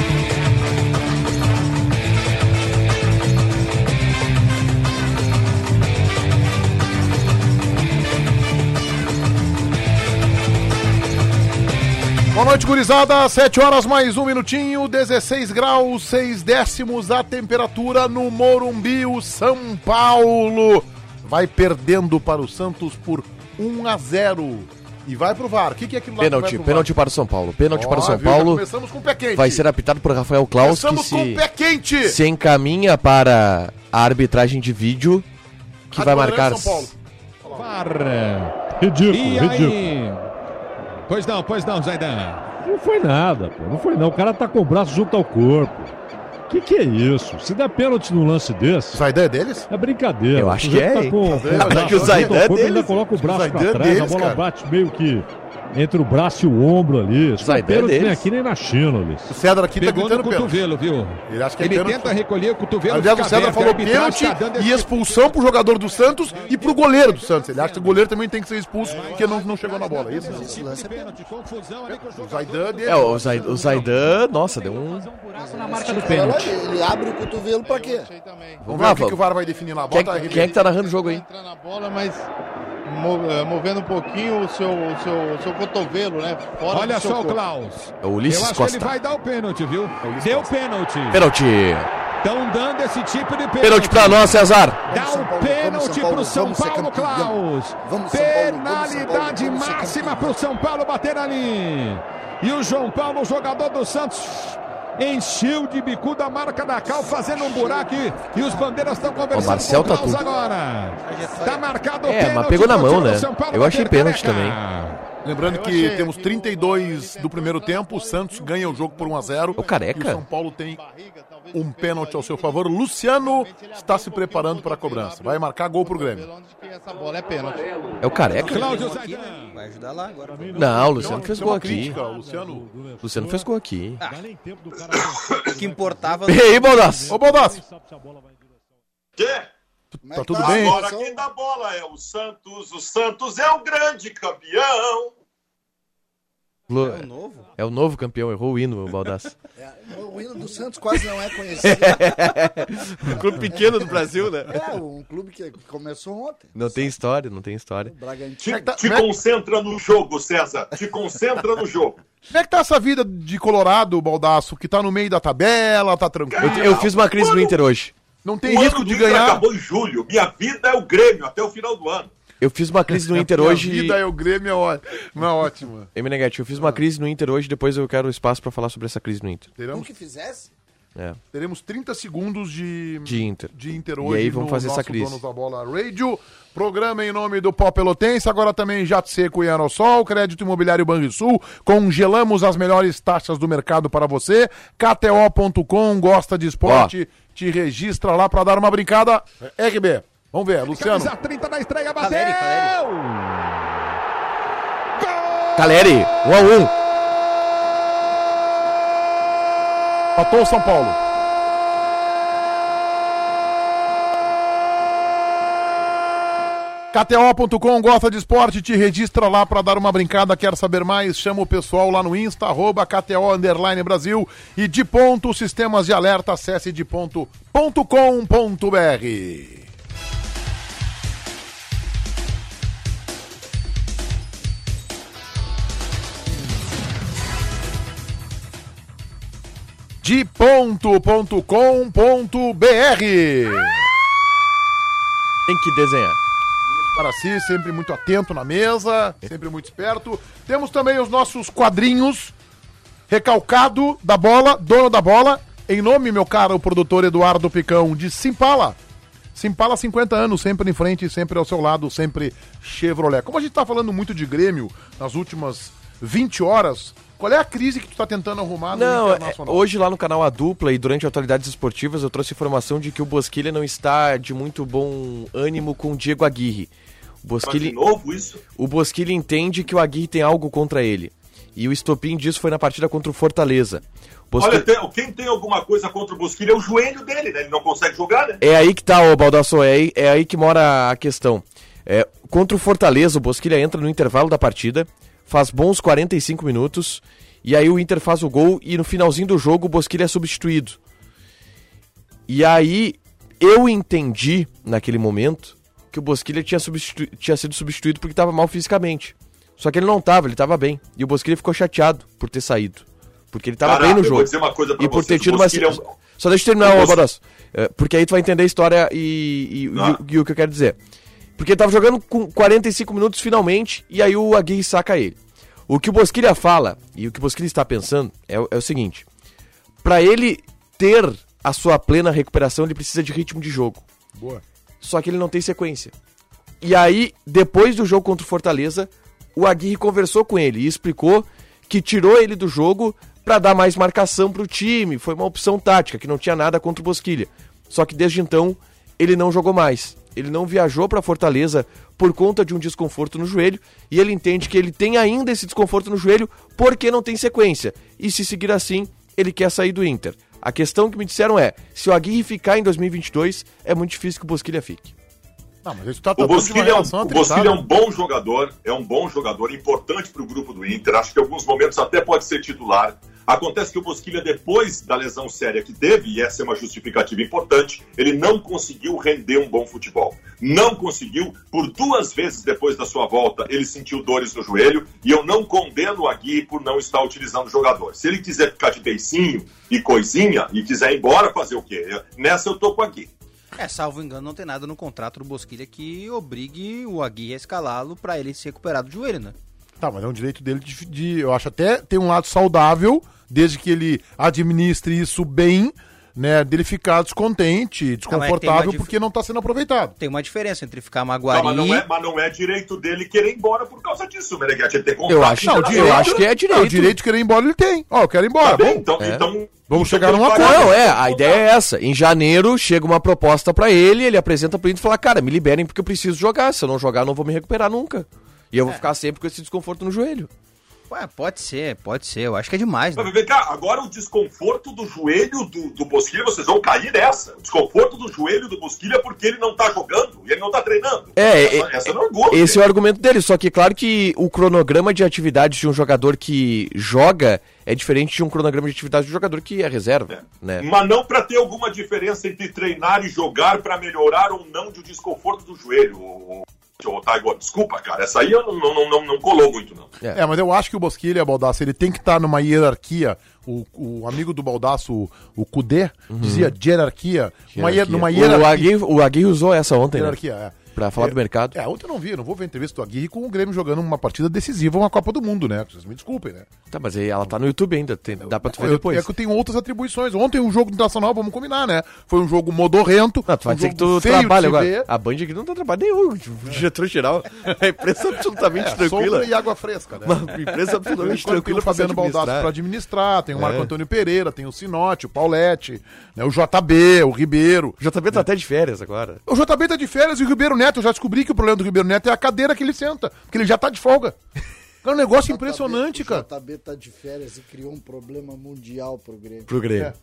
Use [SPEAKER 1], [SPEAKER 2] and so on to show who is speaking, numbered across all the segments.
[SPEAKER 1] Boa noite, gurizada. 7 horas mais um minutinho, 16 graus, 6 décimos a temperatura no Morumbi, o São Paulo. Vai perdendo para o Santos por 1 a 0. E vai pro VAR. O que, que é aquilo lá? que vai
[SPEAKER 2] Pênalti,
[SPEAKER 1] pro
[SPEAKER 2] pênalti para o São Paulo. Pênalti
[SPEAKER 1] VAR?
[SPEAKER 2] para o
[SPEAKER 1] Ó,
[SPEAKER 2] São
[SPEAKER 1] viu? Já
[SPEAKER 2] Paulo.
[SPEAKER 1] Começamos com o pé quente.
[SPEAKER 2] Vai ser apitado por Rafael Klaus, que
[SPEAKER 1] Começamos com o
[SPEAKER 2] se,
[SPEAKER 1] pé quente.
[SPEAKER 2] se encaminha para a arbitragem de vídeo, que
[SPEAKER 1] Rádio
[SPEAKER 2] vai
[SPEAKER 1] Bandeirantes,
[SPEAKER 2] marcar.
[SPEAKER 1] São Paulo.
[SPEAKER 3] Ridículo,
[SPEAKER 4] E
[SPEAKER 3] ridículo.
[SPEAKER 4] aí? Pois não, pois não, Zaidan.
[SPEAKER 3] Não foi nada, pô. Não foi não. O cara tá com o braço junto ao corpo. Que que é isso? Se der pênalti num lance desse,
[SPEAKER 1] Zaidan é deles?
[SPEAKER 3] é brincadeira.
[SPEAKER 2] Eu
[SPEAKER 3] O
[SPEAKER 2] acho
[SPEAKER 3] sujeito
[SPEAKER 2] que é,
[SPEAKER 3] tá
[SPEAKER 2] hein?
[SPEAKER 3] com- com o
[SPEAKER 1] vendo?
[SPEAKER 3] braço
[SPEAKER 1] Que o
[SPEAKER 3] junto ao
[SPEAKER 2] Zaidan é
[SPEAKER 3] corpo, ele ainda
[SPEAKER 2] deles.
[SPEAKER 3] coloca o
[SPEAKER 1] O
[SPEAKER 3] braço
[SPEAKER 1] Zaidan é
[SPEAKER 3] pra trás,
[SPEAKER 1] deles,
[SPEAKER 3] a bola
[SPEAKER 1] cara.
[SPEAKER 3] bate meio que entre o braço e o ombro ali. Isso não é
[SPEAKER 2] Zaidan é
[SPEAKER 3] pênalti nem
[SPEAKER 2] deles.
[SPEAKER 3] aqui nem na China, Luiz.
[SPEAKER 1] O Cedro aqui
[SPEAKER 4] Pegou
[SPEAKER 1] tá
[SPEAKER 4] no
[SPEAKER 1] gritando pênalti.
[SPEAKER 4] cotovelo, viu?
[SPEAKER 1] Ele acha que é
[SPEAKER 4] Ele
[SPEAKER 1] pênalti.
[SPEAKER 4] tenta recolher o cotovelo.
[SPEAKER 1] Aliás, o
[SPEAKER 4] fica
[SPEAKER 1] Cedro
[SPEAKER 4] aberto, a
[SPEAKER 1] falou pênalti
[SPEAKER 4] arbitragem tá dando
[SPEAKER 1] e
[SPEAKER 4] esse-
[SPEAKER 1] expulsão pro jogador do Santos e pro goleiro do Santos. Ele acha que o goleiro também tem que ser expulso porque não, não chegou na bola. É isso?
[SPEAKER 4] tipo Pênalti, confusão ali com o
[SPEAKER 1] O
[SPEAKER 4] jogador.
[SPEAKER 1] Zaidan é deles.
[SPEAKER 2] É, o Zai- o Zaidan, nossa, deu um.
[SPEAKER 5] Pênalti. Ele abre o cotovelo pra quê?
[SPEAKER 1] Vamos
[SPEAKER 2] lá,
[SPEAKER 1] ver o que,
[SPEAKER 2] vamos.
[SPEAKER 1] que o VAR vai definir lá.
[SPEAKER 2] Quem, é
[SPEAKER 1] Bota
[SPEAKER 2] que-
[SPEAKER 1] aí.
[SPEAKER 2] quem é que tá narrando o jogo aí?
[SPEAKER 6] entrar na bola, mas mo- eh, movendo um pouquinho o seu, o seu, o seu cotovelo, né? Fora
[SPEAKER 4] Olha
[SPEAKER 6] do seu
[SPEAKER 4] só o
[SPEAKER 6] corpo.
[SPEAKER 4] Klaus.
[SPEAKER 2] É o Ulisses
[SPEAKER 4] Eu acho
[SPEAKER 2] Costa. É
[SPEAKER 4] que ele vai dar o pênalti, viu? Deu pênalti.
[SPEAKER 2] Pênalti.
[SPEAKER 4] Estão dando esse tipo de pênalti.
[SPEAKER 2] Pênalti pra nós, Cesar.
[SPEAKER 4] Dá
[SPEAKER 5] Vamos, São
[SPEAKER 4] o
[SPEAKER 5] Paulo, vamos,
[SPEAKER 4] pênalti
[SPEAKER 5] São Paulo,
[SPEAKER 4] pro São
[SPEAKER 5] vamos ser
[SPEAKER 4] Paulo,
[SPEAKER 5] campeão.
[SPEAKER 4] Klaus.
[SPEAKER 5] Vamos, São Paulo, vamos, São Paulo,
[SPEAKER 4] Penalidade
[SPEAKER 5] vamos ser
[SPEAKER 4] máxima
[SPEAKER 5] campeão.
[SPEAKER 4] pro São Paulo bater ali. E o João Paulo, jogador do Santos, encheu de bicuda a marca da Cal, fazendo um buraco. e- E os bandeiras estão conversando
[SPEAKER 2] O Marcel
[SPEAKER 4] com
[SPEAKER 2] tá
[SPEAKER 4] o Klaus
[SPEAKER 2] tudo.
[SPEAKER 4] agora. Tá marcado o
[SPEAKER 2] É,
[SPEAKER 4] pênalti
[SPEAKER 2] mas pegou na
[SPEAKER 4] pro
[SPEAKER 2] mão,
[SPEAKER 4] time do
[SPEAKER 2] né?
[SPEAKER 4] São Paulo
[SPEAKER 2] Eu achei
[SPEAKER 4] bater
[SPEAKER 2] pênalti
[SPEAKER 4] careca.
[SPEAKER 1] Lembrando que temos 32 do primeiro tempo, o Santos ganha o jogo por 1 a 0.
[SPEAKER 2] Ô, careca.
[SPEAKER 1] E o São Paulo tem um pênalti ao seu favor. Luciano está se preparando para a cobrança. Vai marcar gol pro Grêmio.
[SPEAKER 6] Onde que essa bola é pênalti.
[SPEAKER 2] É o careca?
[SPEAKER 4] Cláudio Zaidan.
[SPEAKER 5] Vai ajudar lá agora.
[SPEAKER 2] Não, o Luciano fez
[SPEAKER 1] Isso é
[SPEAKER 2] gol
[SPEAKER 1] uma
[SPEAKER 2] aqui.
[SPEAKER 1] crítica, Luciano.
[SPEAKER 2] Luciano fez gol aqui.
[SPEAKER 3] Dá nem tempo do cara pensar
[SPEAKER 5] O que importava.
[SPEAKER 2] E aí, Baldaço?
[SPEAKER 1] Ô, Baldaço,
[SPEAKER 3] se a bola vai em direção.
[SPEAKER 7] Quê?
[SPEAKER 1] tá tudo
[SPEAKER 2] É,
[SPEAKER 1] bem?
[SPEAKER 7] É, Agora quem dá bola é o Santos. O Santos é o grande campeão.
[SPEAKER 2] Lu-
[SPEAKER 5] É novo?
[SPEAKER 2] É o novo campeão, errou o hino, o Baldaço.
[SPEAKER 5] É, o hino do Santos quase não é conhecido.
[SPEAKER 2] é Clube pequeno do Brasil, né?
[SPEAKER 5] É um clube que começou ontem.
[SPEAKER 2] Não tem história, não tem história.
[SPEAKER 5] O Bragantino.
[SPEAKER 7] Te,
[SPEAKER 1] tá-
[SPEAKER 7] te
[SPEAKER 1] como
[SPEAKER 2] né?
[SPEAKER 1] é que-
[SPEAKER 7] concentra no jogo, César. Te concentra no jogo.
[SPEAKER 1] Como é que tá essa vida de Colorado, Baldaço? Que tá no meio da tabela, tá tranquilo.
[SPEAKER 2] Eu, eu fiz uma crise no Inter hoje.
[SPEAKER 1] Não
[SPEAKER 7] O
[SPEAKER 1] tem
[SPEAKER 7] ano
[SPEAKER 1] risco de
[SPEAKER 7] Inter
[SPEAKER 1] ganhar.
[SPEAKER 7] acabou em julho. Minha vida é o Grêmio até o final do ano.
[SPEAKER 2] Eu fiz uma crise no Inter
[SPEAKER 1] Minha
[SPEAKER 2] hoje.
[SPEAKER 1] vida Ah. é o Grêmio, é ó- não é ótima.
[SPEAKER 2] M. Negativo, eu fiz uma crise no Inter hoje, depois eu quero espaço pra falar sobre essa crise no Inter.
[SPEAKER 5] Um
[SPEAKER 1] Teremos,
[SPEAKER 5] que fizesse?
[SPEAKER 2] É,
[SPEAKER 1] teremos 30 segundos de...
[SPEAKER 2] de Inter.
[SPEAKER 1] de Inter
[SPEAKER 2] E
[SPEAKER 1] hoje
[SPEAKER 2] aí vamos
[SPEAKER 1] no
[SPEAKER 2] fazer essa
[SPEAKER 1] nosso
[SPEAKER 2] crise.
[SPEAKER 1] Donos da Bola Radio. Programa em nome do Pó Pelotense, agora também Jato Seco e Aerosol, Crédito Imobiliário Banrisul, congelamos as melhores taxas do mercado para você, KTO.com, gosta de esporte, te registra lá para dar uma brincada. RB, vamos ver, Luciano.
[SPEAKER 4] Camisa 30 na estreia, bateu.
[SPEAKER 5] Caleri,
[SPEAKER 2] Caleri, 1 a um.
[SPEAKER 1] Matou o São Paulo. KTO.com gosta de esporte, te registra lá para dar uma brincada, quer saber mais? Chama o pessoal lá no Insta, arroba KTO Underline Brasil e de ponto, sistemas de alerta, acesse de ponto.com.br. de ponto.com.br.
[SPEAKER 2] Tem que desenhar.
[SPEAKER 1] Para si, sempre muito atento na mesa, sempre muito esperto. Temos também os nossos quadrinhos. Recalcado da bola, dono da bola. Em nome, meu caro produtor Eduardo Picão, de Simpala. Simpala 50 anos, sempre em frente, sempre ao seu lado, sempre Chevrolet. Como a gente tá falando muito de Grêmio nas últimas 20 horas, qual é a crise que tu tá tentando arrumar no
[SPEAKER 2] Não, é,
[SPEAKER 1] Internacional?
[SPEAKER 2] hoje lá no canal A Dupla e durante atualidades esportivas eu trouxe informação de que o Bosquilha não está de muito bom ânimo com o Diego Aguirre. O
[SPEAKER 7] Mas de
[SPEAKER 2] Bosquilha,
[SPEAKER 7] novo isso?
[SPEAKER 2] o Bosquilha entende que o Aguirre tem algo contra ele. E o estopim disso foi na partida contra o Fortaleza. Bosquilha-
[SPEAKER 7] Olha, tem- quem tem alguma coisa contra o Bosquilha é o joelho dele, né? Ele não consegue jogar, né?
[SPEAKER 2] É aí que tá, ô Baldasso, é aí, é aí que mora a questão. É, contra o Fortaleza, o Bosquilha entra no intervalo da partida, faz bons 45 minutos, e aí o Inter faz o gol e no finalzinho do jogo o Bosquilha é substituído. E aí eu entendi, naquele momento, que o Bosquilha tinha, substitu- tinha sido substituído porque estava mal fisicamente. Só que ele não tava, ele tava bem. E o Bosquilha ficou chateado por ter saído. Porque ele tava
[SPEAKER 7] Caraca,
[SPEAKER 2] bem no
[SPEAKER 7] eu
[SPEAKER 2] jogo.
[SPEAKER 7] vou dizer uma coisa pra
[SPEAKER 2] e por ter
[SPEAKER 7] vocês, o
[SPEAKER 2] tido uma...
[SPEAKER 7] Bosquilha é um-
[SPEAKER 2] Só deixa eu terminar,
[SPEAKER 7] O
[SPEAKER 2] ô
[SPEAKER 7] Bos-
[SPEAKER 2] Baldasso. É, Porque aí tu vai entender a história e, e- e
[SPEAKER 7] Ah.
[SPEAKER 2] o- e o que eu quero dizer. Porque ele tava jogando com 45 minutos finalmente, e aí o Aguirre saca ele. O que o Bosquilha fala, e o que o Bosquilha está pensando, é, o- é o seguinte. Pra ele ter a sua plena recuperação, ele precisa de ritmo de jogo.
[SPEAKER 1] Boa.
[SPEAKER 2] Só que ele não tem sequência. E aí, depois do jogo contra o Fortaleza, o Aguirre conversou com ele e explicou que tirou ele do jogo pra dar mais marcação pro time. Foi uma opção tática, que não tinha nada contra o Bosquilha. Só que desde então, ele não jogou mais. Ele não viajou pra Fortaleza por conta de um desconforto no joelho e ele entende que ele tem ainda esse desconforto no joelho porque não tem sequência. E se seguir assim, ele quer sair do Inter. A questão que me disseram é: se o Aguirre ficar em 2022, é muito difícil que o Bosquilha fique.
[SPEAKER 1] Não, mas isso tá
[SPEAKER 7] O
[SPEAKER 1] tratando de uma
[SPEAKER 7] Bosquilha, é um,
[SPEAKER 1] relação
[SPEAKER 7] o
[SPEAKER 1] atributada.
[SPEAKER 7] Bosquilha é um bom jogador, é um bom jogador, importante para o grupo do Inter. Acho que em alguns momentos até pode ser titular. Acontece que o Bosquilha, depois da lesão séria que teve, e essa é uma justificativa importante, ele não conseguiu render um bom futebol. Não conseguiu, por duas vezes depois da sua volta, ele sentiu dores no joelho, e eu não condeno o Aguirre por não estar utilizando o jogador. Se ele quiser ficar de beicinho e coisinha, e quiser ir embora, fazer o quê? Nessa eu tô com o Aguirre.
[SPEAKER 8] É, salvo engano, não tem nada no contrato do Bosquilha que obrigue o Aguirre a escalá-lo pra ele se recuperar do joelho, né?
[SPEAKER 1] Tá, mas é um direito dele de, de- Eu acho até tem um lado saudável, desde que ele administre isso bem, né? Dele ficar
[SPEAKER 2] é
[SPEAKER 1] descontente, desconfortável,
[SPEAKER 8] dif-
[SPEAKER 1] porque não tá sendo aproveitado.
[SPEAKER 8] Tem uma diferença entre ficar
[SPEAKER 7] Não,
[SPEAKER 8] magoari...
[SPEAKER 7] mas, não é, mas não é direito dele querer ir embora por causa disso, Meneghete. Ele tem contrato.
[SPEAKER 2] Eu acho-
[SPEAKER 7] Não,
[SPEAKER 1] Então,
[SPEAKER 2] eu
[SPEAKER 7] direito-
[SPEAKER 2] acho que é direito.
[SPEAKER 1] tá Não, o direito de querer ir embora ele tem. Ó, eu quero ir embora.
[SPEAKER 7] Tá bem,
[SPEAKER 1] Bom,
[SPEAKER 7] então,
[SPEAKER 2] é.
[SPEAKER 7] então-
[SPEAKER 1] Vamos
[SPEAKER 7] então
[SPEAKER 1] chegar
[SPEAKER 7] tem
[SPEAKER 1] num
[SPEAKER 7] que
[SPEAKER 1] acordo.
[SPEAKER 7] pagar.
[SPEAKER 2] Não, é, a ideia é essa. Em janeiro chega uma proposta pra ele, ele apresenta pro Inter e fala: "Cara, me liberem porque eu preciso jogar, se eu não jogar eu não vou me recuperar nunca". E
[SPEAKER 1] É.
[SPEAKER 2] eu vou ficar sempre com esse desconforto no joelho.
[SPEAKER 8] Ué, pode ser, pode ser. Eu acho que é demais, né?
[SPEAKER 7] Mas vem cá, agora o desconforto do joelho do, do Bosquilha, vocês vão cair nessa. O desconforto do joelho do Bosquilha porque ele não tá jogando, ele não tá treinando.
[SPEAKER 2] É,
[SPEAKER 7] essa,
[SPEAKER 2] é-
[SPEAKER 7] essa não é gol.
[SPEAKER 2] Esse é o argumento dele, só que claro que o cronograma de atividades de um jogador que joga é diferente de um cronograma de atividades de um jogador que é reserva, né?
[SPEAKER 7] Mas não pra ter alguma diferença entre treinar e jogar pra melhorar ou não de um desconforto do joelho. ô- ô- ô, Taigo, desculpa, cara, essa aí eu não, não, não, não, não colou muito, não.
[SPEAKER 1] É, mas eu acho que o Bosquilha, Baldaço, ele tem que estar numa hierarquia. O, o amigo do Baldaço, o- o Kudê, dizia de hierarquia. Uma, hier- numa
[SPEAKER 2] Uhum. é O
[SPEAKER 1] hierarquia.
[SPEAKER 2] Aguirre, o Aguirre usou essa ontem, né?
[SPEAKER 1] hierarquia é.
[SPEAKER 2] Pra falar do mercado.
[SPEAKER 1] É, ontem eu não vi, eu não vou ver a entrevista do Aguirre com o Grêmio jogando uma partida decisiva, uma Copa do Mundo, né? Vocês me desculpem, né?
[SPEAKER 2] Tá, mas aí ela tá no YouTube ainda, tem- dá pra tu ver
[SPEAKER 1] Eu-
[SPEAKER 2] depois.
[SPEAKER 1] É que eu tenho outras atribuições. Ontem o jogo do Internacional, vamos combinar, né? Foi um jogo modorrento.
[SPEAKER 2] Não, Ah, tu vai
[SPEAKER 1] um
[SPEAKER 2] dizer que
[SPEAKER 1] jogo
[SPEAKER 2] tu
[SPEAKER 1] feio de
[SPEAKER 2] trabalha
[SPEAKER 1] se
[SPEAKER 2] agora.
[SPEAKER 1] ver.
[SPEAKER 2] A Band aqui não tá trabalho nenhum. O diretor geral. É A imprensa absolutamente
[SPEAKER 1] É,
[SPEAKER 2] tranquila.
[SPEAKER 1] sombra e água fresca, né?
[SPEAKER 2] Uma imprensa absolutamente
[SPEAKER 1] Enquanto tem
[SPEAKER 2] tranquila
[SPEAKER 1] o
[SPEAKER 2] pra se
[SPEAKER 1] Fabiano Baldassi
[SPEAKER 2] administrar. É.
[SPEAKER 1] pra administrar, tem o Marco Antônio Pereira, tem o Sinote, o Paulette, né, o JB, o Ribeiro.
[SPEAKER 2] O JB tá até de férias agora.
[SPEAKER 1] O JB tá de férias e o Ribeiro Neto, eu já descobri que o problema do Ribeiro Neto é a cadeira que ele senta, porque ele já tá de folga. É um negócio impressionante,
[SPEAKER 5] O
[SPEAKER 1] cara.
[SPEAKER 5] JB tá de férias e criou um problema mundial pro Grêmio.
[SPEAKER 2] Pro Grêmio.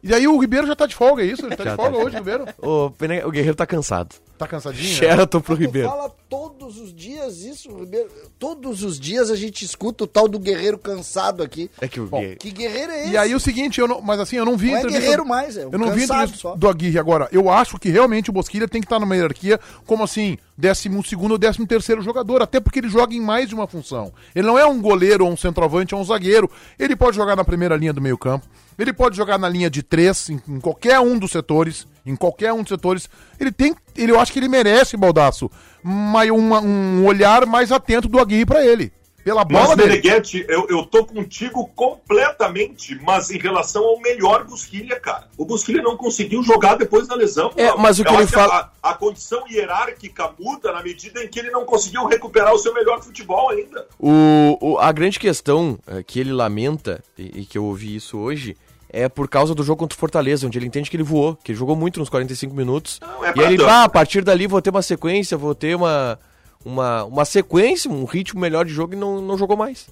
[SPEAKER 1] E aí o Ribeiro já tá de folga, é isso? Ele tá de folga hoje, Ribeiro?
[SPEAKER 2] O, Pene- o Guerreiro tá cansado.
[SPEAKER 1] Tá cansadinho? né?
[SPEAKER 2] Sheraton pro
[SPEAKER 5] Tu
[SPEAKER 2] Ribeiro.
[SPEAKER 5] fala todos os dias isso, Ribeiro. Todos os dias a gente escuta o tal do guerreiro cansado aqui.
[SPEAKER 2] É que o
[SPEAKER 1] Bom,
[SPEAKER 2] Guerreiro...
[SPEAKER 5] Que guerreiro é esse?
[SPEAKER 1] E aí o seguinte, eu não, mas assim, eu não vi
[SPEAKER 5] Não é
[SPEAKER 1] entrevista-
[SPEAKER 5] guerreiro mais, é um
[SPEAKER 1] eu não vi
[SPEAKER 5] cansado
[SPEAKER 1] entrevista
[SPEAKER 5] só.
[SPEAKER 1] do Aguirre agora. Eu acho que realmente o Bosquilha tem que estar numa hierarquia como assim, 12 segundo ou 13 terceiro jogador, até porque ele joga em mais de uma função. Ele não é um goleiro ou um centroavante ou um zagueiro. Ele pode jogar na primeira linha do meio-campo. Ele pode jogar na linha de três, em, em qualquer um dos setores, em qualquer um dos setores. Ele tem, ele, eu acho que ele merece, Baldaço, mas uma- um olhar mais atento do Aguirre pra ele. Pela bola
[SPEAKER 7] Mas,
[SPEAKER 1] dele.
[SPEAKER 7] Meneghetti, eu, eu tô contigo completamente, mas em relação ao melhor Busquilha, cara. O Busquilha não conseguiu jogar depois da lesão.
[SPEAKER 2] É,
[SPEAKER 7] Paulo.
[SPEAKER 2] mas o que
[SPEAKER 7] Eu
[SPEAKER 2] ele
[SPEAKER 7] acho
[SPEAKER 2] fala-
[SPEAKER 7] A, a condição hierárquica muda na medida em que ele não conseguiu recuperar o seu melhor futebol ainda.
[SPEAKER 2] O, o- a grande questão eh, que ele lamenta, e, e que eu ouvi isso hoje, é por causa do jogo contra o Fortaleza, onde ele entende que ele voou, que ele jogou muito nos 45 minutos.
[SPEAKER 7] Não, é
[SPEAKER 2] e aí ele,
[SPEAKER 7] tanto.
[SPEAKER 2] ah, a partir dali vou ter uma sequência, vou ter uma, uma, uma sequência, um ritmo melhor de jogo e não, não jogou mais.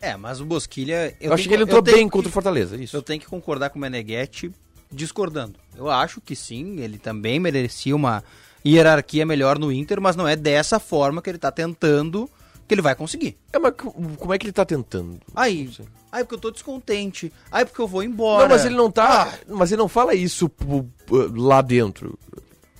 [SPEAKER 8] É, mas o Bosquilha.
[SPEAKER 2] Eu,
[SPEAKER 8] tenho
[SPEAKER 2] acho que ele
[SPEAKER 8] eu
[SPEAKER 2] entrou
[SPEAKER 8] tenho
[SPEAKER 2] bem
[SPEAKER 8] que-
[SPEAKER 2] contra o Fortaleza, é isso.
[SPEAKER 8] Eu tenho que concordar com o Meneghetti discordando. Eu acho que sim, ele também merecia uma hierarquia melhor no Inter, mas não é dessa forma que ele tá tentando que ele vai conseguir.
[SPEAKER 2] É, mas co- como é que ele tá tentando?
[SPEAKER 8] Aí, aí porque eu tô descontente, aí porque eu vou embora.
[SPEAKER 2] Não, mas ele não tá.
[SPEAKER 1] Ah.
[SPEAKER 2] Mas ele não fala isso pu- pu- lá dentro.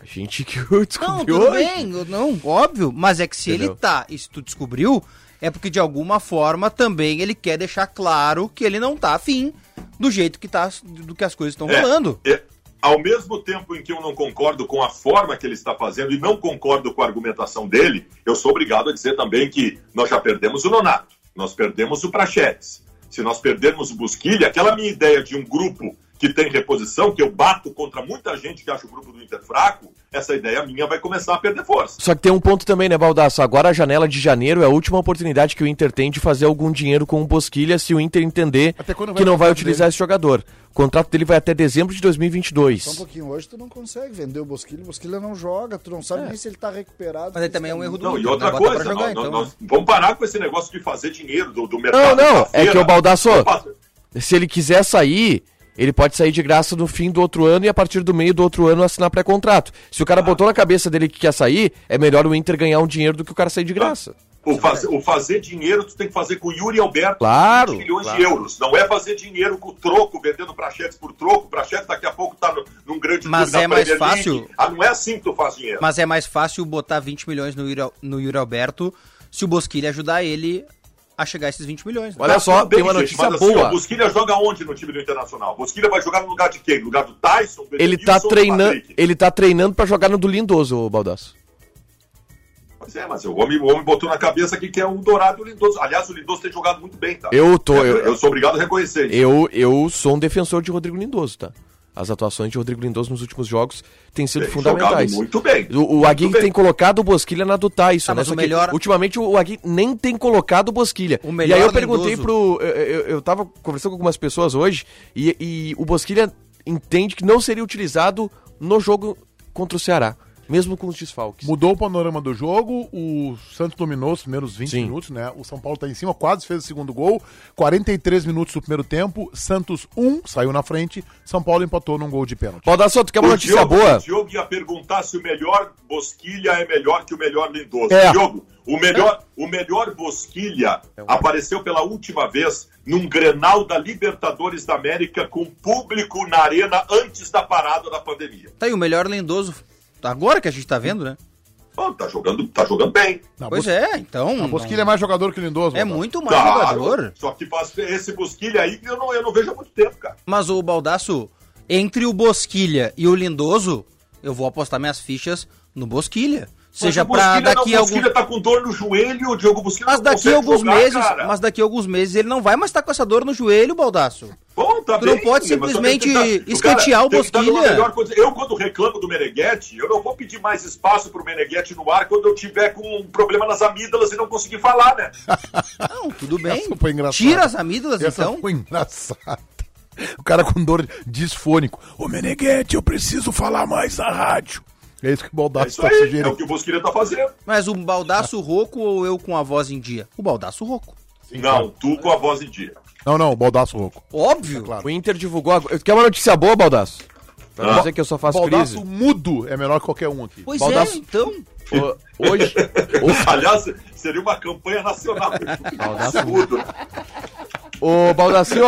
[SPEAKER 2] A gente que eu
[SPEAKER 8] Não,
[SPEAKER 2] descobri
[SPEAKER 8] tudo
[SPEAKER 2] hoje.
[SPEAKER 8] bem, eu- não, óbvio, mas é que se
[SPEAKER 2] Entendeu?
[SPEAKER 8] ele tá e se tu descobriu, é porque de alguma forma também ele quer deixar claro que ele não tá afim do jeito que tá, do que as coisas estão
[SPEAKER 7] É,
[SPEAKER 8] rolando.
[SPEAKER 7] é, ao mesmo tempo em que eu não concordo com a forma que ele está fazendo e não concordo com a argumentação dele, eu sou obrigado a dizer também que nós já perdemos o Nonato, nós perdemos o Prachetes. Se nós perdermos o Busquilha, aquela minha ideia de um grupo que tem reposição, que eu bato contra muita gente que acha o grupo do Inter fraco, essa ideia minha vai começar a perder força.
[SPEAKER 2] Só que tem um ponto também, né, Baldaço? Agora a janela de janeiro é a última oportunidade que o Inter tem de fazer algum dinheiro com o Bosquilha se o Inter entender
[SPEAKER 1] Até quando vai
[SPEAKER 2] que não
[SPEAKER 1] o
[SPEAKER 2] vai
[SPEAKER 1] contrato
[SPEAKER 2] utilizar esse jogador. O contrato dele vai até dezembro de
[SPEAKER 5] Só um
[SPEAKER 2] 2022.
[SPEAKER 5] pouquinho, hoje tu não consegue vender o Bosquilha, o Bosquilha não joga, tu não sabe nem se ele tá recuperado.
[SPEAKER 8] É. Mas aí também é um erro do
[SPEAKER 7] Não, e
[SPEAKER 8] Inter, né?
[SPEAKER 7] outra
[SPEAKER 8] Bota pra
[SPEAKER 7] coisa,
[SPEAKER 8] jogar,
[SPEAKER 7] nós- nós-
[SPEAKER 8] então, né?
[SPEAKER 7] nós vamos parar com esse negócio de fazer dinheiro do, do
[SPEAKER 2] Não,
[SPEAKER 7] mercado.
[SPEAKER 2] não, é
[SPEAKER 7] sexta-feira.
[SPEAKER 2] que o Baldaço,
[SPEAKER 7] Opa,
[SPEAKER 2] se ele quiser sair, ele pode sair de graça no fim do outro ano e a partir do meio do outro ano assinar pré-contrato. Se
[SPEAKER 1] Ah.
[SPEAKER 2] o cara botou na cabeça dele que quer sair, é melhor o Inter ganhar um dinheiro do que o cara sair
[SPEAKER 1] Ah.
[SPEAKER 2] de graça.
[SPEAKER 7] O, faz- o fazer dinheiro tu tem que fazer com o Yuri Alberto
[SPEAKER 2] Claro,
[SPEAKER 7] 20 milhões
[SPEAKER 2] claro.
[SPEAKER 7] de euros. Não é fazer dinheiro com troco, vendendo prachetes por troco. Prachetes daqui a pouco tá no- num grande
[SPEAKER 8] Mas
[SPEAKER 7] clube
[SPEAKER 8] é
[SPEAKER 7] da
[SPEAKER 8] mais
[SPEAKER 7] Premier League.
[SPEAKER 8] fácil-
[SPEAKER 7] Ah, não é assim que tu faz dinheiro.
[SPEAKER 8] Mas é mais fácil botar 20 milhões no Yuri, no Yuri Alberto se o Bosquilha ajudar ele a chegar a esses 20 milhões. né?
[SPEAKER 2] Olha
[SPEAKER 7] Tá,
[SPEAKER 2] só,
[SPEAKER 7] tudo bem,
[SPEAKER 2] tem uma
[SPEAKER 7] gente,
[SPEAKER 2] notícia
[SPEAKER 7] mas assim,
[SPEAKER 2] boa.
[SPEAKER 7] ó, Busquilha joga onde no time do Internacional? Busquilha vai jogar no lugar de quem? No lugar do Tyson? do
[SPEAKER 2] Ele
[SPEAKER 7] Edenilson,
[SPEAKER 2] tá
[SPEAKER 7] do
[SPEAKER 2] treinando,
[SPEAKER 7] Patrick?
[SPEAKER 2] ele tá treinando para jogar no do Lindoso, ô Baldaço.
[SPEAKER 7] Pois é, mas o homem, o homem botou na cabeça aqui que é um Dourado e o Lindoso. Aliás, o Lindoso tem jogado muito bem, tá?
[SPEAKER 2] Eu tô,
[SPEAKER 7] Eu,
[SPEAKER 2] eu-
[SPEAKER 7] eu sou obrigado a reconhecer. isso.
[SPEAKER 2] Eu, eu sou um defensor de Rodrigo Lindoso, tá? As atuações de Rodrigo Lindoso nos últimos jogos têm sido
[SPEAKER 7] Tem jogado
[SPEAKER 2] fundamentais.
[SPEAKER 7] muito bem.
[SPEAKER 2] O, o Aguirre
[SPEAKER 7] Muito bem.
[SPEAKER 2] tem colocado o Bosquilha na do Tyson,
[SPEAKER 8] Tá,
[SPEAKER 2] né?
[SPEAKER 8] mas
[SPEAKER 2] Só
[SPEAKER 8] o
[SPEAKER 2] que
[SPEAKER 8] melhor-
[SPEAKER 2] ultimamente o Aguirre nem tem colocado o Bosquilha.
[SPEAKER 8] O
[SPEAKER 2] e
[SPEAKER 8] melhor
[SPEAKER 2] aí eu perguntei
[SPEAKER 8] Lindoso.
[SPEAKER 2] pro... Eu, eu, eu tava conversando com algumas pessoas hoje e, e o Bosquilha entende que não seria utilizado no jogo contra o Ceará, mesmo com os desfalques.
[SPEAKER 1] Mudou o panorama do jogo, o Santos dominou os primeiros 20
[SPEAKER 2] Sim.
[SPEAKER 1] minutos, né? O São Paulo tá em cima, quase fez o segundo gol, 43 minutos do primeiro tempo, Santos 1, saiu na frente, São Paulo empatou num gol de pênalti.
[SPEAKER 2] Baldasso, tu quer uma
[SPEAKER 7] O
[SPEAKER 2] notícia
[SPEAKER 7] Diogo-
[SPEAKER 2] boa?
[SPEAKER 7] O Diogo ia perguntar se o melhor Bosquilha é melhor que o melhor Lindoso.
[SPEAKER 2] É.
[SPEAKER 7] Diogo, o melhor,
[SPEAKER 8] É.
[SPEAKER 7] o melhor Bosquilha
[SPEAKER 8] um
[SPEAKER 7] apareceu pela última vez num Grenal da Libertadores da América com público na arena antes da parada da pandemia.
[SPEAKER 8] Tá aí o melhor lendoso. Agora que a gente tá vendo, né?
[SPEAKER 7] Pô, tá jogando, tá jogando bem.
[SPEAKER 1] Não,
[SPEAKER 8] pois
[SPEAKER 1] Bos-
[SPEAKER 8] é, então.
[SPEAKER 1] O Bosquilha é mais jogador que o Lindoso.
[SPEAKER 8] é
[SPEAKER 1] Baldasso.
[SPEAKER 8] muito mais jogador.
[SPEAKER 7] Só que faz esse Bosquilha aí que eu não, eu não vejo há muito tempo, cara.
[SPEAKER 8] Mas o Baldaço, entre o Bosquilha e o Lindoso, eu vou apostar minhas fichas no Bosquilha. Seja
[SPEAKER 7] Mas o
[SPEAKER 8] pra
[SPEAKER 7] Bosquilha não,
[SPEAKER 8] daqui
[SPEAKER 7] o
[SPEAKER 8] a algum.
[SPEAKER 7] Bosquilha tá com dor no joelho, o Diogo Bosquilha
[SPEAKER 8] Mas
[SPEAKER 7] não
[SPEAKER 8] daqui a
[SPEAKER 7] consegue
[SPEAKER 8] alguns
[SPEAKER 7] jogar,
[SPEAKER 8] meses,
[SPEAKER 7] cara.
[SPEAKER 8] mas daqui a alguns meses ele não vai mais estar com essa dor no joelho, Baldaço.
[SPEAKER 7] Bom, tá
[SPEAKER 8] Tu não
[SPEAKER 7] bem,
[SPEAKER 8] pode
[SPEAKER 7] mas só
[SPEAKER 8] simplesmente
[SPEAKER 7] tem que tentar-
[SPEAKER 8] escantear
[SPEAKER 7] cara
[SPEAKER 8] o
[SPEAKER 7] tem que estar numa
[SPEAKER 8] Bosquilha.
[SPEAKER 7] melhor condição. Eu, quando reclamo do Meneghetti, eu não vou pedir mais espaço pro Meneghetti no ar quando eu tiver com um problema nas amígdalas e não conseguir falar, né?
[SPEAKER 8] Ah, Não, tudo bem.
[SPEAKER 1] Essa foi engraçada.
[SPEAKER 8] Tira as amígdalas,
[SPEAKER 1] Essa
[SPEAKER 8] então.
[SPEAKER 1] foi engraçada. O cara com dor disfônico. Ô Meneghete, eu preciso falar mais na rádio. É isso que o
[SPEAKER 7] É
[SPEAKER 1] Baldasso
[SPEAKER 7] isso
[SPEAKER 1] tá
[SPEAKER 7] aí, é o
[SPEAKER 1] sugerindo.
[SPEAKER 7] que o Bosquilha tá fazendo.
[SPEAKER 8] Mas o baldaço rouco ou eu com a voz em dia? O baldaço rouco.
[SPEAKER 7] não, tu com a voz em dia.
[SPEAKER 1] Não, não, Baldaço Rouco.
[SPEAKER 8] Óbvio.
[SPEAKER 2] O Inter divulgou agora. Quer uma notícia boa, Baldaço? Pra não
[SPEAKER 1] Ah.
[SPEAKER 2] dizer que eu só faço
[SPEAKER 1] Baldaço
[SPEAKER 2] crise.
[SPEAKER 1] mudo é melhor que qualquer um aqui.
[SPEAKER 8] Pois é,
[SPEAKER 2] Baldaço-
[SPEAKER 8] então.
[SPEAKER 2] O- hoje.
[SPEAKER 7] Aliás, seria uma campanha nacional. Absurdo.
[SPEAKER 2] Ô, Baldassio,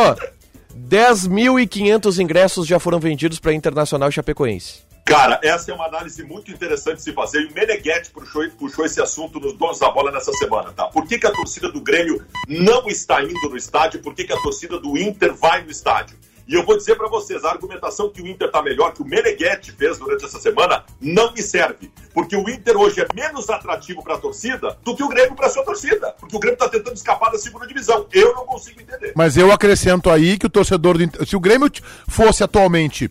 [SPEAKER 2] 10.500 ingressos já foram vendidos pra Internacional Chapecoense.
[SPEAKER 7] Cara, essa é uma análise muito interessante de se fazer. E o Meneghetti puxou, puxou esse assunto nos donos da bola nessa semana, tá? Por que, que a torcida do Grêmio não está indo no estádio? Por que, que a torcida do Inter vai no estádio? E eu vou dizer pra vocês, a argumentação que o Inter tá melhor, que o Meneghetti fez durante essa semana, não me serve. Porque o Inter hoje é menos atrativo pra torcida do que o Grêmio pra sua torcida. Porque o Grêmio tá tentando escapar da segunda divisão. Eu não consigo entender.
[SPEAKER 1] Mas eu acrescento aí que o torcedor do Inter- Se o Grêmio t- fosse atualmente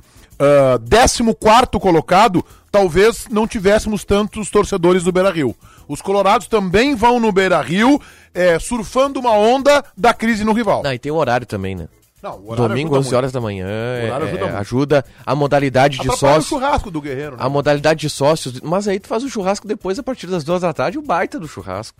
[SPEAKER 1] 14 colocado, talvez não tivéssemos tantos torcedores do Beira Rio. Os colorados também vão no Beira Rio, eh, surfando uma onda da crise no rival.
[SPEAKER 2] Não, Ah, e tem o horário também, né?
[SPEAKER 1] Não, o
[SPEAKER 2] Domingo,
[SPEAKER 1] ajuda
[SPEAKER 2] 11 horas
[SPEAKER 1] muito.
[SPEAKER 2] da manhã.
[SPEAKER 1] horário
[SPEAKER 2] é,
[SPEAKER 1] ajuda muito.
[SPEAKER 2] ajuda a modalidade de
[SPEAKER 1] Atrapalha o
[SPEAKER 2] sócio. Ah,
[SPEAKER 1] churrasco do Guerreiro. né?
[SPEAKER 2] A modalidade de sócios. Mas aí tu faz o churrasco depois, a partir das duas da tarde, o baita do churrasco.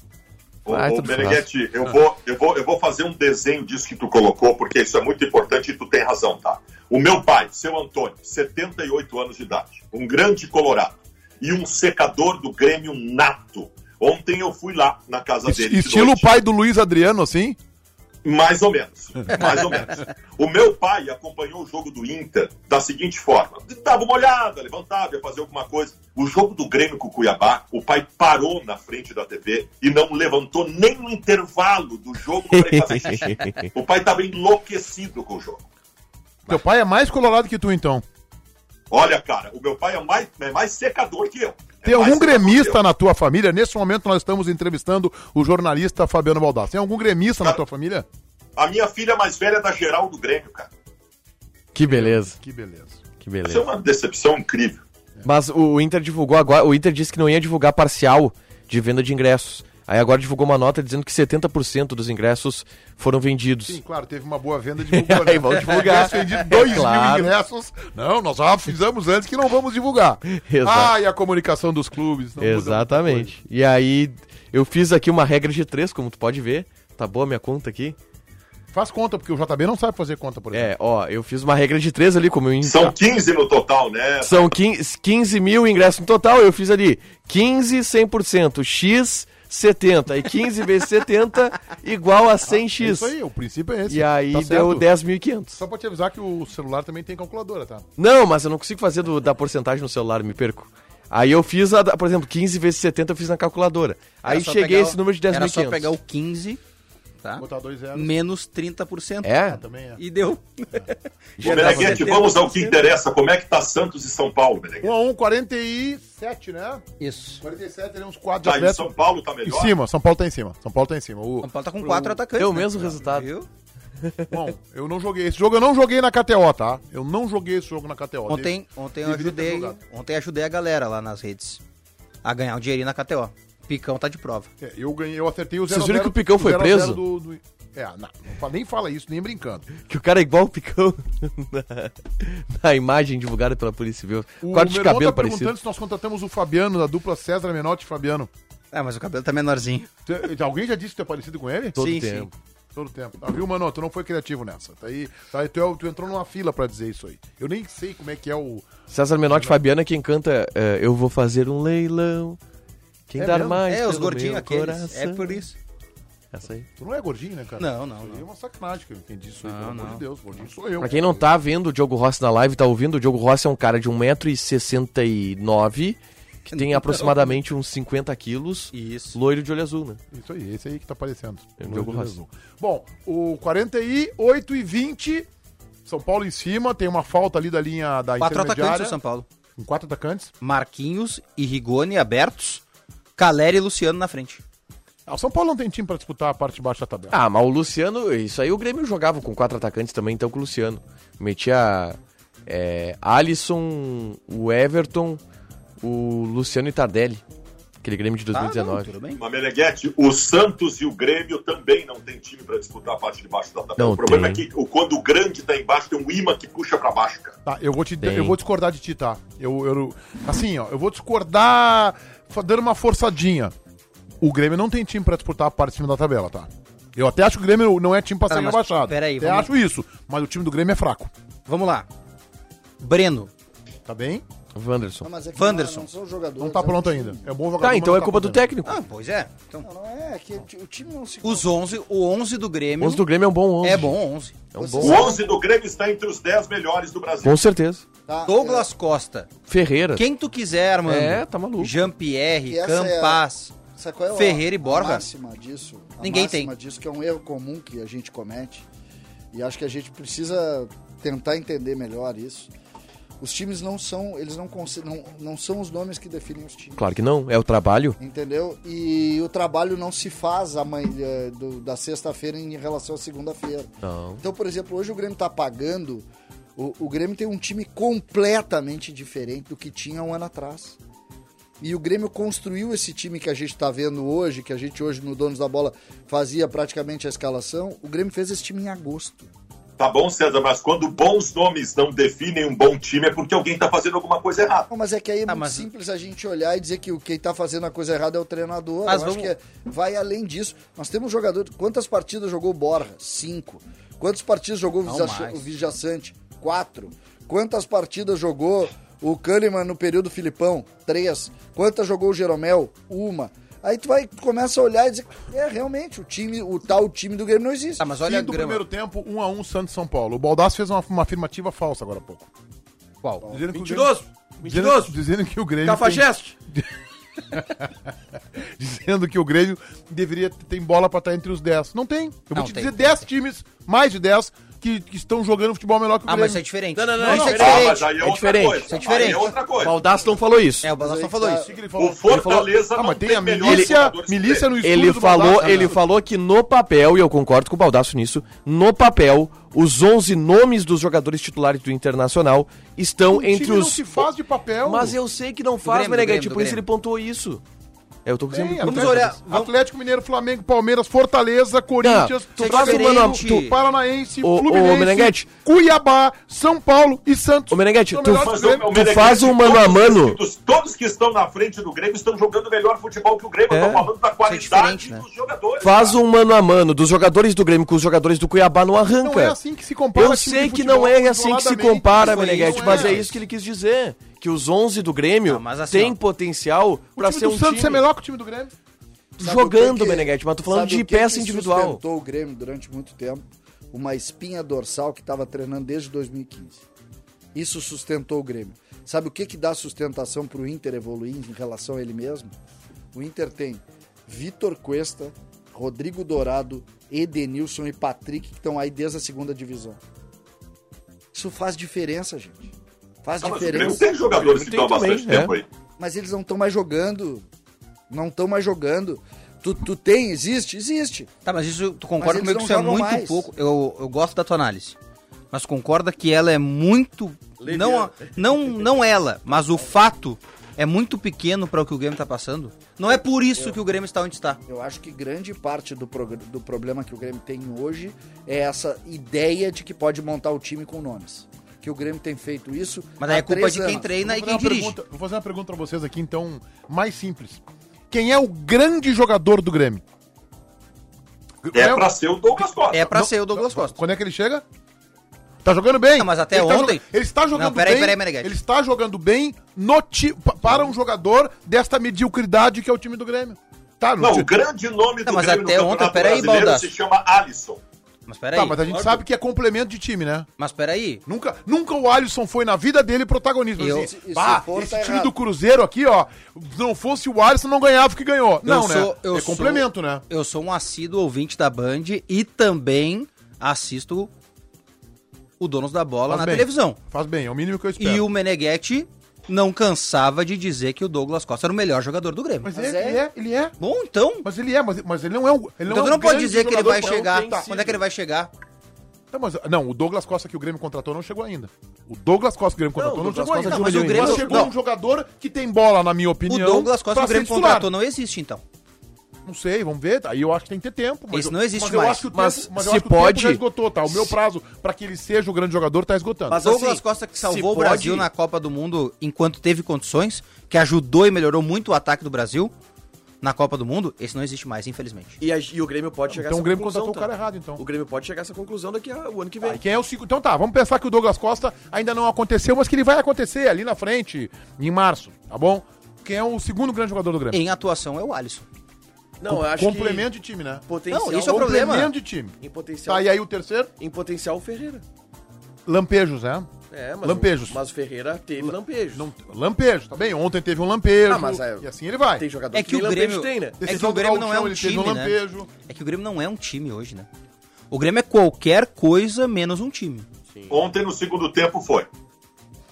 [SPEAKER 7] Ô,
[SPEAKER 2] Vai,
[SPEAKER 7] ô
[SPEAKER 2] tudo
[SPEAKER 7] Meneghetti, eu vou, eu, vou, eu vou fazer um desenho disso que tu colocou, porque isso é muito importante e tu tem razão, tá? O meu pai, seu Antônio, 78 anos de idade, um grande colorado e um secador do Grêmio nato. Ontem eu fui lá na casa
[SPEAKER 1] Est-
[SPEAKER 7] dele. de
[SPEAKER 1] Estilo
[SPEAKER 7] noite.
[SPEAKER 1] pai do Luiz Adriano, assim?
[SPEAKER 7] Mais ou menos. Mais ou menos. O meu pai acompanhou o jogo do Inter da seguinte forma: dava uma olhada, levantava, ia fazer alguma coisa. O jogo do Grêmio com o Cuiabá, o pai parou na frente da TV e não levantou nem no intervalo do jogo para ir fazer xixi. O pai estava enlouquecido com o jogo.
[SPEAKER 1] Teu pai é mais colorado que tu, então.
[SPEAKER 7] Olha, cara, o meu pai é mais, é mais secador que eu. É
[SPEAKER 1] Tem algum
[SPEAKER 7] mais secador que
[SPEAKER 1] gremista
[SPEAKER 7] eu.
[SPEAKER 1] na tua família? Nesse momento nós estamos entrevistando o jornalista Fabiano Baldassi. Tem algum gremista na
[SPEAKER 7] Cara-
[SPEAKER 1] tua família?
[SPEAKER 7] A minha filha mais velha é da geral do Grêmio, cara.
[SPEAKER 2] Que beleza,
[SPEAKER 1] Que beleza.
[SPEAKER 2] que
[SPEAKER 7] Isso é
[SPEAKER 2] beleza.
[SPEAKER 7] uma decepção incrível.
[SPEAKER 2] Mas o Inter divulgou agora. O Inter disse que não ia divulgar parcial de venda de ingressos. Aí agora divulgou uma nota dizendo que 70% dos ingressos foram vendidos.
[SPEAKER 1] Sim, claro, teve uma boa venda divulgou, né?
[SPEAKER 2] Aí vão divulgar.
[SPEAKER 1] Ingresso vendido 2
[SPEAKER 2] Claro.
[SPEAKER 1] mil ingressos. Não, nós já fizemos antes que não vamos divulgar.
[SPEAKER 2] Exato.
[SPEAKER 1] Ah, e a comunicação dos clubes. não muda muita
[SPEAKER 2] Exatamente. E aí, eu fiz aqui uma regra de três, como tu pode ver. Tá boa a minha conta aqui?
[SPEAKER 1] coisa. Faz conta, porque o JB não sabe fazer conta, por exemplo.
[SPEAKER 2] É, ó, eu fiz uma regra de três ali, como eu...
[SPEAKER 7] São 15 no total, né?
[SPEAKER 2] São 15, 15 mil ingressos no total, eu fiz ali 15, 100%, X, 70. E 15 vezes 70 igual a 100X.
[SPEAKER 1] É Isso aí, o princípio é esse.
[SPEAKER 2] E aí
[SPEAKER 1] Tá
[SPEAKER 2] deu
[SPEAKER 1] certo.
[SPEAKER 2] 10.500.
[SPEAKER 1] Só pra te avisar que o celular também tem calculadora, tá?
[SPEAKER 2] Não, mas eu não consigo fazer do- da porcentagem no celular, me perco. Aí eu fiz, a, da- por exemplo, 15 vezes 70 eu fiz na calculadora. Aí
[SPEAKER 8] Era só
[SPEAKER 2] cheguei a
[SPEAKER 8] pegar
[SPEAKER 2] esse
[SPEAKER 8] o-
[SPEAKER 2] número de
[SPEAKER 8] Era só pegar
[SPEAKER 2] 10.500.
[SPEAKER 8] o 15, tá?
[SPEAKER 1] Botar dois zeros.
[SPEAKER 8] Menos 30%.
[SPEAKER 2] É?
[SPEAKER 1] Também é.
[SPEAKER 8] E deu.
[SPEAKER 7] Ô, Meneghetti, vamos ao que interessa. Como é que tá Santos e São Paulo, Meneghetti?
[SPEAKER 1] 1 a 1, 47, né?
[SPEAKER 8] Isso.
[SPEAKER 1] 47, ele é uns 4
[SPEAKER 7] Tá, em São Paulo tá
[SPEAKER 1] Em
[SPEAKER 7] melhor?
[SPEAKER 1] cima, São Paulo tá em cima. São Paulo tá em cima. O-
[SPEAKER 8] São Paulo tá com quatro atacantes.
[SPEAKER 2] Deu o
[SPEAKER 8] né?
[SPEAKER 2] mesmo resultado.
[SPEAKER 8] Viu?
[SPEAKER 1] Bom, eu não joguei esse jogo, eu não joguei na KTO, tá? Eu não joguei esse jogo na KTO.
[SPEAKER 8] Ontem, ontem eu
[SPEAKER 1] Deveria ter
[SPEAKER 8] ajudei.
[SPEAKER 1] jogado.
[SPEAKER 8] Ontem ajudei a galera lá nas redes a ganhar um dinheirinho na KTO. Picão tá de prova.
[SPEAKER 1] É, eu ganhei, eu acertei o
[SPEAKER 2] Vocês
[SPEAKER 1] 0
[SPEAKER 2] viram que o Picão foi preso?
[SPEAKER 1] Do, do- É, não, não fa- nem fala isso, nem brincando.
[SPEAKER 2] Que o cara é igual o Picão na, na imagem divulgada pela Polícia Civil. Corte de
[SPEAKER 1] Meron
[SPEAKER 2] cabelo
[SPEAKER 1] tá
[SPEAKER 2] parecido.
[SPEAKER 1] perguntando se nós contratamos o Fabiano, da dupla César Menotti e Fabiano.
[SPEAKER 8] É, mas o cabelo tá menorzinho.
[SPEAKER 1] Te- Alguém já disse que tu é parecido com ele?
[SPEAKER 2] Todo
[SPEAKER 8] Sim,
[SPEAKER 2] tempo.
[SPEAKER 1] Todo tempo. Ah, viu, Mano? Tu não foi criativo nessa. Tá aí, tá aí, tu, é o- tu entrou numa fila pra dizer isso aí. Eu nem sei como é que é o...
[SPEAKER 2] César Menotti e Fabiana quem canta é, Eu Vou Fazer um Leilão. Quem
[SPEAKER 1] É
[SPEAKER 2] dar
[SPEAKER 1] mesmo?
[SPEAKER 2] mais?
[SPEAKER 8] É, os
[SPEAKER 2] pelo
[SPEAKER 8] gordinhos
[SPEAKER 2] meu
[SPEAKER 8] aqueles.
[SPEAKER 2] coração.
[SPEAKER 8] É por isso.
[SPEAKER 2] Essa aí.
[SPEAKER 1] Tu não é gordinho, né, cara?
[SPEAKER 8] Não, não,
[SPEAKER 1] Isso aí
[SPEAKER 8] não.
[SPEAKER 1] é uma sacanagem, cara. Quem disse isso aí,
[SPEAKER 8] Não,
[SPEAKER 1] pelo amor
[SPEAKER 8] não.
[SPEAKER 1] de Deus. Gordinho sou eu.
[SPEAKER 2] Pra quem não tá vendo o Diogo Rossi na live, tá ouvindo, o Diogo Rossi é um cara de 1,69m, que tem aproximadamente uns 50 quilos,
[SPEAKER 8] Isso.
[SPEAKER 2] loiro de olho azul, né?
[SPEAKER 1] Isso aí, esse aí que tá aparecendo.
[SPEAKER 2] É o
[SPEAKER 1] No
[SPEAKER 2] Diogo
[SPEAKER 1] Rio de
[SPEAKER 2] Rossi.
[SPEAKER 1] Janeiro. Bom, o 48 e 20, São Paulo em cima, tem uma falta ali da linha da
[SPEAKER 8] Quatro atacantes
[SPEAKER 1] intermediária.
[SPEAKER 8] do São Paulo.
[SPEAKER 1] Com quatro atacantes.
[SPEAKER 8] Marquinhos e Rigoni abertos. Caleri e Luciano na frente.
[SPEAKER 1] Ah, o São Paulo não tem time pra disputar a parte de baixo da tabela.
[SPEAKER 2] Ah, mas o Luciano, isso aí o Grêmio jogava com quatro atacantes também, então com o Luciano. Metia é, Alisson, o Everton, o Luciano e Tardelli. Aquele Grêmio de
[SPEAKER 8] Ah, não,
[SPEAKER 2] 2019.
[SPEAKER 8] tudo bem.
[SPEAKER 7] Mas, Meneghetti, o Santos e o Grêmio também não tem time pra disputar a parte de baixo da tabela.
[SPEAKER 2] Não
[SPEAKER 7] o problema
[SPEAKER 2] tem.
[SPEAKER 7] é que o- quando o grande tá embaixo, tem um imã que puxa pra baixo, cara.
[SPEAKER 1] Tá, eu vou, te,
[SPEAKER 2] Tem.
[SPEAKER 1] eu vou discordar de ti, tá? Eu, eu, assim, ó, eu vou discordar fa- dando uma forçadinha. O Grêmio não tem time pra disputar a parte de cima da tabela, tá? Eu até acho que o Grêmio não é time pra
[SPEAKER 8] Tá,
[SPEAKER 1] ser
[SPEAKER 8] mas
[SPEAKER 1] rebaixado.
[SPEAKER 8] peraí,
[SPEAKER 1] até
[SPEAKER 8] vamos-
[SPEAKER 1] acho isso, mas o time do Grêmio é fraco.
[SPEAKER 8] Vamos lá. Breno.
[SPEAKER 1] Tá bem?
[SPEAKER 2] Wanderson.
[SPEAKER 8] Tá,
[SPEAKER 5] Não, mas é que
[SPEAKER 8] Wanderson.
[SPEAKER 5] Não, não são jogadores,
[SPEAKER 1] Não tá
[SPEAKER 5] é um
[SPEAKER 1] pronto
[SPEAKER 5] time.
[SPEAKER 1] ainda. É bom jogador.
[SPEAKER 2] Tá,
[SPEAKER 1] mas
[SPEAKER 2] então
[SPEAKER 1] não
[SPEAKER 2] é culpa do
[SPEAKER 1] podendo.
[SPEAKER 2] técnico.
[SPEAKER 8] Ah, pois é. Então,
[SPEAKER 5] Não, não é, que o time não se.
[SPEAKER 8] os 11, o 11 do Grêmio.
[SPEAKER 2] 11 do Grêmio é um bom 11.
[SPEAKER 8] É bom 11.
[SPEAKER 2] É um
[SPEAKER 7] O
[SPEAKER 2] bom
[SPEAKER 7] 11 do Grêmio está entre os 10 melhores do Brasil.
[SPEAKER 2] Com certeza.
[SPEAKER 8] Ah,
[SPEAKER 5] Tá,
[SPEAKER 8] Douglas Costa.
[SPEAKER 2] Ferreira.
[SPEAKER 8] Quem tu quiser, mano.
[SPEAKER 2] É, tá maluco.
[SPEAKER 8] Jean-Pierre,
[SPEAKER 5] E é essa
[SPEAKER 8] Campas.
[SPEAKER 5] é- sabe qual é a-
[SPEAKER 8] Ferreira e Borja?
[SPEAKER 5] A máxima disso. a
[SPEAKER 8] Ninguém
[SPEAKER 5] máxima disso, que é um erro comum que a gente comete. E acho que a gente precisa tentar entender melhor isso. Os times não são, eles não, conse- não, não são os nomes que definem os times.
[SPEAKER 2] Claro que não, é o trabalho.
[SPEAKER 5] Entendeu? E o trabalho não se faz amanhã, eh, do- da sexta-feira em relação à segunda-feira.
[SPEAKER 2] Não.
[SPEAKER 5] Então, por exemplo, hoje o Grêmio tá pagando. O, o Grêmio tem um time completamente diferente do que tinha um ano atrás. E o Grêmio construiu esse time que a gente tá vendo hoje, que a gente hoje no Donos da Bola fazia praticamente a escalação. O Grêmio fez esse time em agosto.
[SPEAKER 7] Tá bom, César, mas quando bons nomes não definem um bom time é porque alguém está fazendo alguma coisa errada.
[SPEAKER 5] Não, mas é que aí é muito
[SPEAKER 8] Tá, mas-
[SPEAKER 5] simples a gente olhar e dizer que o- quem tá fazendo a coisa errada é o treinador.
[SPEAKER 8] Mas
[SPEAKER 5] Eu acho
[SPEAKER 8] vamos-
[SPEAKER 5] que é- vai além disso. Nós temos jogador. Quantas partidas jogou o Borja? Cinco. Quantas partidas jogou o
[SPEAKER 8] Não
[SPEAKER 5] Vija-
[SPEAKER 8] mais.
[SPEAKER 5] o Vijaçante? Quatro. Quantas partidas jogou o Kahneman no período Filipão? Três. Quantas jogou o Jeromel? Uma. Aí tu vai, começa a olhar e dizer, é, realmente, o time, o tal time do Grêmio não existe.
[SPEAKER 8] Tá, mas olha
[SPEAKER 1] Fim
[SPEAKER 8] a
[SPEAKER 1] do
[SPEAKER 8] grama.
[SPEAKER 1] primeiro tempo, 1 a 1 Santos e São Paulo. O Baldassi fez uma, uma afirmativa falsa agora há pouco.
[SPEAKER 8] Qual?
[SPEAKER 1] Dizendo que o
[SPEAKER 9] Mentiroso!
[SPEAKER 1] Grêmio-
[SPEAKER 9] Mentiroso! Tá
[SPEAKER 1] Dizendo, dizendo que o Grêmio tem-
[SPEAKER 9] Cafajeste!
[SPEAKER 1] dizendo que o Grêmio deveria ter bola pra estar entre os 10. Não tem. Eu vou
[SPEAKER 8] Não,
[SPEAKER 1] te
[SPEAKER 8] tem,
[SPEAKER 1] dizer
[SPEAKER 8] tem,
[SPEAKER 1] 10 times, mais de 10, que, que estão jogando futebol melhor que o
[SPEAKER 8] Ah,
[SPEAKER 1] Grêmio.
[SPEAKER 8] mas isso é diferente.
[SPEAKER 9] Não, não, não,
[SPEAKER 8] isso
[SPEAKER 9] não, não.
[SPEAKER 8] é
[SPEAKER 7] Ah,
[SPEAKER 8] diferente.
[SPEAKER 7] mas aí é,
[SPEAKER 2] é
[SPEAKER 7] outra
[SPEAKER 2] diferente,
[SPEAKER 7] coisa.
[SPEAKER 8] isso é diferente.
[SPEAKER 7] Aí é outra
[SPEAKER 2] O
[SPEAKER 7] coisa.
[SPEAKER 2] Baldasso não falou isso.
[SPEAKER 8] É, o Balas só falou
[SPEAKER 5] tá-
[SPEAKER 8] isso.
[SPEAKER 1] O que que ele falou?
[SPEAKER 7] O Fortaleza
[SPEAKER 1] Ah,
[SPEAKER 7] não
[SPEAKER 1] mas tem a
[SPEAKER 7] melhores
[SPEAKER 1] milícia,
[SPEAKER 7] jogadores que o
[SPEAKER 1] milícia no escuro
[SPEAKER 2] Ele
[SPEAKER 1] do
[SPEAKER 2] falou,
[SPEAKER 1] Baldassi,
[SPEAKER 2] ele
[SPEAKER 1] né?
[SPEAKER 2] falou que no papel, e eu concordo com o Baldasso nisso, no papel, os 11 nomes dos jogadores titulares do Internacional estão
[SPEAKER 1] O time
[SPEAKER 2] entre
[SPEAKER 1] não
[SPEAKER 2] os
[SPEAKER 1] se faz de papel.
[SPEAKER 2] Mas eu sei que não faz,
[SPEAKER 8] Grêmio,
[SPEAKER 2] Meneghetti,
[SPEAKER 8] do Grêmio,
[SPEAKER 2] por
[SPEAKER 8] do
[SPEAKER 2] isso ele
[SPEAKER 8] Grêmio.
[SPEAKER 2] pontuou isso. É, eu tô
[SPEAKER 1] Tem,
[SPEAKER 2] dizendo
[SPEAKER 1] Atlético-
[SPEAKER 8] olhar, vamos-
[SPEAKER 1] Atlético Mineiro, Flamengo, Palmeiras, Fortaleza, Corinthians,
[SPEAKER 2] tu
[SPEAKER 1] São
[SPEAKER 2] faz
[SPEAKER 8] um
[SPEAKER 1] Paulo,
[SPEAKER 8] ano-
[SPEAKER 1] tu- Paranaense,
[SPEAKER 2] Ô, ô,
[SPEAKER 1] Fluminense,
[SPEAKER 2] Meneghetti.
[SPEAKER 1] Cuiabá, São Paulo e Santos.
[SPEAKER 2] Ô, Meneghetti,
[SPEAKER 1] São
[SPEAKER 2] tu-
[SPEAKER 1] melhores
[SPEAKER 7] Mas
[SPEAKER 1] que o Grêmio.
[SPEAKER 7] o- o
[SPEAKER 2] tu
[SPEAKER 7] Meneghetti,
[SPEAKER 2] faz um mano
[SPEAKER 7] todos
[SPEAKER 2] a mano.
[SPEAKER 7] os- Todos que estão na frente do Grêmio estão jogando melhor futebol que o Grêmio.
[SPEAKER 2] É.
[SPEAKER 7] Eu tô falando da qualidade
[SPEAKER 8] diferente, né?
[SPEAKER 7] dos jogadores.
[SPEAKER 2] Faz
[SPEAKER 7] cara.
[SPEAKER 2] um mano a mano dos jogadores do Grêmio com os jogadores do Cuiabá não arranca.
[SPEAKER 1] Não é assim que se compara
[SPEAKER 2] Eu
[SPEAKER 1] time
[SPEAKER 2] sei
[SPEAKER 1] de
[SPEAKER 2] que
[SPEAKER 1] futebol
[SPEAKER 2] não é assim que se
[SPEAKER 1] isoladamente.
[SPEAKER 2] compara,
[SPEAKER 1] Foi
[SPEAKER 2] Meneghetti,
[SPEAKER 1] isso,
[SPEAKER 2] mas
[SPEAKER 1] é.
[SPEAKER 2] é isso que ele quis dizer. Que os 11 do Grêmio
[SPEAKER 8] Ah, mas assim,
[SPEAKER 2] têm
[SPEAKER 8] ó.
[SPEAKER 2] potencial pra
[SPEAKER 1] O time
[SPEAKER 2] ser
[SPEAKER 1] do
[SPEAKER 2] um
[SPEAKER 1] Santos é
[SPEAKER 2] time
[SPEAKER 1] melhor que o time do Grêmio.
[SPEAKER 5] Sabe o que
[SPEAKER 9] é
[SPEAKER 2] jogando,
[SPEAKER 5] que-
[SPEAKER 2] Meneghetti, mas tô falando
[SPEAKER 5] sabe o
[SPEAKER 2] de
[SPEAKER 5] que que
[SPEAKER 2] peça individual.
[SPEAKER 5] sustentou o Grêmio durante muito tempo uma espinha dorsal que estava treinando desde 2015. Isso sustentou o Grêmio. Sabe o que, que dá sustentação para o Inter evoluir em relação a ele mesmo? O Inter tem Vitor Cuesta, Rodrigo Dourado, Edenilson e Patrick que estão aí desde a segunda divisão. Isso faz diferença, gente. Faz
[SPEAKER 7] Ah, mas o Grêmio
[SPEAKER 5] diferença.
[SPEAKER 7] tem jogadores que
[SPEAKER 2] Tem
[SPEAKER 7] estão há bastante
[SPEAKER 2] também,
[SPEAKER 7] tempo
[SPEAKER 2] é.
[SPEAKER 7] aí.
[SPEAKER 5] Mas eles não estão mais jogando. Não estão mais jogando. Tu, tu tem? Existe? Existe.
[SPEAKER 8] Tá, mas isso tu
[SPEAKER 5] Mas
[SPEAKER 8] concorda
[SPEAKER 5] eles
[SPEAKER 8] comigo
[SPEAKER 5] não
[SPEAKER 8] que isso é
[SPEAKER 5] jogam
[SPEAKER 8] muito
[SPEAKER 5] mais.
[SPEAKER 8] pouco. Eu, eu gosto da tua análise. Mas concorda que ela é muito. Não, a- não, não ela, mas o fato é muito pequeno pra o que o Grêmio tá passando. Não é por isso que o Grêmio está onde está.
[SPEAKER 5] Eu acho que grande parte do, prog- do problema que o Grêmio tem hoje é essa ideia de que pode montar o time com nomes. Que o Grêmio tem feito isso.
[SPEAKER 8] Mas
[SPEAKER 1] Tá
[SPEAKER 8] aí
[SPEAKER 5] há
[SPEAKER 8] é culpa
[SPEAKER 5] três
[SPEAKER 8] de quem
[SPEAKER 5] anos.
[SPEAKER 8] treina e
[SPEAKER 1] Vou fazer
[SPEAKER 8] quem
[SPEAKER 1] uma
[SPEAKER 8] dirige.
[SPEAKER 1] pergunta- vou fazer uma pergunta pra vocês aqui, então, mais simples. Quem é o grande jogador do Grêmio? é
[SPEAKER 7] É
[SPEAKER 2] É.
[SPEAKER 1] Léo,
[SPEAKER 7] pra ser o Douglas Costa.
[SPEAKER 8] É pra
[SPEAKER 1] Não,
[SPEAKER 8] ser o Douglas Costa.
[SPEAKER 1] Quando é que ele chega? Tá jogando bem.
[SPEAKER 8] Não, mas até
[SPEAKER 1] tá
[SPEAKER 8] ontem-
[SPEAKER 1] joga- ele está jogando
[SPEAKER 8] Não, peraí,
[SPEAKER 1] bem.
[SPEAKER 8] peraí, Meneghetti.
[SPEAKER 1] ele está jogando bem no ti... pa- para um jogador desta mediocridade que é o time do Grêmio. Tá, no
[SPEAKER 7] Não,
[SPEAKER 1] ti-
[SPEAKER 7] o grande nome do
[SPEAKER 8] Não, mas
[SPEAKER 7] Grêmio
[SPEAKER 8] até ontem, peraí,
[SPEAKER 7] brasileiro
[SPEAKER 8] Baldassi.
[SPEAKER 7] se chama Alisson.
[SPEAKER 8] Mas peraí.
[SPEAKER 1] tá, mas a gente sabe que é complemento de time, né?
[SPEAKER 8] Mas peraí.
[SPEAKER 1] Nunca, nunca o Alisson foi na vida dele protagonista.
[SPEAKER 8] Eu-
[SPEAKER 1] Assim,
[SPEAKER 5] se- se
[SPEAKER 1] "Bah,
[SPEAKER 5] for,
[SPEAKER 1] esse
[SPEAKER 5] tá
[SPEAKER 1] time
[SPEAKER 5] errado."
[SPEAKER 1] do Cruzeiro aqui, ó, não fosse o Alisson, não ganhava o que ganhou. Não, né? é
[SPEAKER 8] sou-
[SPEAKER 1] complemento, né?
[SPEAKER 8] Eu sou um assíduo ouvinte da Band e também assisto o Donos da Bola
[SPEAKER 1] Faz
[SPEAKER 8] na
[SPEAKER 1] bem.
[SPEAKER 8] televisão.
[SPEAKER 1] Faz bem, é o mínimo que eu espero.
[SPEAKER 8] E o Meneghetti não cansava de dizer que o Douglas Costa era o melhor jogador do Grêmio.
[SPEAKER 1] Mas,
[SPEAKER 5] Mas
[SPEAKER 1] é,
[SPEAKER 5] é.
[SPEAKER 1] ele é, ele é.
[SPEAKER 8] Bom, então.
[SPEAKER 1] Mas ele é, mas, mas ele não é o. Ele
[SPEAKER 8] Então
[SPEAKER 1] é
[SPEAKER 8] tu
[SPEAKER 1] um
[SPEAKER 8] não pode
[SPEAKER 1] grande
[SPEAKER 8] dizer que ele vai
[SPEAKER 1] jogador, um- Tá.
[SPEAKER 8] chegar.
[SPEAKER 1] não tem sido.
[SPEAKER 8] Quando é que ele vai chegar?
[SPEAKER 1] Não, mas, não, o Douglas Costa que o Grêmio contratou não chegou ainda. O Douglas Costa que o Grêmio contratou não,
[SPEAKER 2] o Douglas
[SPEAKER 1] chegou
[SPEAKER 2] Costa
[SPEAKER 1] ainda.
[SPEAKER 8] diminuiu
[SPEAKER 1] mas,
[SPEAKER 8] ainda.
[SPEAKER 1] mas chegou
[SPEAKER 8] Não.
[SPEAKER 1] um jogador que tem bola, na minha
[SPEAKER 8] O
[SPEAKER 1] opinião.
[SPEAKER 8] Douglas Costa
[SPEAKER 1] pra
[SPEAKER 8] que o Grêmio
[SPEAKER 1] ser titular.
[SPEAKER 8] contratou não existe, então.
[SPEAKER 1] Não sei, vamos ver. tá, Aí eu acho que tem que ter tempo.
[SPEAKER 8] Esse não existe
[SPEAKER 1] mas eu
[SPEAKER 8] mais.
[SPEAKER 1] acho que o tempo,
[SPEAKER 2] Mas
[SPEAKER 1] mas, eu
[SPEAKER 2] se
[SPEAKER 1] acho que o tempo
[SPEAKER 2] pode-
[SPEAKER 1] já esgotou, tá? O meu prazo pra que ele seja o grande jogador tá esgotando.
[SPEAKER 2] Mas
[SPEAKER 8] Douglas
[SPEAKER 2] assim,
[SPEAKER 8] Costa que
[SPEAKER 2] se
[SPEAKER 8] salvou o
[SPEAKER 2] pode-
[SPEAKER 8] Brasil na Copa do Mundo enquanto teve condições, que ajudou e melhorou muito o ataque do Brasil. na Copa do Mundo, esse não existe mais, infelizmente.
[SPEAKER 9] E, a- e o Grêmio pode chegar a
[SPEAKER 1] então o
[SPEAKER 9] essa
[SPEAKER 1] Grêmio
[SPEAKER 9] conclusão.
[SPEAKER 1] contratou o cara
[SPEAKER 9] tá?
[SPEAKER 1] errado, então.
[SPEAKER 9] O Grêmio pode chegar a essa conclusão daqui a, o ano que vem.
[SPEAKER 1] Aí quem é o cinco? Então tá, vamos pensar que o Douglas Costa ainda não aconteceu, mas que ele vai acontecer ali na frente, em março, tá bom? Quem é o segundo grande jogador do Grêmio?
[SPEAKER 8] Em atuação é o Alisson.
[SPEAKER 9] Não, eu acho
[SPEAKER 1] Complemento de time, né?
[SPEAKER 9] que potencial.
[SPEAKER 8] Não, isso é o problema.
[SPEAKER 1] Complemento de time.
[SPEAKER 9] Em potencial.
[SPEAKER 1] Tá, e aí o terceiro?
[SPEAKER 9] Em potencial o Ferreira.
[SPEAKER 1] Lampejos, né?
[SPEAKER 9] É, mas
[SPEAKER 1] Lampejos.
[SPEAKER 9] O, mas o Ferreira teve lampejos.
[SPEAKER 1] Não, lampejo, tá bem? Ontem teve um lampejo.
[SPEAKER 9] Ah, mas é-
[SPEAKER 1] E assim ele vai.
[SPEAKER 9] Tem jogador
[SPEAKER 8] É que o
[SPEAKER 9] nem lampejo
[SPEAKER 8] Grêmio,
[SPEAKER 9] tem, né?
[SPEAKER 8] é que
[SPEAKER 1] Decisão
[SPEAKER 8] o
[SPEAKER 1] do
[SPEAKER 8] Grêmio não é
[SPEAKER 1] Gauchão,
[SPEAKER 8] um
[SPEAKER 1] ele teve
[SPEAKER 8] time,
[SPEAKER 1] um
[SPEAKER 8] né?
[SPEAKER 1] lampejo.
[SPEAKER 8] É que o Grêmio não é um time hoje, né? O Grêmio é qualquer coisa menos um time.
[SPEAKER 7] Ontem, no segundo tempo, foi.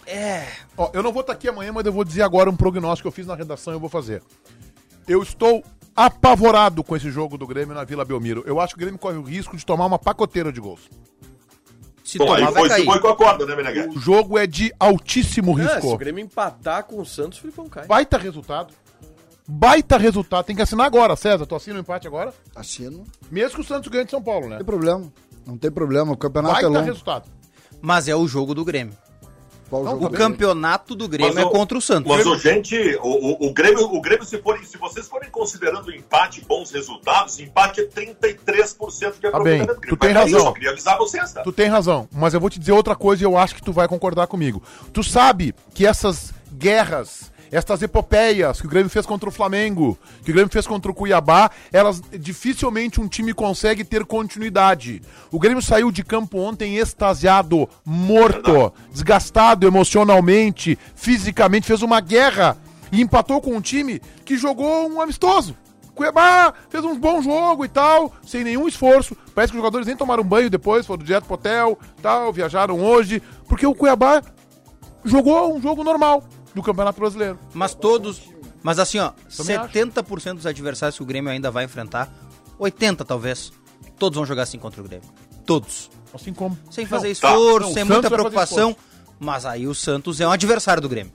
[SPEAKER 1] É, Ó, eu não vou estar aqui amanhã, mas eu vou dizer agora um prognóstico que eu fiz na redação e eu vou fazer. Eu estou apavorado com esse jogo do Grêmio na Vila Belmiro. Eu acho que o Grêmio corre o risco de tomar uma pacoteira de gols.
[SPEAKER 8] Se
[SPEAKER 7] Bom, aí
[SPEAKER 8] tomar, vai
[SPEAKER 7] foi, se
[SPEAKER 8] cair.
[SPEAKER 7] foi com a corda, né, Meneghete?
[SPEAKER 1] O jogo é de altíssimo
[SPEAKER 9] Ah, se
[SPEAKER 1] risco.
[SPEAKER 9] o Grêmio empatar com o Santos, o Filipão cai.
[SPEAKER 1] Baita resultado. Baita resultado. Tem que assinar agora, César. Tu assina o empate agora?
[SPEAKER 5] Assino. Não
[SPEAKER 1] Mesmo que o Santos ganhe de São Paulo, né?
[SPEAKER 5] tem problema. Não tem problema. O campeonato é
[SPEAKER 1] Baita
[SPEAKER 5] longo.
[SPEAKER 1] resultado.
[SPEAKER 8] Mas é o jogo do Grêmio.
[SPEAKER 5] Qual o
[SPEAKER 8] O
[SPEAKER 5] jogo? é?
[SPEAKER 8] campeonato do Grêmio
[SPEAKER 7] Mas
[SPEAKER 8] é
[SPEAKER 7] o-
[SPEAKER 8] contra o Santos.
[SPEAKER 7] Mas, ô, gente, o, o, o Grêmio, o Grêmio se, forem, se vocês forem considerando empate bons resultados, empate é 33% de aproveitamento
[SPEAKER 1] Tá bem,
[SPEAKER 7] do Grêmio.
[SPEAKER 1] tu tem
[SPEAKER 7] Mas é isso,
[SPEAKER 1] razão.
[SPEAKER 7] Eu queria avisar vocês, tá?
[SPEAKER 1] Tu tem razão, mas eu vou te dizer outra coisa e eu acho que tu vai concordar comigo. Tu sabe que essas guerras, estas epopeias que o Grêmio fez contra o Flamengo, que o Grêmio fez contra o Cuiabá, elas dificilmente um time consegue ter continuidade. O Grêmio saiu de campo ontem extasiado, morto, desgastado emocionalmente, fisicamente, fez uma guerra e empatou com um time que jogou um amistoso. Cuiabá fez um bom jogo e tal, sem nenhum esforço. Parece que os jogadores nem tomaram banho depois, foram direto pro hotel, tal, viajaram hoje, porque o Cuiabá jogou um jogo normal do Campeonato Brasileiro.
[SPEAKER 8] Mas todos. Mas assim, ó,
[SPEAKER 1] acho.
[SPEAKER 8] 70% dos adversários que o Grêmio ainda vai enfrentar, 80 talvez, todos vão jogar assim contra o Grêmio. Todos.
[SPEAKER 1] Assim como.
[SPEAKER 8] Sem
[SPEAKER 1] Não,
[SPEAKER 8] fazer
[SPEAKER 1] tá.
[SPEAKER 8] esforço,
[SPEAKER 1] Não, o
[SPEAKER 8] sem
[SPEAKER 1] Santos vai
[SPEAKER 8] muita
[SPEAKER 1] fazer
[SPEAKER 8] preocupação.
[SPEAKER 1] esforço.
[SPEAKER 8] Mas aí o Santos é um adversário do Grêmio.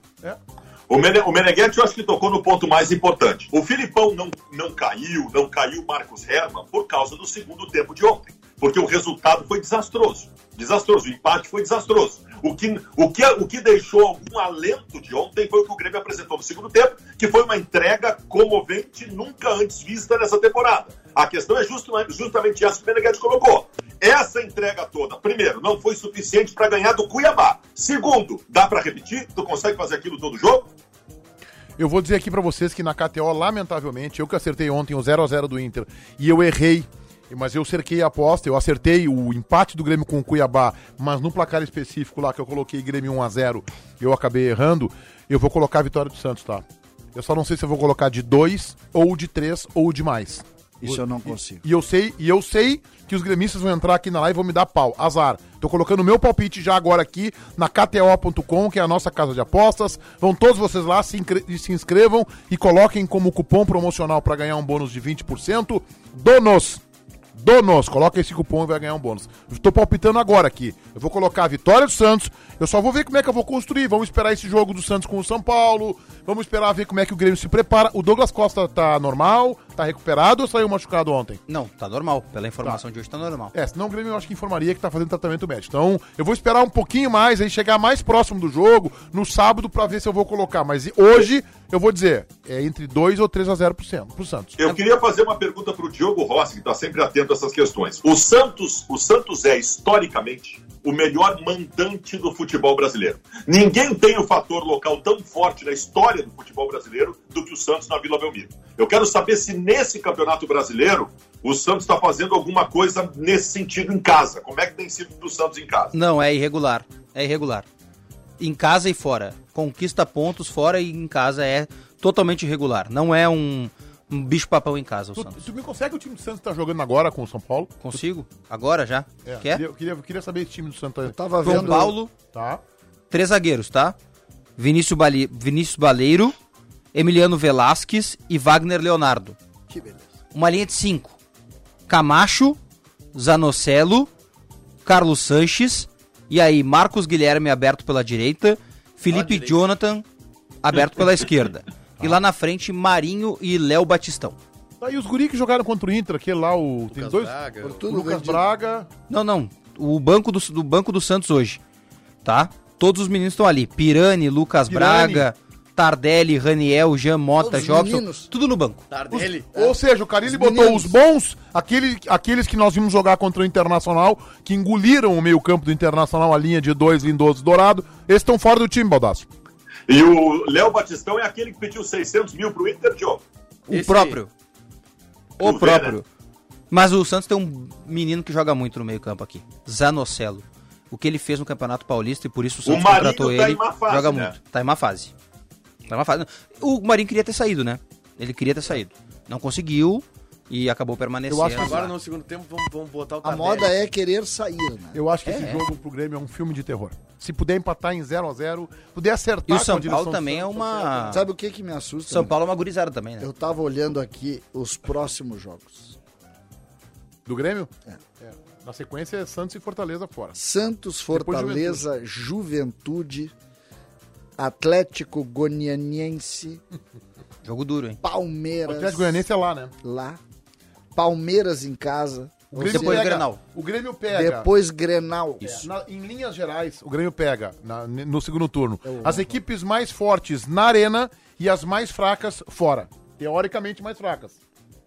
[SPEAKER 7] O, Mene, o Meneghetti, eu acho que tocou no ponto mais importante. O Filipão não, não caiu, não caiu Marcos Herman por causa do segundo tempo de ontem. Porque o resultado foi desastroso. Desastroso. O empate foi desastroso. O que, o que, o que deixou algum alento de ontem foi o que o Grêmio apresentou no segundo tempo, que foi uma entrega comovente, nunca antes vista nessa temporada. A questão é justo- justamente essa que o Meneghetti colocou. Essa entrega toda, primeiro, não foi suficiente para ganhar do Cuiabá. Segundo, dá para repetir? Tu consegue fazer aquilo todo jogo?
[SPEAKER 1] Eu vou dizer aqui pra vocês que na KTO, lamentavelmente, eu que acertei ontem o 0x0 do Inter e eu errei, mas eu cerquei a aposta, eu acertei o empate do Grêmio com o Cuiabá, mas no placar específico lá que eu coloquei Grêmio 1x0, eu acabei errando, eu vou colocar a vitória do Santos, tá? Eu só não sei se eu vou colocar de 2, ou de 3, ou de mais.
[SPEAKER 5] Isso eu não consigo.
[SPEAKER 1] E eu sei, e eu sei que os gremistas vão entrar aqui na live e vão me dar pau. Azar. Tô colocando o meu palpite já agora aqui na KTO.com, que é a nossa casa de apostas. Vão todos vocês lá, se, incre- e se inscrevam e coloquem como cupom promocional para ganhar um bônus de 20%. Donos! Donos, coloca esse cupom e vai ganhar um bônus. Eu Tô palpitando agora aqui. Eu vou colocar a vitória do Santos. Eu só vou ver como é que eu vou construir. Vamos esperar esse jogo do Santos com o São Paulo. Vamos esperar ver como é que o Grêmio se prepara. O Douglas Costa tá normal, tá recuperado ou saiu machucado ontem?
[SPEAKER 8] Não, tá normal. Pela informação de hoje, tá normal.
[SPEAKER 1] É, senão o Grêmio eu acho que informaria que tá fazendo tratamento médico. Então, eu vou esperar um pouquinho mais, aí chegar mais próximo do jogo, no sábado, pra ver se eu vou colocar. Mas hoje, eu vou dizer, é entre 2 ou 3 a 0 pro Santos. Pro Santos.
[SPEAKER 7] Eu queria fazer uma pergunta para o Diogo Rossi, que está sempre atento a essas questões. O Santos, o Santos é historicamente o melhor mandante do futebol brasileiro. Ninguém tem o fator local tão forte na história do futebol brasileiro do que o Santos na Vila Belmiro. Eu quero saber se nesse Campeonato Brasileiro o Santos está fazendo alguma coisa nesse sentido em casa. Como é que tem sido do Santos em casa?
[SPEAKER 8] Não, é irregular. É irregular. Em casa e fora. Conquista pontos fora e em casa é totalmente irregular. Não é um, um bicho-papão em casa, o
[SPEAKER 1] Tu,
[SPEAKER 8] Santos.
[SPEAKER 1] tu me consegue o time do Santos que tá jogando agora com o São Paulo?
[SPEAKER 8] Consigo? Agora já?
[SPEAKER 1] É,
[SPEAKER 8] Quer?
[SPEAKER 1] Eu queria, eu queria saber esse time do Santos.
[SPEAKER 5] Eu tava
[SPEAKER 8] São
[SPEAKER 5] vendo.
[SPEAKER 8] Paulo,
[SPEAKER 1] Tá.
[SPEAKER 8] três zagueiros, tá? Vinícius, Bale... Vinícius Baleiro, Emiliano Velasquez e Wagner Leonardo.
[SPEAKER 5] Que beleza.
[SPEAKER 8] Uma linha de cinco. Camacho, Zanocelo, Carlos Sanches, e aí Marcos Guilherme aberto pela direita, Felipe Jonathan aberto pela esquerda. E lá na frente, Marinho e Léo Batistão.
[SPEAKER 1] Aí Tá, os guri que jogaram contra o Inter, aquele lá, o. tem dois.
[SPEAKER 9] Braga,
[SPEAKER 1] O
[SPEAKER 5] Tudo
[SPEAKER 1] Lucas
[SPEAKER 5] vendido.
[SPEAKER 1] Braga.
[SPEAKER 8] Não, não. O banco do, do banco do Santos hoje, tá? Todos os meninos estão ali. Pirani, Lucas
[SPEAKER 1] Pirani.
[SPEAKER 8] Braga, Tardelli, Raniel, Jean Mota,
[SPEAKER 1] Todos
[SPEAKER 8] Jobson,
[SPEAKER 1] meninos.
[SPEAKER 8] tudo no banco.
[SPEAKER 7] Tá.
[SPEAKER 9] Tardelli.
[SPEAKER 1] Os- Ou seja, o Carilli botou É. os bons, aquele, aqueles que nós vimos jogar contra o Internacional, que engoliram o meio-campo do Internacional, a linha de dois lindosos dourado, eles estão fora do time, Baldasso.
[SPEAKER 7] E o Léo Batistão é aquele que pediu 600 mil pro Inter, Diogo.
[SPEAKER 8] O próprio. O
[SPEAKER 7] Tu vê,
[SPEAKER 8] próprio.
[SPEAKER 7] né?
[SPEAKER 8] Mas o Santos tem um menino que joga muito no meio-campo aqui. Zanocelo. O que ele fez no Campeonato Paulista e por isso o Santos
[SPEAKER 7] Marinho
[SPEAKER 8] contratou
[SPEAKER 7] tá
[SPEAKER 8] ele.
[SPEAKER 7] em má fase,
[SPEAKER 8] joga
[SPEAKER 7] né?
[SPEAKER 8] muito. Tá em má fase. Tá em má fase. O Marinho queria ter saído, né? Ele queria ter saído. Não conseguiu e acabou permanecendo.
[SPEAKER 5] Eu acho que
[SPEAKER 9] Agora
[SPEAKER 8] lá.
[SPEAKER 9] no segundo tempo vamos, vamos botar o
[SPEAKER 5] A
[SPEAKER 9] Tardelli.
[SPEAKER 5] moda é querer sair, né?
[SPEAKER 1] Eu acho que
[SPEAKER 5] É,
[SPEAKER 1] esse
[SPEAKER 5] é.
[SPEAKER 1] jogo pro Grêmio é um filme de terror. Se puder empatar em 0 a 0 puder acertar
[SPEAKER 8] E
[SPEAKER 1] tá
[SPEAKER 8] o
[SPEAKER 1] com a
[SPEAKER 8] São
[SPEAKER 1] direção
[SPEAKER 8] Paulo
[SPEAKER 1] do
[SPEAKER 8] também é
[SPEAKER 1] Santos, tá
[SPEAKER 8] uma.
[SPEAKER 5] Sabe o que que me assusta?
[SPEAKER 8] São Paulo é uma gurizada também, né?
[SPEAKER 5] Eu tava olhando aqui os próximos jogos.
[SPEAKER 1] Do Grêmio? É. Na sequência é Santos e Fortaleza fora.
[SPEAKER 5] Santos,
[SPEAKER 1] Depois
[SPEAKER 5] Fortaleza, Juventude, Atlético Goianiense,
[SPEAKER 8] Jogo duro, hein?
[SPEAKER 5] Palmeiras.
[SPEAKER 1] O Atlético Goianiense é lá, né?
[SPEAKER 5] Lá. Palmeiras em casa.
[SPEAKER 1] O Grêmio
[SPEAKER 8] Depois
[SPEAKER 1] pega-
[SPEAKER 8] Grenal.
[SPEAKER 1] O Grêmio pega.
[SPEAKER 5] Depois Grenal.
[SPEAKER 1] É, na- em linhas gerais, o Grêmio pega na- no segundo turno as equipes mais fortes na arena e as mais fracas fora. Teoricamente mais fracas.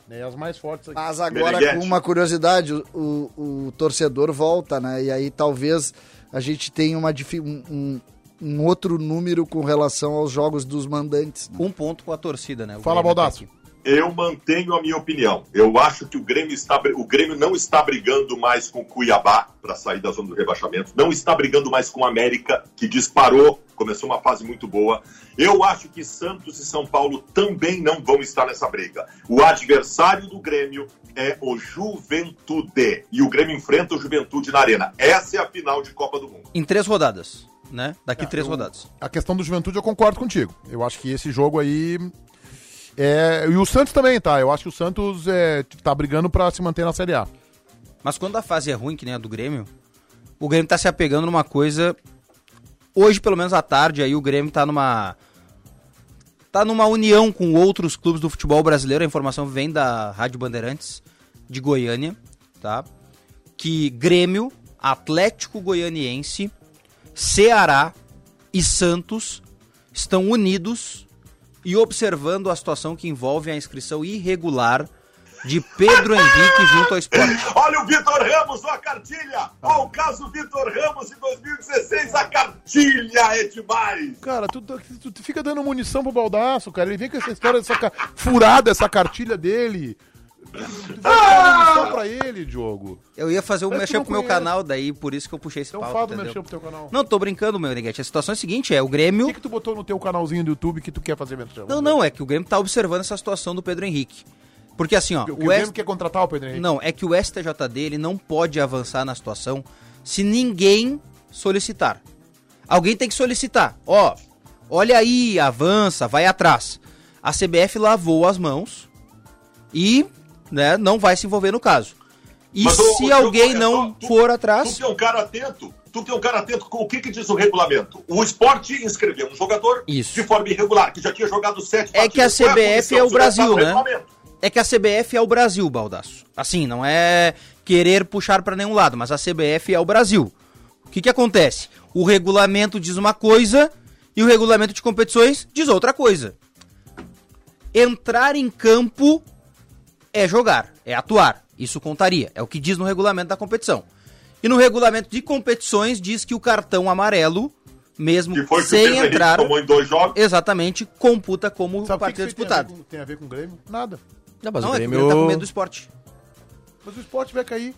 [SPEAKER 1] Né? E as mais fortes aqui.
[SPEAKER 5] Mas agora, com uma curiosidade, o, o- o torcedor volta, né? E aí talvez a gente tenha uma, difi- um, um- um outro número com relação aos jogos dos mandantes. né?
[SPEAKER 8] Um ponto com a torcida, né? O
[SPEAKER 1] Fala,
[SPEAKER 8] Grêmio tá
[SPEAKER 1] Baldasso.
[SPEAKER 8] aqui.
[SPEAKER 7] Eu mantenho a minha opinião. Eu acho que o Grêmio, está, o Grêmio não está brigando mais com o Cuiabá para sair da zona do rebaixamento. Não está brigando mais com o América, que disparou, começou uma fase muito boa. Eu acho que Santos e São Paulo também não vão estar nessa briga. O adversário do Grêmio é o Juventude. E o Grêmio enfrenta o Juventude na Arena. Essa é a final de Copa do Mundo.
[SPEAKER 8] Em três rodadas, né? Daqui três
[SPEAKER 1] eu-
[SPEAKER 8] rodadas.
[SPEAKER 1] A questão do Juventude eu concordo contigo. Eu acho que esse jogo aí. É... E o Santos também, tá? Eu acho que o Santos é, tá brigando pra se manter na Série A.
[SPEAKER 8] Mas quando a fase é ruim, que nem a do Grêmio, o Grêmio tá se apegando numa coisa. Hoje, pelo menos à tarde, aí o Grêmio tá numa. tá numa união com outros clubes do futebol brasileiro. A informação vem da Rádio Bandeirantes de Goiânia, tá? Que Grêmio, Atlético Goianiense, Ceará e Santos estão unidos e observando a situação que envolve a inscrição irregular de Pedro Henrique junto ao esporte.
[SPEAKER 7] Olha o Vitor Ramos, olha a cartilha!
[SPEAKER 8] Tá.
[SPEAKER 7] Olha o caso Vitor Ramos de 2016, a cartilha é demais!
[SPEAKER 1] Cara, tu, tu- tu fica dando munição pro baldaço, cara. Ele vem com essa história dessa ca- furada, essa cartilha dele. Tu vai dar munição pra ele, Diogo.
[SPEAKER 8] Eu ia fazer um
[SPEAKER 1] Mas tu
[SPEAKER 8] merchan
[SPEAKER 1] não
[SPEAKER 8] pro meu
[SPEAKER 1] conhece.
[SPEAKER 8] canal, daí por isso que eu puxei esse
[SPEAKER 1] Então
[SPEAKER 8] pau.
[SPEAKER 1] fala do merchan pro teu canal.
[SPEAKER 8] Não, tô brincando, meu Neguete. A situação é a seguinte, é o
[SPEAKER 1] O
[SPEAKER 8] Grêmio...
[SPEAKER 1] que, que tu botou no teu canalzinho do YouTube que tu quer fazer merchan?
[SPEAKER 8] Não, não, é que o Grêmio tá observando essa situação do Pedro Henrique. Porque assim, ó...
[SPEAKER 1] Que O,
[SPEAKER 8] o S-
[SPEAKER 1] Grêmio quer contratar o Pedro Henrique?
[SPEAKER 8] Não, é que o STJD ele não pode avançar na situação se ninguém solicitar. Alguém tem que solicitar. Ó, olha aí, avança, vai atrás. A CBF lavou as mãos e né, não vai se envolver no caso. E
[SPEAKER 7] Mas, ô, ô,
[SPEAKER 8] se
[SPEAKER 7] Diogo,
[SPEAKER 8] alguém
[SPEAKER 7] olha
[SPEAKER 8] não
[SPEAKER 7] só, tu-
[SPEAKER 8] for
[SPEAKER 7] Tu
[SPEAKER 8] atrás...
[SPEAKER 7] que é um cara atento, tu que é um cara atento, com o que, que diz o regulamento? O esporte inscreveu um jogador
[SPEAKER 8] Isso.
[SPEAKER 7] de forma irregular, que já tinha jogado sete
[SPEAKER 8] É que a
[SPEAKER 7] Qual punição?
[SPEAKER 8] CBF é o
[SPEAKER 7] Isso não tá
[SPEAKER 8] Brasil,
[SPEAKER 7] no
[SPEAKER 8] né?
[SPEAKER 7] regulamento.
[SPEAKER 8] É que a CBF é o Brasil, Baldaço. Assim, não é querer puxar pra nenhum lado, mas a CBF é o Brasil. O que que acontece? O regulamento diz uma coisa e o regulamento de competições diz outra coisa. Entrar em campo é jogar, é atuar. Isso contaria. É o que diz no regulamento da competição. E no regulamento de competições diz que o cartão amarelo, mesmo
[SPEAKER 7] Que foi que o
[SPEAKER 8] sem
[SPEAKER 7] Pedro
[SPEAKER 8] entrar,
[SPEAKER 7] Henrique tomou em dois jogos.
[SPEAKER 8] exatamente computa
[SPEAKER 1] Sabe
[SPEAKER 8] como
[SPEAKER 1] o que
[SPEAKER 8] partida
[SPEAKER 1] que isso aí tem a ver
[SPEAKER 8] disputada.
[SPEAKER 1] com- Tem a ver com o Grêmio? Nada.
[SPEAKER 2] Não, mas
[SPEAKER 8] Não, é
[SPEAKER 2] o
[SPEAKER 8] que
[SPEAKER 2] Grêmio...
[SPEAKER 8] o Grêmio tá com medo do esporte.
[SPEAKER 1] Mas o esporte vai cair.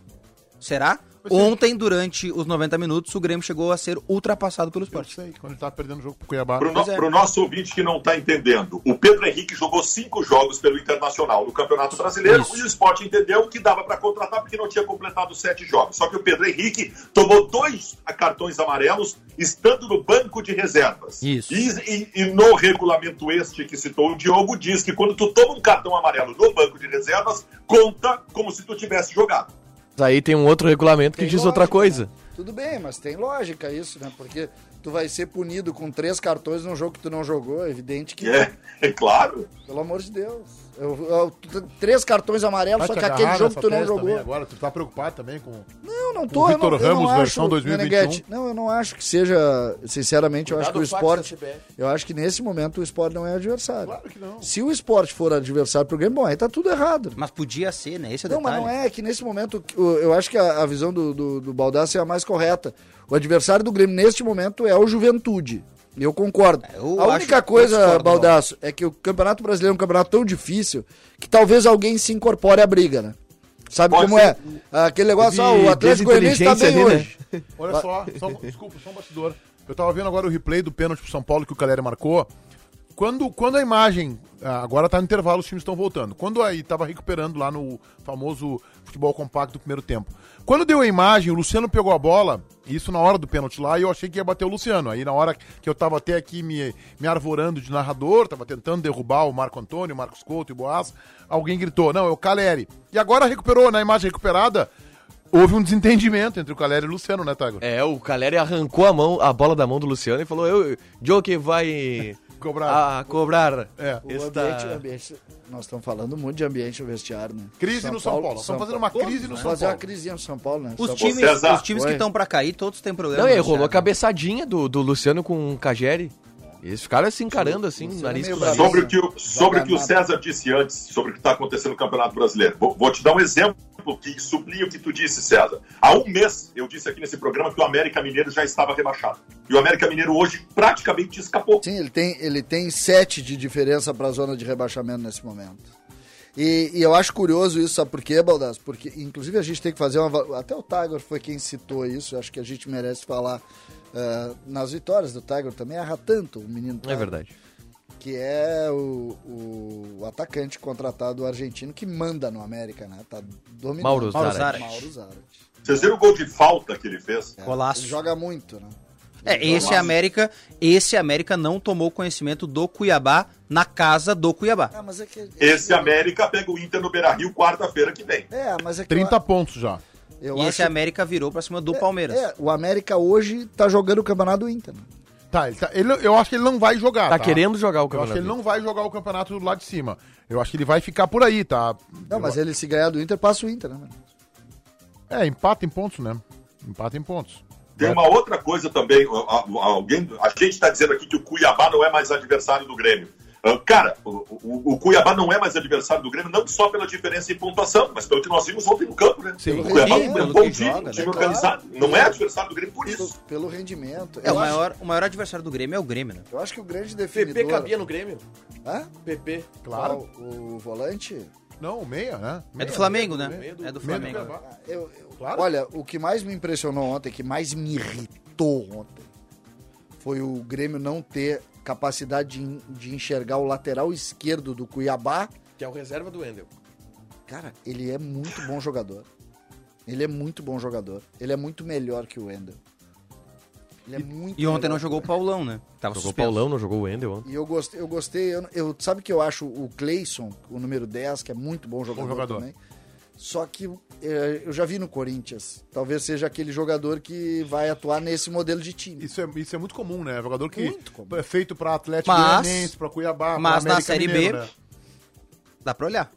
[SPEAKER 8] Será?
[SPEAKER 1] Vai ser.
[SPEAKER 5] é.
[SPEAKER 8] Ontem, durante os 90 minutos, o Grêmio chegou a ser ultrapassado pelo
[SPEAKER 1] Eu
[SPEAKER 8] esporte.
[SPEAKER 1] sei, quando ele tá perdendo o jogo pro Cuiabá.
[SPEAKER 7] Pro,
[SPEAKER 8] Pois
[SPEAKER 7] no-
[SPEAKER 8] é.
[SPEAKER 7] pro nosso ouvinte que não está entendendo, o Pedro Henrique jogou cinco jogos pelo Internacional no Campeonato Brasileiro
[SPEAKER 8] Isso.
[SPEAKER 7] e o esporte entendeu que dava para contratar porque não tinha completado sete jogos. Só que o Pedro Henrique tomou dois cartões amarelos estando no banco de reservas.
[SPEAKER 8] Isso.
[SPEAKER 7] E, e- e no regulamento este que citou o Diogo, diz que quando tu toma um cartão amarelo no banco de reservas, conta como se tu tivesse jogado.
[SPEAKER 2] Aí tem um outro regulamento que
[SPEAKER 5] Tem
[SPEAKER 2] diz outra
[SPEAKER 5] lógica,
[SPEAKER 2] coisa.
[SPEAKER 5] né? Tudo bem, mas tem lógica isso, né? Porque tu vai ser punido com três cartões num jogo que tu não jogou, é evidente que.
[SPEAKER 7] É, é claro.
[SPEAKER 5] Pelo amor de Deus. Eu- eu- tu- tá, três cartões amarelos,
[SPEAKER 1] Vai
[SPEAKER 5] só
[SPEAKER 1] te
[SPEAKER 5] que aquele
[SPEAKER 1] agarrar
[SPEAKER 5] jogo
[SPEAKER 1] nessa
[SPEAKER 5] que tu não
[SPEAKER 1] testa
[SPEAKER 5] jogou.
[SPEAKER 1] também Agora, tu tá preocupado também com.
[SPEAKER 5] Não, não tô.
[SPEAKER 1] O
[SPEAKER 5] eu não-
[SPEAKER 1] Vitor
[SPEAKER 5] eu não
[SPEAKER 1] Ramos,
[SPEAKER 5] acho,
[SPEAKER 1] versão 2021.
[SPEAKER 5] Meneghetti, não, eu não acho que seja. Sinceramente, eu acho que o
[SPEAKER 9] Cuidado, fax da
[SPEAKER 5] esporte.
[SPEAKER 9] CBF.
[SPEAKER 5] Eu acho que nesse momento o esporte não é adversário. Claro que não. Se o esporte for adversário pro Grêmio, bom, aí tá tudo errado.
[SPEAKER 8] Mas podia ser, né? Esse é o
[SPEAKER 5] Não, mas
[SPEAKER 8] detalhe.
[SPEAKER 5] não é, é que nesse momento o- eu acho que a, a visão do, do, do Baldassi é a mais correta. O adversário do Grêmio neste momento é o Juventude. Eu concordo.
[SPEAKER 8] É, eu
[SPEAKER 5] a única
[SPEAKER 8] acho que eu discordo
[SPEAKER 5] coisa,
[SPEAKER 8] do
[SPEAKER 5] Baldasso, é que o Campeonato Brasileiro é um campeonato tão difícil que talvez alguém se incorpore à briga, né? Sabe
[SPEAKER 1] Pode
[SPEAKER 5] como
[SPEAKER 1] ser.
[SPEAKER 5] é? Aquele negócio, ah, o Atlético Goianiense tá bem
[SPEAKER 1] né?
[SPEAKER 2] né?
[SPEAKER 5] hoje.
[SPEAKER 1] Olha só, só, desculpa, só um bastidor. Eu tava vendo agora o replay do pênalti pro São Paulo que o Caleri marcou. Quando, quando a imagem. ah, Agora tá no intervalo, os times estão voltando. Quando aí tava recuperando lá no famoso futebol compacto do primeiro tempo. Quando deu a imagem, o Luciano pegou a bola, isso na hora do pênalti lá, e eu achei que ia bater o Luciano. Aí na hora que eu tava até aqui me, me arvorando de narrador, tava tentando derrubar o Marco Antônio, o Marcos Couto e o Boas, alguém gritou: Não, é o Caleri. E agora recuperou, na imagem recuperada, houve um desentendimento entre o Caleri e o Luciano, né, Tago?
[SPEAKER 2] É, o Caleri arrancou a mão, a bola da mão do Luciano e falou: "Eu, Joe que vai
[SPEAKER 1] Cobrar.
[SPEAKER 2] a cobrar".
[SPEAKER 1] É.
[SPEAKER 5] O
[SPEAKER 2] Esta-
[SPEAKER 5] ambiente, o ambiente- nós estamos falando muito de ambiente no vestiário, né?
[SPEAKER 1] Crise no São Paulo. Estão fazendo uma crise no
[SPEAKER 5] Vamos
[SPEAKER 1] São
[SPEAKER 5] fazer
[SPEAKER 1] Paulo.
[SPEAKER 5] uma crisinha no São Paulo, né?
[SPEAKER 8] Os
[SPEAKER 5] São Paulo-
[SPEAKER 8] times,
[SPEAKER 1] César.
[SPEAKER 8] os times que
[SPEAKER 5] Oi.
[SPEAKER 8] estão pra cair, todos têm problema.
[SPEAKER 2] Não, e
[SPEAKER 8] no
[SPEAKER 2] aí rolou a
[SPEAKER 8] Thiago.
[SPEAKER 2] cabeçadinha do, do Luciano com o Cageri. Eles ficaram se encarando assim,
[SPEAKER 1] é
[SPEAKER 2] nariz com nariz.
[SPEAKER 7] Sobre o que, o- sobre o, que o César disse antes, sobre o que está acontecendo no Campeonato Brasileiro. Vou, vou te dar um exemplo que sublinha o que tu disse, César. Há um mês eu disse aqui nesse programa que o América Mineiro já estava rebaixado. E o América Mineiro hoje praticamente escapou.
[SPEAKER 5] Sim, ele tem, ele tem sete de diferença para a zona de rebaixamento nesse momento. E, e eu acho curioso isso, sabe por quê, Baldasso? Porque, inclusive, a gente tem que fazer uma. va- Até o Tiger foi quem citou isso, acho que a gente merece falar ah, nas vitórias do Tiger também. Erra tanto o menino.
[SPEAKER 2] É
[SPEAKER 5] Tiger,
[SPEAKER 2] verdade.
[SPEAKER 5] Que é o, o, o atacante contratado argentino que manda no América, né? Tá dominando.
[SPEAKER 2] Mauro Zarat.
[SPEAKER 5] Mauro Zarat.
[SPEAKER 7] Vocês viram o gol de falta que ele fez?
[SPEAKER 5] É, Ele
[SPEAKER 8] Golaço.
[SPEAKER 5] joga muito, né?
[SPEAKER 8] É, esse América, esse América não tomou conhecimento do Cuiabá na casa do Cuiabá.
[SPEAKER 5] Ah, mas é que.
[SPEAKER 7] Esse América pega o Inter no Beira-Rio quarta-feira que vem.
[SPEAKER 5] É, mas é que.
[SPEAKER 1] 30 pontos já.
[SPEAKER 5] eu, eu
[SPEAKER 8] E esse
[SPEAKER 5] acho-
[SPEAKER 8] América virou pra cima do Palmeiras.
[SPEAKER 5] É, o América hoje tá jogando o campeonato do Inter. né?
[SPEAKER 1] Tá, ele tá- ele- eu acho que ele não vai jogar.
[SPEAKER 2] Tá querendo jogar
[SPEAKER 1] Eu
[SPEAKER 2] o
[SPEAKER 1] acho
[SPEAKER 2] campeonato.
[SPEAKER 1] que ele não vai jogar o campeonato do lado de cima. Eu acho que ele vai ficar por aí, tá?
[SPEAKER 5] Não,
[SPEAKER 1] Eu-
[SPEAKER 5] mas ele se ganhar do Inter, passa o Inter, né? mano?
[SPEAKER 1] É, empata em pontos, né? Empata em pontos.
[SPEAKER 7] Tem uma outra coisa também. a- a- Alguém, a gente está dizendo aqui que o Cuiabá não é mais adversário do Grêmio. Ah, Cara, o, o- o Cuiabá não é mais adversário do Grêmio, não só pela diferença em pontuação, mas pelo que nós vimos ontem no campo, né?
[SPEAKER 1] Sim.
[SPEAKER 7] O Cuiabá é
[SPEAKER 5] Pelo
[SPEAKER 7] um
[SPEAKER 5] que
[SPEAKER 7] bom time,
[SPEAKER 5] joga,
[SPEAKER 7] um time
[SPEAKER 5] né?
[SPEAKER 7] organizado. Não é adversário do Grêmio por
[SPEAKER 5] Pelo,
[SPEAKER 7] isso.
[SPEAKER 5] pelo rendimento.
[SPEAKER 8] É,
[SPEAKER 5] eu,
[SPEAKER 8] o,
[SPEAKER 5] acho,
[SPEAKER 8] maior, o maior adversário do Grêmio é o Grêmio, né?
[SPEAKER 5] eu acho que o grande
[SPEAKER 9] PP
[SPEAKER 5] definidor...
[SPEAKER 9] cabia no Grêmio?
[SPEAKER 5] Hã?
[SPEAKER 9] PP.
[SPEAKER 1] Claro.
[SPEAKER 5] O, o volante?
[SPEAKER 1] Não, o meia, né?
[SPEAKER 8] É
[SPEAKER 1] Meia.
[SPEAKER 8] do Flamengo, né?
[SPEAKER 9] meio do-
[SPEAKER 8] É do
[SPEAKER 1] Meia do
[SPEAKER 8] Flamengo.
[SPEAKER 1] Cuiabá.
[SPEAKER 5] Ah, eu- eu-
[SPEAKER 1] Claro.
[SPEAKER 5] Olha, o que mais me impressionou ontem, que mais me irritou ontem, foi o Grêmio não ter capacidade de, en- de enxergar o lateral esquerdo do Cuiabá.
[SPEAKER 9] Que é o reserva do Wendel.
[SPEAKER 5] Cara, ele é muito bom jogador. Ele é muito bom jogador. Ele é muito melhor que o Wendel. Ele é muito
[SPEAKER 8] E ontem
[SPEAKER 5] melhor
[SPEAKER 8] não jogou o Paulão, né? Tava
[SPEAKER 2] Jogou o
[SPEAKER 8] suspenso.
[SPEAKER 2] Paulão, não jogou o Wendel ontem.
[SPEAKER 5] E eu gostei, eu gostei, eu, eu- sabe que eu acho o Cleison, o número 10, que é muito bom jogador,
[SPEAKER 1] jogador.
[SPEAKER 5] também. Só que eh, eu já vi no Corinthians, talvez seja aquele jogador que vai atuar nesse modelo de time.
[SPEAKER 1] Isso é, isso é muito comum, né? Jogador que
[SPEAKER 5] Muito comum.
[SPEAKER 1] é feito pra Atlético
[SPEAKER 8] Mas-
[SPEAKER 1] Goianiense, pra Cuiabá,
[SPEAKER 8] mas
[SPEAKER 1] pra
[SPEAKER 8] na Série B-
[SPEAKER 1] né?
[SPEAKER 8] Dá pra olhar.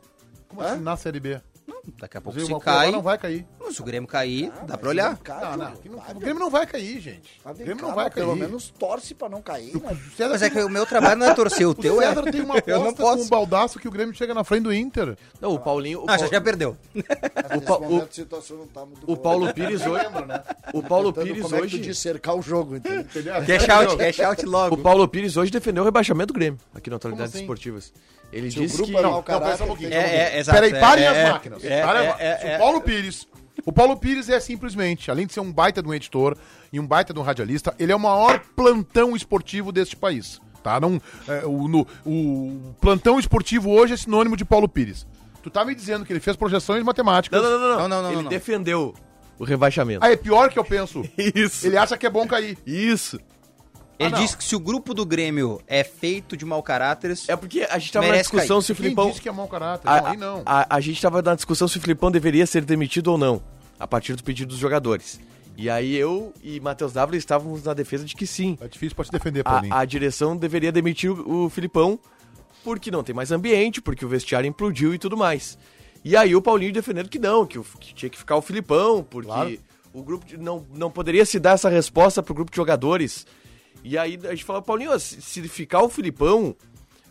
[SPEAKER 1] Como assim na Série B?
[SPEAKER 8] Não, daqui a
[SPEAKER 1] Quer
[SPEAKER 8] pouco
[SPEAKER 1] dizer,
[SPEAKER 8] se
[SPEAKER 1] o Cuiabá
[SPEAKER 8] cai.
[SPEAKER 1] não vai cair.
[SPEAKER 8] Não, Se o Grêmio cair, dá
[SPEAKER 5] Ah, Mas
[SPEAKER 8] pra olhar.
[SPEAKER 5] não cai,
[SPEAKER 1] Não, não,
[SPEAKER 5] Júlio,
[SPEAKER 1] que não-
[SPEAKER 5] vai,
[SPEAKER 1] o Grêmio não vai cair, gente.
[SPEAKER 5] vai
[SPEAKER 1] O
[SPEAKER 5] bem,
[SPEAKER 1] Grêmio não
[SPEAKER 5] cara,
[SPEAKER 1] vai cair.
[SPEAKER 5] Pelo menos torce pra não cair, né?
[SPEAKER 1] O César
[SPEAKER 8] Mas é
[SPEAKER 1] tem-
[SPEAKER 8] que o meu trabalho não é torcer, o
[SPEAKER 1] O
[SPEAKER 8] teu é.
[SPEAKER 1] César tem uma aposta
[SPEAKER 8] Eu não
[SPEAKER 1] com
[SPEAKER 8] posso.
[SPEAKER 1] o baldaço que o Grêmio chega na frente do Inter.
[SPEAKER 2] Não, o Paulinho. O,
[SPEAKER 8] Ah,
[SPEAKER 2] Pau-
[SPEAKER 8] já, já perdeu.
[SPEAKER 5] Mas nesse
[SPEAKER 2] Pa-
[SPEAKER 5] momento a situação não tá muito
[SPEAKER 2] o
[SPEAKER 5] boa.
[SPEAKER 2] Paulo Pires hoje.
[SPEAKER 9] né?
[SPEAKER 2] O Paulo
[SPEAKER 5] Tentando
[SPEAKER 2] Pires
[SPEAKER 5] como é que tu
[SPEAKER 2] hoje.
[SPEAKER 5] diz, cercar o jogo, entendeu?
[SPEAKER 8] Cash out, cash out
[SPEAKER 2] O
[SPEAKER 8] logo.
[SPEAKER 2] Paulo Pires hoje defendeu o rebaixamento do Grêmio aqui na Atualidades
[SPEAKER 1] assim?
[SPEAKER 2] Esportivas. Ele
[SPEAKER 5] Se o
[SPEAKER 2] disse
[SPEAKER 5] grupo
[SPEAKER 2] que.
[SPEAKER 5] é
[SPEAKER 1] Não,
[SPEAKER 5] mau
[SPEAKER 1] não,
[SPEAKER 5] caráter,
[SPEAKER 1] pensa um pouquinho.
[SPEAKER 5] tem-
[SPEAKER 8] É, é, exato.
[SPEAKER 1] Peraí, parem
[SPEAKER 8] é,
[SPEAKER 1] as
[SPEAKER 8] é,
[SPEAKER 1] máquinas.
[SPEAKER 8] é,
[SPEAKER 1] Parem as
[SPEAKER 8] é,
[SPEAKER 1] máquinas.
[SPEAKER 8] é,
[SPEAKER 1] o Paulo Pires. O Paulo Pires é simplesmente, além de ser um baita de um editor e um baita de um radialista, ele é o maior plantão esportivo deste país. Tá? Não, é, o, no- o plantão esportivo hoje é sinônimo de Paulo Pires. Tu tá me dizendo que ele fez projeções matemáticas.
[SPEAKER 2] Não, não, não, não.
[SPEAKER 8] Não, não, não,
[SPEAKER 2] Ele
[SPEAKER 8] não, não.
[SPEAKER 2] defendeu o rebaixamento.
[SPEAKER 1] Ah, é pior que eu penso.
[SPEAKER 2] Isso.
[SPEAKER 1] Ele acha que é bom cair.
[SPEAKER 2] Isso.
[SPEAKER 8] Ele
[SPEAKER 1] Ah, não.
[SPEAKER 8] disse que se o grupo do Grêmio é feito de mau caráteres,
[SPEAKER 2] É porque a gente tava na
[SPEAKER 8] Merece
[SPEAKER 2] discussão
[SPEAKER 8] cair.
[SPEAKER 2] se o
[SPEAKER 1] Quem
[SPEAKER 2] Filipão.
[SPEAKER 1] disse que é mau caráter?
[SPEAKER 2] A,
[SPEAKER 1] não, aí não.
[SPEAKER 2] a- a gente tava na discussão se o Filipão deveria ser demitido ou não, a partir do pedido dos jogadores. E aí eu e Matheus Dávila estávamos na defesa de que sim.
[SPEAKER 1] É difícil pra te defender, Paulinho.
[SPEAKER 2] A, a direção deveria demitir o, o Filipão porque não tem mais ambiente, porque o vestiário implodiu e tudo mais. E aí o Paulinho defendendo que não, que, o- que tinha que ficar o Filipão, porque
[SPEAKER 1] Claro.
[SPEAKER 2] O grupo de- não, não poderia se dar essa resposta pro grupo de jogadores. E aí a gente falou, Paulinho, se, se ficar o Filipão,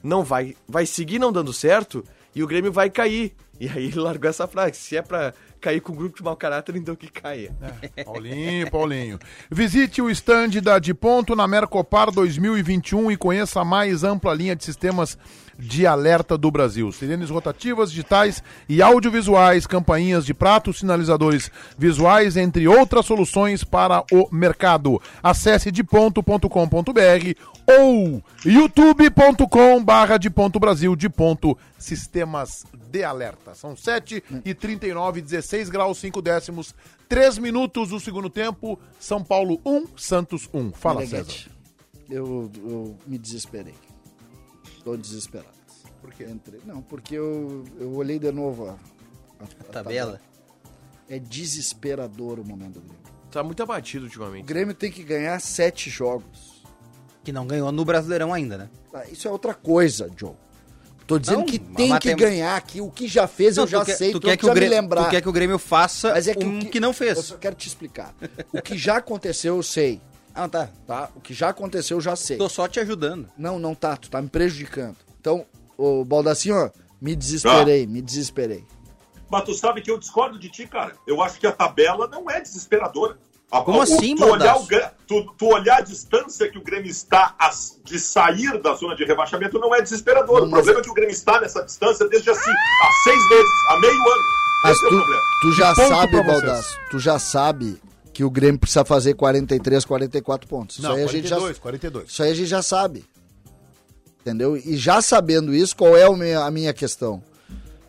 [SPEAKER 2] não vai, vai seguir não dando certo e o Grêmio vai cair. E aí ele largou essa frase, se é pra cair com o grupo de mau caráter, então que caia.
[SPEAKER 1] É. Paulinho, Paulinho. Visite o stand da De Ponto na Mercopar 2021 e conheça a mais ampla linha de sistemas de alerta do Brasil. Sirenes rotativas, digitais e audiovisuais, campainhas de prato, sinalizadores visuais, entre outras soluções para o mercado. Acesse deponto.com.br ou youtube.com barra de ponto Brasil de ponto sistemas de alerta. São 7 e 39, 16 graus, 5 décimos, 3 minutos do segundo tempo, São Paulo 1, Santos 1. Fala, César.
[SPEAKER 5] Meneghetti, Eu, eu me desesperei. Tô desesperado. Por quê? Não, porque eu, eu olhei de novo a, a- a
[SPEAKER 8] tabela.
[SPEAKER 5] É desesperador o momento do Grêmio.
[SPEAKER 2] Tá muito abatido
[SPEAKER 5] O
[SPEAKER 2] ultimamente.
[SPEAKER 5] Grêmio tem que ganhar sete jogos.
[SPEAKER 8] Que não ganhou no Brasileirão ainda, né?
[SPEAKER 5] isso é outra coisa, Joe. Tô dizendo
[SPEAKER 8] Não,
[SPEAKER 5] que
[SPEAKER 8] mas
[SPEAKER 5] tem que
[SPEAKER 8] matem-
[SPEAKER 5] ganhar, que o que já fez
[SPEAKER 8] Não,
[SPEAKER 5] eu já
[SPEAKER 8] tu quer-
[SPEAKER 5] sei,
[SPEAKER 8] tu
[SPEAKER 5] tu,
[SPEAKER 8] quer
[SPEAKER 5] não
[SPEAKER 8] que o
[SPEAKER 5] precisa me
[SPEAKER 8] Grêmio-
[SPEAKER 5] lembrar. é
[SPEAKER 8] tu quer que o Grêmio faça um que não fez.
[SPEAKER 5] Eu só quero te explicar. O que já aconteceu eu sei.
[SPEAKER 8] Ah, tá.
[SPEAKER 5] tá. O que já aconteceu eu já sei.
[SPEAKER 8] Tô só te ajudando.
[SPEAKER 5] Não, não tá, tu tá me prejudicando. Então, ô Baldacinho, me
[SPEAKER 1] Ah.
[SPEAKER 5] desesperei, me desesperei.
[SPEAKER 7] Mas tu sabe que eu discordo de ti, cara. Eu acho que a tabela não é desesperadora. A-
[SPEAKER 8] Como
[SPEAKER 7] o-
[SPEAKER 8] assim,
[SPEAKER 7] tu olhar,
[SPEAKER 8] Baldasso?
[SPEAKER 7] o, Grê- tu, tu olhar a distância que o Grêmio está a s- de sair da zona de rebaixamento não é desesperador. o problema é que o Grêmio está nessa distância desde assim, há seis meses, há meio ano.
[SPEAKER 5] Mas
[SPEAKER 7] Esse é o
[SPEAKER 5] tu,
[SPEAKER 7] problema.
[SPEAKER 5] tu já
[SPEAKER 7] Ponto
[SPEAKER 5] sabe,
[SPEAKER 7] pra vocês.
[SPEAKER 5] Baldaço, tu já sabe que o Grêmio precisa fazer 43, 44 pontos. Isso
[SPEAKER 1] Não,
[SPEAKER 5] aí a gente já
[SPEAKER 1] 42, 42.
[SPEAKER 5] Isso aí a gente já sabe. Entendeu? E já sabendo isso, qual é o me- a minha questão?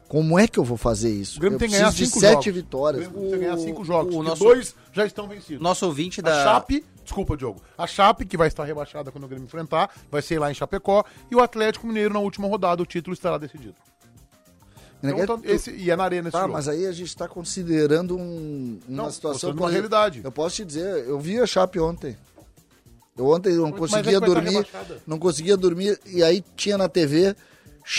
[SPEAKER 5] Como é que eu vou fazer isso?
[SPEAKER 1] O Grêmio
[SPEAKER 5] eu
[SPEAKER 1] tem que
[SPEAKER 5] preciso
[SPEAKER 1] ganhar
[SPEAKER 5] de
[SPEAKER 1] cinco
[SPEAKER 5] sete
[SPEAKER 1] jogos.
[SPEAKER 5] vitórias.
[SPEAKER 1] O Grêmio tem que ganhar cinco jogos.
[SPEAKER 8] o
[SPEAKER 1] porque
[SPEAKER 8] nosso-
[SPEAKER 1] Dois já estão vencidos.
[SPEAKER 8] Nosso ouvinte
[SPEAKER 1] A
[SPEAKER 8] da.
[SPEAKER 1] Chape, desculpa, Diogo. A Chape, que vai estar rebaixada quando o Grêmio enfrentar, vai ser lá em Chapecó. E o Atlético Mineiro, na última rodada, o título estará decidido.
[SPEAKER 5] né?
[SPEAKER 1] Então, tá- esse- e é na arena esse
[SPEAKER 5] Tá,
[SPEAKER 1] jogo.
[SPEAKER 5] mas aí a gente está considerando um- uma
[SPEAKER 1] Não,
[SPEAKER 5] situação.
[SPEAKER 1] mostrando
[SPEAKER 5] por
[SPEAKER 1] uma
[SPEAKER 5] exemplo,
[SPEAKER 1] realidade.
[SPEAKER 5] Eu posso te dizer, eu vi a Chape ontem. Eu ontem não
[SPEAKER 1] Mas
[SPEAKER 5] conseguia
[SPEAKER 1] é que vai estar
[SPEAKER 5] dormir.
[SPEAKER 1] rebaixada.
[SPEAKER 5] Não conseguia dormir. E aí tinha na TV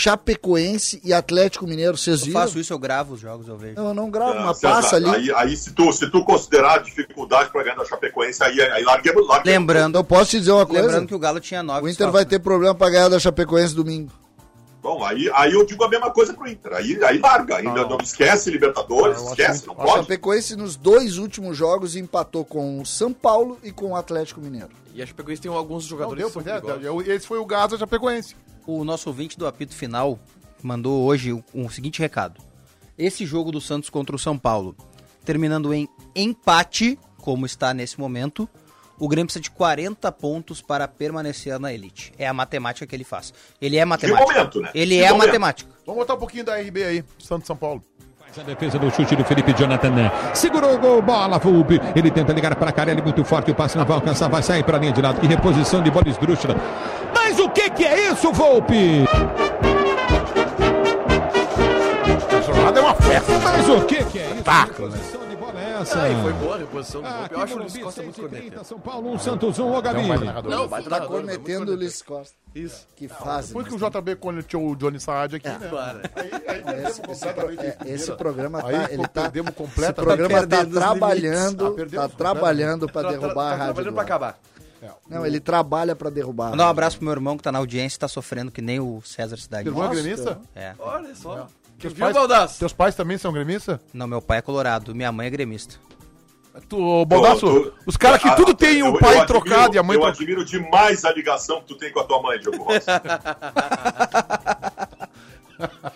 [SPEAKER 5] Chapecoense e Atlético Mineiro. Vocês
[SPEAKER 8] Eu
[SPEAKER 5] viram?
[SPEAKER 8] faço isso, eu gravo os jogos, eu vejo.
[SPEAKER 5] Não, eu não gravo,
[SPEAKER 7] Ah,
[SPEAKER 5] mas
[SPEAKER 7] César,
[SPEAKER 5] passa ali.
[SPEAKER 7] Aí, aí se, tu, se tu considerar a dificuldade para ganhar da Chapecoense, aí, aí larguemos lá.
[SPEAKER 8] Lembrando,
[SPEAKER 5] Eu posso te dizer uma coisa?
[SPEAKER 8] lembrando que o Galo tinha nove.
[SPEAKER 5] O Inter vai ter problema pra ganhar da Chapecoense domingo.
[SPEAKER 7] Bom, aí, aí eu digo a mesma coisa pro Inter. Aí, aí larga. Ainda não. esquece Libertadores, esquece, não
[SPEAKER 5] A
[SPEAKER 7] pode.
[SPEAKER 5] Chapecoense nos dois últimos jogos empatou com o São Paulo e com o Atlético Mineiro.
[SPEAKER 2] E a Chapecoense tem alguns
[SPEAKER 1] Não
[SPEAKER 2] jogadores
[SPEAKER 1] deu,
[SPEAKER 2] que são
[SPEAKER 1] pois é,
[SPEAKER 2] perigosos.
[SPEAKER 1] eu- Esse foi o Gaza Chapecoense.
[SPEAKER 8] O nosso ouvinte do apito final mandou hoje o, o seguinte recado: Esse jogo do Santos contra o São Paulo, terminando em empate, como está nesse momento, o Grêmio precisa de 40 pontos para permanecer na elite. É a matemática que ele faz. Ele é matemática.
[SPEAKER 7] momento, né?
[SPEAKER 8] Ele
[SPEAKER 7] De
[SPEAKER 8] é a
[SPEAKER 7] momento.
[SPEAKER 8] matemática.
[SPEAKER 1] Vamos botar um pouquinho da RB aí, Santos São Paulo.
[SPEAKER 4] Faz a defesa do chute do Felipe Jonathan. né? Segurou o gol, bola, Fulpe. Ele tenta ligar para Carelli, muito forte. O passe não vai alcançar, vai sair para a linha de lado. Que reposição de bola esdrúxula. Mas o que, que é isso, Volpe?
[SPEAKER 1] A jornada é uma festa.
[SPEAKER 4] Mas o que, que é isso?
[SPEAKER 1] Espetáculo, né?
[SPEAKER 4] Reposição de bola é essa?
[SPEAKER 9] Ai, foi boa a reposição do
[SPEAKER 4] Ah,
[SPEAKER 9] golpe.
[SPEAKER 4] que
[SPEAKER 9] Eu acho o Luiz
[SPEAKER 4] Morumbi,
[SPEAKER 9] Costa muito
[SPEAKER 4] 6:30,
[SPEAKER 9] corneta.
[SPEAKER 4] São Paulo 1, Santos 1, ô Gabi.
[SPEAKER 1] Não, vai narrador.
[SPEAKER 9] Não, vai
[SPEAKER 5] Tá cornetendo o Luiz Costa.
[SPEAKER 9] Isso.
[SPEAKER 5] Que fase.
[SPEAKER 1] Depois que o JB conectou o Johnny Saad aqui, né?
[SPEAKER 9] Para.
[SPEAKER 5] Esse, esse pro- é, esse programa
[SPEAKER 1] Aí,
[SPEAKER 5] tá, ele
[SPEAKER 1] pô,
[SPEAKER 5] tá,
[SPEAKER 1] perdemos
[SPEAKER 5] esse
[SPEAKER 1] completamente.
[SPEAKER 5] programa tá
[SPEAKER 9] Perdendo os
[SPEAKER 5] trabalhando,
[SPEAKER 1] limites. Ah, perdemos
[SPEAKER 5] tá
[SPEAKER 1] os
[SPEAKER 5] trabalhando para
[SPEAKER 9] Tá- tá-
[SPEAKER 5] derrubar a
[SPEAKER 9] tá
[SPEAKER 5] rádio.
[SPEAKER 9] trabalhando
[SPEAKER 5] do
[SPEAKER 9] pra
[SPEAKER 5] ar.
[SPEAKER 9] acabar.
[SPEAKER 5] Não, ele trabalha para derrubar. a
[SPEAKER 8] Mandar um
[SPEAKER 5] rádio.
[SPEAKER 8] abraço pro meu irmão que tá na audiência e tá sofrendo que nem o César Cidade.
[SPEAKER 1] Irmão gremista?
[SPEAKER 8] É.
[SPEAKER 9] Olha só. Que
[SPEAKER 1] Teus
[SPEAKER 9] viu,
[SPEAKER 1] pais,
[SPEAKER 9] Baldaço?
[SPEAKER 1] teus pais também são gremista?
[SPEAKER 8] Não, meu pai é colorado, minha mãe é gremista.
[SPEAKER 1] Tu, Baldasso,
[SPEAKER 7] Ô, tu-
[SPEAKER 1] os caras que
[SPEAKER 7] Ah,
[SPEAKER 1] tudo tem o
[SPEAKER 7] eu-
[SPEAKER 1] pai
[SPEAKER 7] eu admiro-
[SPEAKER 1] trocado e a mãe
[SPEAKER 7] Eu
[SPEAKER 1] trocada.
[SPEAKER 7] admiro demais a ligação que tu tem com a tua mãe, Diogo Rossi.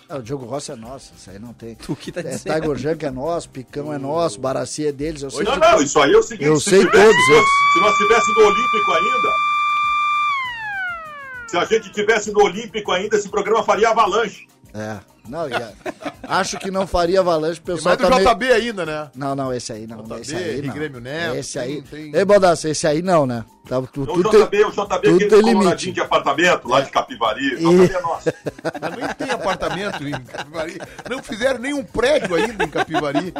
[SPEAKER 5] Ah, o Diogo Rossi é nosso, isso aí não tem.
[SPEAKER 8] Tu que tá
[SPEAKER 5] é,
[SPEAKER 8] dizendo.
[SPEAKER 5] Tiger Junk é nosso, Picão é nosso, Baraci é deles. Eu sei
[SPEAKER 7] não,
[SPEAKER 5] que-
[SPEAKER 7] não, isso aí é o seguinte.
[SPEAKER 5] Eu sei todos
[SPEAKER 7] Se,
[SPEAKER 5] eles.
[SPEAKER 7] se nós tivéssemos no Olímpico ainda... Se a gente tivesse no Olímpico ainda, esse programa faria avalanche.
[SPEAKER 5] É. Não, e a- acho que não faria avalanche, o
[SPEAKER 1] Tem
[SPEAKER 5] pessoal
[SPEAKER 1] mais é do
[SPEAKER 5] tá meio-
[SPEAKER 1] JB ainda, né?
[SPEAKER 5] Não, não, esse aí não.
[SPEAKER 1] JB,
[SPEAKER 5] esse aí
[SPEAKER 1] Henrique
[SPEAKER 5] não.
[SPEAKER 1] Grêmio Neto,
[SPEAKER 5] esse
[SPEAKER 1] tem-
[SPEAKER 5] aí.
[SPEAKER 1] tem- É
[SPEAKER 5] Ei, Baldaço, esse aí não, né? Tá, tu,
[SPEAKER 7] O
[SPEAKER 5] tu
[SPEAKER 7] JB,
[SPEAKER 5] tem-
[SPEAKER 7] o JB,
[SPEAKER 5] tudo
[SPEAKER 7] aquele
[SPEAKER 5] tem
[SPEAKER 7] coloradinho
[SPEAKER 5] limite.
[SPEAKER 7] de apartamento lá de Capivari. O JB é nosso.
[SPEAKER 1] Mas nem tem apartamento em Capivari. Não fizeram nenhum prédio ainda em Capivari.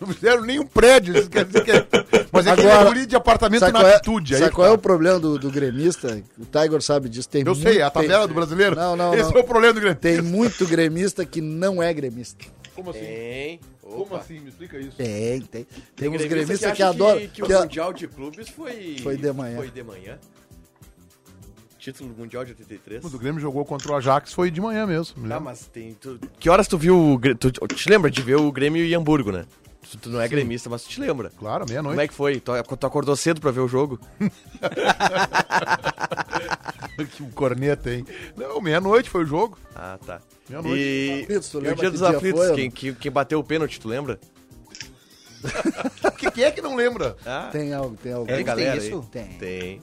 [SPEAKER 1] Não fizeram nenhum prédio. Isso quer dizer que é... Mas é aquele
[SPEAKER 5] Agora,
[SPEAKER 1] guri de apartamento
[SPEAKER 5] Sabe
[SPEAKER 1] na
[SPEAKER 5] qual é,
[SPEAKER 1] atitude. aí
[SPEAKER 5] sabe
[SPEAKER 1] que
[SPEAKER 5] qual é
[SPEAKER 1] tá.
[SPEAKER 5] o problema do, do gremista? O Tiger sabe disso. Tem
[SPEAKER 1] Eu sei, é a é tabela do brasileiro.
[SPEAKER 5] Não, não,
[SPEAKER 1] Esse
[SPEAKER 5] não.
[SPEAKER 1] é o problema do Grêmio.
[SPEAKER 5] Tem muito gremista que não é gremista.
[SPEAKER 1] Como assim?
[SPEAKER 9] Tem.
[SPEAKER 1] Como
[SPEAKER 9] Opa.
[SPEAKER 1] assim? Me explica isso.
[SPEAKER 5] Tem, tem. Tem uns
[SPEAKER 9] gremistas
[SPEAKER 5] gremistas que,
[SPEAKER 9] acham
[SPEAKER 5] adoram.
[SPEAKER 9] Que,
[SPEAKER 5] que
[SPEAKER 9] o
[SPEAKER 5] a-
[SPEAKER 9] Mundial de Clubes foi.
[SPEAKER 5] Foi de manhã.
[SPEAKER 9] Foi de manhã. Título Mundial de 83.
[SPEAKER 1] Mas O Grêmio jogou contra o Ajax, foi de manhã mesmo. me
[SPEAKER 9] Ah,
[SPEAKER 1] lembro.
[SPEAKER 9] mas tem. Tu,
[SPEAKER 2] Que horas tu viu o Grê- tu Te lembra de ver o Grêmio e Hamburgo, né? Tu, tu não é gremista, mas tu te lembra.
[SPEAKER 1] Claro, meia-noite.
[SPEAKER 2] Como é que foi? Tu, tu acordou cedo pra ver o jogo?
[SPEAKER 8] é
[SPEAKER 1] que corneta, hein? Não, meia-noite foi o jogo.
[SPEAKER 2] Ah, tá.
[SPEAKER 1] Meia-noite.
[SPEAKER 2] E,
[SPEAKER 5] Aflitos, tu
[SPEAKER 2] e
[SPEAKER 5] lembra
[SPEAKER 2] o dia
[SPEAKER 5] que
[SPEAKER 2] dos
[SPEAKER 5] dia
[SPEAKER 2] aflitos,
[SPEAKER 5] foi? né?
[SPEAKER 2] quem, que- quem bateu o pênalti, tu lembra?
[SPEAKER 1] Quem é que não lembra?
[SPEAKER 5] Tem algo, tem algo.
[SPEAKER 2] É,
[SPEAKER 5] Tem,
[SPEAKER 2] galera
[SPEAKER 8] isso?
[SPEAKER 2] aí?
[SPEAKER 5] Tem.
[SPEAKER 2] Tem.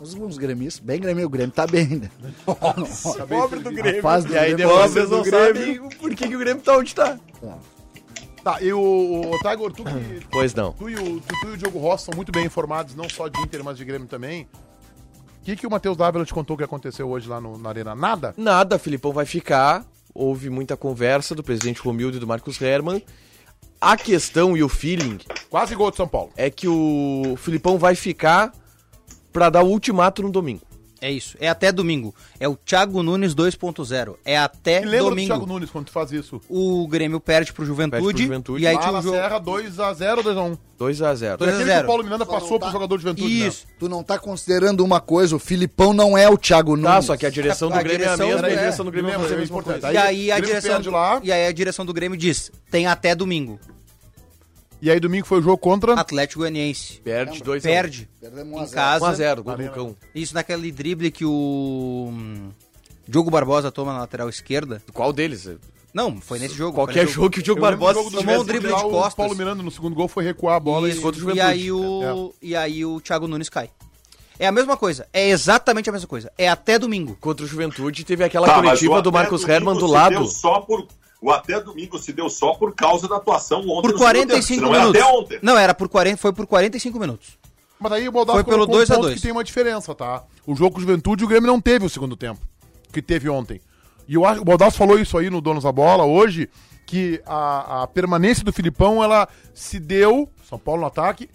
[SPEAKER 5] Uns, uns gremistas. Bem Grêmio, o Grêmio tá bem ainda.
[SPEAKER 2] Pobre do
[SPEAKER 5] A fase do
[SPEAKER 2] tá E aí
[SPEAKER 5] Grêmio. é
[SPEAKER 2] depois vocês não sabem por que, que o Grêmio tá onde tá.
[SPEAKER 1] Tá, e o, o Tiger, tu, que-
[SPEAKER 2] Pois não.
[SPEAKER 1] tu, e o, tu, tu e o Diogo Rossi são muito bem informados, não só de Inter, mas de Grêmio também. O que, que o Matheus Dávila te contou que aconteceu hoje lá no- na Arena? Nada?
[SPEAKER 2] Nada, Filipão vai ficar. Houve muita conversa do presidente Romildo e do Marcos Herman. A questão e o feeling
[SPEAKER 1] Quase gol de São Paulo.
[SPEAKER 2] é que o Filipão vai ficar pra dar o ultimato no domingo.
[SPEAKER 8] É isso. É até domingo. É o Thiago Nunes 2.0. É até
[SPEAKER 1] Me lembra do
[SPEAKER 8] domingo.
[SPEAKER 1] Thiago Nunes quando tu faz isso.
[SPEAKER 8] O Grêmio perde pro Juventude.
[SPEAKER 2] Perde pro Juventude.
[SPEAKER 8] E aí
[SPEAKER 1] lá
[SPEAKER 8] tinha um
[SPEAKER 1] na
[SPEAKER 8] jogo.
[SPEAKER 1] Serra, 2x0 ou 2x1?
[SPEAKER 2] 2 a 0
[SPEAKER 1] Foi
[SPEAKER 8] Dois- 2 a
[SPEAKER 1] um. aquele que
[SPEAKER 8] 0.
[SPEAKER 1] o Paulo Miranda
[SPEAKER 5] Só
[SPEAKER 1] passou
[SPEAKER 5] não
[SPEAKER 1] pro
[SPEAKER 5] tá-
[SPEAKER 1] jogador de juventude, né?
[SPEAKER 8] Isso.
[SPEAKER 5] Tu não tá considerando uma coisa, o Filipão não é o Thiago Nunes.
[SPEAKER 2] Tá, só que a direção do
[SPEAKER 8] A
[SPEAKER 2] Grêmio
[SPEAKER 8] direção
[SPEAKER 2] é a mesma,
[SPEAKER 8] é-
[SPEAKER 2] a direção do Grêmio vai
[SPEAKER 1] Grêmio
[SPEAKER 2] fazer a
[SPEAKER 1] é
[SPEAKER 2] mesma
[SPEAKER 1] importante.
[SPEAKER 2] coisa.
[SPEAKER 8] E aí, a
[SPEAKER 1] Grêmio
[SPEAKER 8] direção,
[SPEAKER 1] perde lá.
[SPEAKER 8] e aí a direção do Grêmio diz: tem até domingo.
[SPEAKER 1] E aí domingo foi o jogo contra...
[SPEAKER 8] Atlético Goianiense.
[SPEAKER 2] Perde 2 a 1
[SPEAKER 8] Perde.
[SPEAKER 5] Perdemos um a
[SPEAKER 8] Em
[SPEAKER 5] zero.
[SPEAKER 8] casa.
[SPEAKER 2] 1 a 0 gol do Lucão.
[SPEAKER 8] Isso naquele drible que o. hum, Diogo Barbosa toma na lateral esquerda.
[SPEAKER 2] Qual deles?
[SPEAKER 8] Não, foi nesse jogo. foi
[SPEAKER 2] Qualquer
[SPEAKER 8] nesse
[SPEAKER 2] jogo que o Diogo
[SPEAKER 1] Eu lembro do
[SPEAKER 2] Barbosa
[SPEAKER 1] jogo do
[SPEAKER 8] tomou um
[SPEAKER 1] Juventude
[SPEAKER 8] drible
[SPEAKER 1] lá,
[SPEAKER 8] de
[SPEAKER 1] o
[SPEAKER 8] costas.
[SPEAKER 1] Paulo Miranda no segundo gol foi recuar a bola
[SPEAKER 8] Isso,
[SPEAKER 1] e...
[SPEAKER 2] contra o
[SPEAKER 8] e
[SPEAKER 2] Juventude.
[SPEAKER 8] aí o E aí o Thiago Nunes cai. É a mesma coisa. É exatamente a mesma coisa. É até domingo.
[SPEAKER 2] Contra o Juventude teve aquela
[SPEAKER 7] Tá, mas o
[SPEAKER 2] coletiva
[SPEAKER 7] até
[SPEAKER 2] do Marcos
[SPEAKER 7] domingo
[SPEAKER 2] Herman do
[SPEAKER 7] se
[SPEAKER 2] lado.
[SPEAKER 7] deu só por- o até domingo se deu só por causa da atuação ontem.
[SPEAKER 8] Por
[SPEAKER 7] no segundo tempo,
[SPEAKER 8] 45
[SPEAKER 7] senão
[SPEAKER 8] minutos.
[SPEAKER 7] Era até ontem.
[SPEAKER 8] Não, era por 40, foi por 45 minutos.
[SPEAKER 1] Mas aí o Baldassi
[SPEAKER 8] Foi pelo
[SPEAKER 1] colocou
[SPEAKER 8] dois a
[SPEAKER 1] um ponto
[SPEAKER 8] dois.
[SPEAKER 1] que tem uma diferença, tá? O jogo com Juventude, o Grêmio não teve o segundo tempo que teve ontem. E eu acho, o Baldassi falou isso aí no Donos da Bola hoje, que a, a permanência do Filipão, ela se deu, São Paulo no ataque,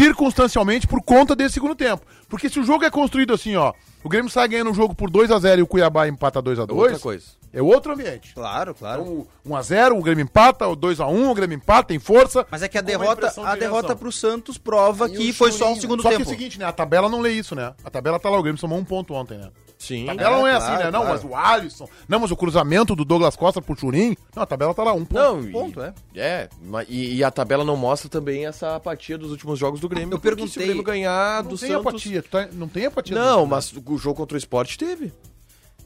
[SPEAKER 1] circunstancialmente por conta desse segundo tempo. Porque se o jogo é construído assim, ó, o Grêmio sai ganhando o jogo por 2 a 0 e o Cuiabá empata 2 a 2
[SPEAKER 2] outra coisa.
[SPEAKER 1] É outro ambiente.
[SPEAKER 8] Claro, claro.
[SPEAKER 1] Então, 1x0, o Grêmio empata, o 2x1, o Grêmio empata, tem força.
[SPEAKER 8] Mas é que a
[SPEAKER 1] Com uma
[SPEAKER 8] derrota,
[SPEAKER 1] impressão de
[SPEAKER 8] a derrota
[SPEAKER 1] direção.
[SPEAKER 8] pro Santos prova
[SPEAKER 5] E
[SPEAKER 8] que
[SPEAKER 5] o
[SPEAKER 8] foi só um
[SPEAKER 5] Churinho?
[SPEAKER 8] segundo
[SPEAKER 1] Só
[SPEAKER 8] tempo.
[SPEAKER 1] que é o seguinte, né? A tabela não lê isso, né? A tabela tá lá, o Grêmio somou um ponto ontem, né?
[SPEAKER 2] Sim.
[SPEAKER 7] Tá
[SPEAKER 1] A tabela não é
[SPEAKER 8] É,
[SPEAKER 1] assim,
[SPEAKER 8] claro,
[SPEAKER 1] né? Não,
[SPEAKER 8] claro.
[SPEAKER 1] mas o Alisson. Não, mas o cruzamento do Douglas Costa pro Churim. Não, a tabela tá lá, um ponto.
[SPEAKER 2] Não, e-
[SPEAKER 8] ponto, é.
[SPEAKER 2] É, ma- e, e a tabela não mostra também essa apatia dos últimos jogos do Grêmio.
[SPEAKER 8] Eu
[SPEAKER 2] porque
[SPEAKER 8] perguntei-
[SPEAKER 2] se o Grêmio ganhar
[SPEAKER 1] não
[SPEAKER 2] do
[SPEAKER 1] tem
[SPEAKER 2] Santos.
[SPEAKER 1] apatia. tá? Não tem apatia.
[SPEAKER 2] Não,
[SPEAKER 1] do-
[SPEAKER 2] mas o jogo contra o esporte teve.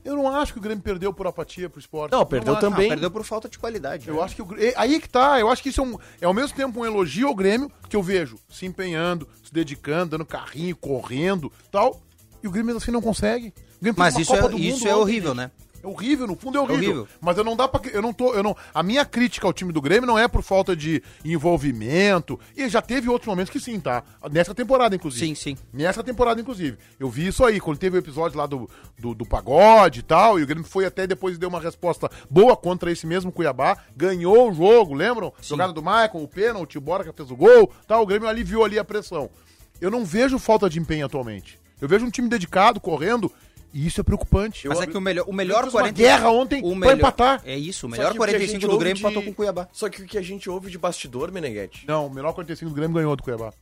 [SPEAKER 1] Eu não acho que o Grêmio perdeu por apatia pro esporte.
[SPEAKER 2] Não, perdeu
[SPEAKER 1] acho.
[SPEAKER 2] também.
[SPEAKER 8] Ah, Perdeu por falta de qualidade.
[SPEAKER 1] Eu
[SPEAKER 8] né?
[SPEAKER 1] acho que o Grê- aí que tá, eu acho que isso é, um, é ao mesmo tempo um elogio ao Grêmio, que eu vejo se empenhando, se dedicando, dando carrinho, correndo, tal, e o Grêmio assim não consegue. O Grêmio fez
[SPEAKER 8] Mas
[SPEAKER 1] uma
[SPEAKER 8] isso é,
[SPEAKER 1] Copa do
[SPEAKER 8] isso
[SPEAKER 1] Mundo
[SPEAKER 8] é
[SPEAKER 1] ontem,
[SPEAKER 8] horrível, né?
[SPEAKER 1] É horrível, no fundo é horrível.
[SPEAKER 8] horrível.
[SPEAKER 1] Mas eu não dá para eu não tô, eu não, a minha crítica ao time do Grêmio não é por falta de envolvimento, e já teve outros momentos que sim, tá? Nessa temporada inclusive.
[SPEAKER 8] Sim, sim.
[SPEAKER 1] Nessa temporada inclusive. Eu vi isso aí quando teve o episódio lá do, do, do pagode e tal, e o Grêmio foi até depois e deu uma resposta boa contra esse mesmo Cuiabá, ganhou o jogo, lembram? Jogada do Maicon, o pênalti, o Borja fez o gol, tal, o Grêmio aliviou ali a pressão. Eu não vejo falta de empenho atualmente. Eu vejo um time dedicado, correndo, e isso é preocupante.
[SPEAKER 8] Mas
[SPEAKER 1] Eu-
[SPEAKER 8] é que o melhor, o melhor
[SPEAKER 1] fez uma guerra ontem
[SPEAKER 8] o
[SPEAKER 1] pra
[SPEAKER 8] melhor,
[SPEAKER 1] empatar.
[SPEAKER 8] É isso, o
[SPEAKER 2] Só
[SPEAKER 8] melhor
[SPEAKER 2] que o que a
[SPEAKER 8] 45
[SPEAKER 2] gente
[SPEAKER 8] do
[SPEAKER 2] ouve
[SPEAKER 8] Grêmio
[SPEAKER 2] de-
[SPEAKER 8] empatou com o Cuiabá.
[SPEAKER 2] Só que o que a gente ouve de bastidor, Meneghete.
[SPEAKER 1] Não, o melhor 45 do Grêmio ganhou do Cuiabá.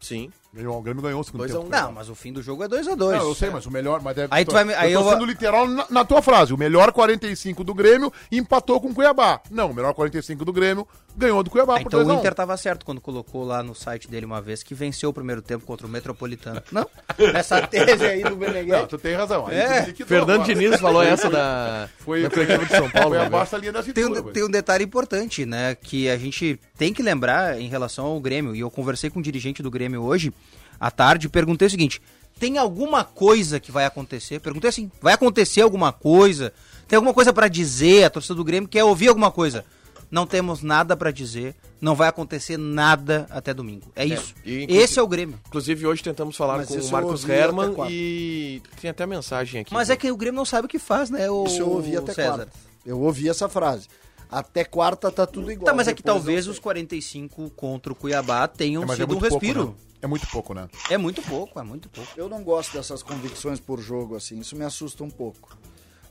[SPEAKER 2] Sim.
[SPEAKER 1] Ganhou, o Grêmio ganhou o segundo
[SPEAKER 2] Dois a
[SPEAKER 1] tempo.
[SPEAKER 2] um.
[SPEAKER 8] Não, mas o fim do jogo é 2x2.
[SPEAKER 1] Não, eu sei, mas o melhor. Mas é-
[SPEAKER 8] Aí tu vai me- aí
[SPEAKER 1] eu tô
[SPEAKER 8] eu vou-
[SPEAKER 1] sendo literal na, na tua frase. O melhor 45 do Grêmio empatou com o Cuiabá. Não, o melhor 45 do Grêmio ganhou do Cuiabá
[SPEAKER 8] Ah,
[SPEAKER 1] tá por
[SPEAKER 8] então
[SPEAKER 1] 2
[SPEAKER 8] o
[SPEAKER 1] a 1.
[SPEAKER 8] Inter tava certo quando colocou lá no site dele uma vez que venceu o primeiro tempo contra o Metropolitano. Não? Essa tese aí do
[SPEAKER 1] Não,
[SPEAKER 8] Beneguete.
[SPEAKER 1] tu tem razão. Aí
[SPEAKER 8] É,
[SPEAKER 1] tu liquidou
[SPEAKER 2] Fernando
[SPEAKER 1] agora.
[SPEAKER 2] Diniz falou essa da,
[SPEAKER 1] Foi-
[SPEAKER 2] da coletiva de São Paulo.
[SPEAKER 1] Foi
[SPEAKER 2] né,
[SPEAKER 1] abaixo da linha da
[SPEAKER 8] Tem
[SPEAKER 1] tá cintura.
[SPEAKER 8] um,
[SPEAKER 1] velho.
[SPEAKER 8] tem um detalhe importante, né? Que a gente tem que lembrar em relação ao Grêmio. E eu conversei com um dirigente do Grêmio hoje à tarde e perguntei o seguinte: tem alguma coisa que vai acontecer? Perguntei assim: vai acontecer alguma coisa? Tem alguma coisa pra dizer? A torcida do Grêmio quer ouvir alguma coisa? Não temos nada pra dizer. Não vai acontecer nada até domingo. É isso.
[SPEAKER 2] e-
[SPEAKER 8] Esse é o Grêmio.
[SPEAKER 2] Inclusive, hoje tentamos falar
[SPEAKER 5] Mas
[SPEAKER 2] com
[SPEAKER 5] isso
[SPEAKER 2] o
[SPEAKER 5] eu
[SPEAKER 2] Marcos
[SPEAKER 5] ouvi até
[SPEAKER 2] Herman
[SPEAKER 5] quarta.
[SPEAKER 2] e tem até mensagem aqui.
[SPEAKER 8] Mas é que o Grêmio não sabe o que faz, né? O
[SPEAKER 5] Isso eu ouvi até
[SPEAKER 8] César.
[SPEAKER 5] quarta. Eu ouvi essa frase. Até quarta tá tudo igual.
[SPEAKER 8] Tá, mas é que
[SPEAKER 5] Depois
[SPEAKER 8] talvez
[SPEAKER 5] eu-
[SPEAKER 8] os 45 contra o Cuiabá tenham
[SPEAKER 1] É, mas é
[SPEAKER 8] sido um
[SPEAKER 1] muito
[SPEAKER 8] respiro.
[SPEAKER 1] pouco. Né? É muito pouco, né?
[SPEAKER 8] É muito pouco, é muito pouco.
[SPEAKER 5] Eu não gosto dessas convicções por jogo, assim. Isso me assusta um pouco.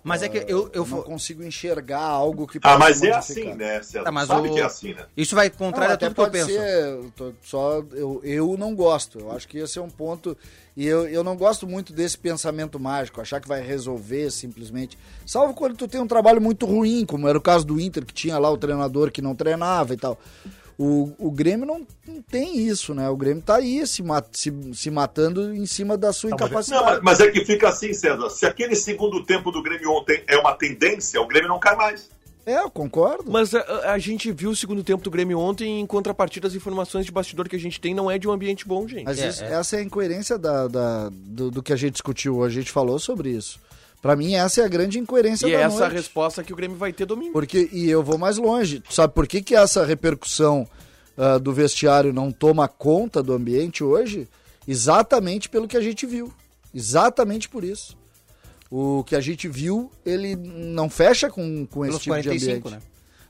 [SPEAKER 8] Mas é que eu, eu
[SPEAKER 5] não consigo enxergar algo que
[SPEAKER 7] Ah, mas
[SPEAKER 5] possa
[SPEAKER 7] é
[SPEAKER 5] modificar.
[SPEAKER 7] assim, né, César?
[SPEAKER 8] Tá, mas
[SPEAKER 7] Sabe
[SPEAKER 8] o-
[SPEAKER 7] que é assim, né?
[SPEAKER 8] Isso vai contrário
[SPEAKER 5] Não,
[SPEAKER 8] a
[SPEAKER 5] até
[SPEAKER 8] tudo que eu
[SPEAKER 5] pode
[SPEAKER 8] penso.
[SPEAKER 5] ser, um eu tô- só eu, eu não gosto. Eu acho que esse é um ponto. E eu, eu não gosto muito desse pensamento mágico, achar que vai resolver simplesmente. Salvo quando tu tem um trabalho muito ruim, como era o caso do Inter, que tinha lá o treinador que não treinava e tal. O, o Grêmio não, não tem isso, né? O Grêmio tá aí se, ma- se, se matando em cima da sua incapacidade.
[SPEAKER 7] Não, mas, mas é que fica assim, César. Se aquele segundo tempo do Grêmio ontem é uma tendência, o Grêmio não cai mais.
[SPEAKER 5] É, eu concordo.
[SPEAKER 2] Mas a- a, a gente viu o segundo tempo do Grêmio ontem, em contrapartida, as informações de bastidor que a gente tem não é de um ambiente bom, gente.
[SPEAKER 5] Mas isso- essa é a incoerência da, da- do, do que a gente discutiu hoje. A gente falou sobre isso. Pra mim, essa é a grande incoerência
[SPEAKER 2] E
[SPEAKER 5] da
[SPEAKER 2] é essa a
[SPEAKER 5] noite.
[SPEAKER 2] resposta que o Grêmio vai ter domingo.
[SPEAKER 5] Porque, e eu vou mais longe. Tu Sabe por que, que essa repercussão ah, do vestiário não toma conta do ambiente hoje? Exatamente pelo que a gente viu. Exatamente por isso. O que a gente viu, ele não fecha com, com esse
[SPEAKER 8] Pelos
[SPEAKER 5] tipo de
[SPEAKER 8] 45,
[SPEAKER 5] ambiente.
[SPEAKER 8] né?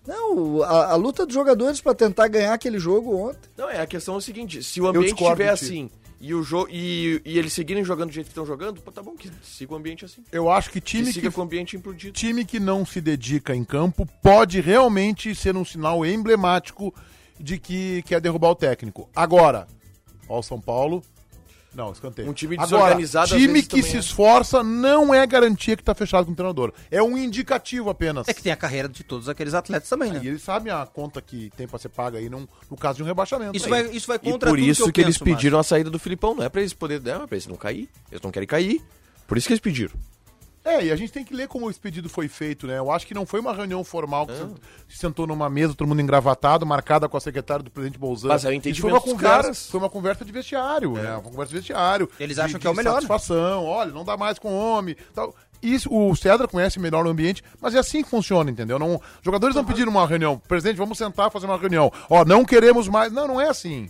[SPEAKER 5] Não, a, a luta dos jogadores pra tentar ganhar aquele jogo ontem.
[SPEAKER 2] Não, é a questão é o seguinte: se o ambiente
[SPEAKER 5] discordo
[SPEAKER 2] estiver
[SPEAKER 5] de ti.
[SPEAKER 2] assim e, o jo e, e eles seguirem jogando do jeito que estão jogando, pô, tá bom que siga o ambiente assim.
[SPEAKER 1] Eu acho que time
[SPEAKER 2] que siga
[SPEAKER 1] que-
[SPEAKER 2] com o ambiente implodido.
[SPEAKER 1] Time que não se dedica em campo pode realmente ser um sinal emblemático de que quer derrubar o técnico. Agora, ó o São Paulo. Não, escanteio.
[SPEAKER 2] Um time
[SPEAKER 1] Agora,
[SPEAKER 2] desorganizado, às
[SPEAKER 1] time
[SPEAKER 2] vezes,
[SPEAKER 1] que
[SPEAKER 2] também
[SPEAKER 1] se
[SPEAKER 2] é.
[SPEAKER 1] esforça não é garantia que tá fechado com o treinador. É um indicativo apenas.
[SPEAKER 8] É que tem a carreira de todos aqueles atletas também, né?
[SPEAKER 1] E eles sabem a conta que tem pra ser paga aí num- no caso de um rebaixamento.
[SPEAKER 8] Isso
[SPEAKER 1] Aí.
[SPEAKER 8] vai, isso vai
[SPEAKER 2] E
[SPEAKER 8] é contra
[SPEAKER 2] por
[SPEAKER 8] tudo
[SPEAKER 2] isso que,
[SPEAKER 8] eu
[SPEAKER 2] eles
[SPEAKER 8] penso, Márcio.
[SPEAKER 2] pediram a saída do Filipão, não é pra eles poderem, não, é pra eles não cair. Eles não querem cair. Por isso que eles pediram.
[SPEAKER 1] É, e a gente tem que ler como esse pedido foi feito, né? Eu acho que não foi uma reunião formal
[SPEAKER 8] Ah.
[SPEAKER 1] que se sentou numa mesa, todo mundo engravatado, marcada com a secretária do presidente Bolsonaro.
[SPEAKER 2] Mas é
[SPEAKER 1] Isso foi
[SPEAKER 2] o
[SPEAKER 1] uma
[SPEAKER 2] entendimento dos
[SPEAKER 1] conversa,
[SPEAKER 2] caras.
[SPEAKER 1] Foi uma conversa de vestiário, né? Uma conversa de vestiário.
[SPEAKER 8] É. Eles
[SPEAKER 1] de-
[SPEAKER 8] acham que
[SPEAKER 1] de
[SPEAKER 8] é o melhor, né?
[SPEAKER 1] Satisfação, olha, não dá mais com homem, tal. Isso, o Cedra conhece melhor o ambiente, mas é assim que funciona, entendeu? Não, jogadores não pediram uma reunião. Presidente, vamos sentar, fazer uma reunião. Ó, não queremos mais. Não, não é assim.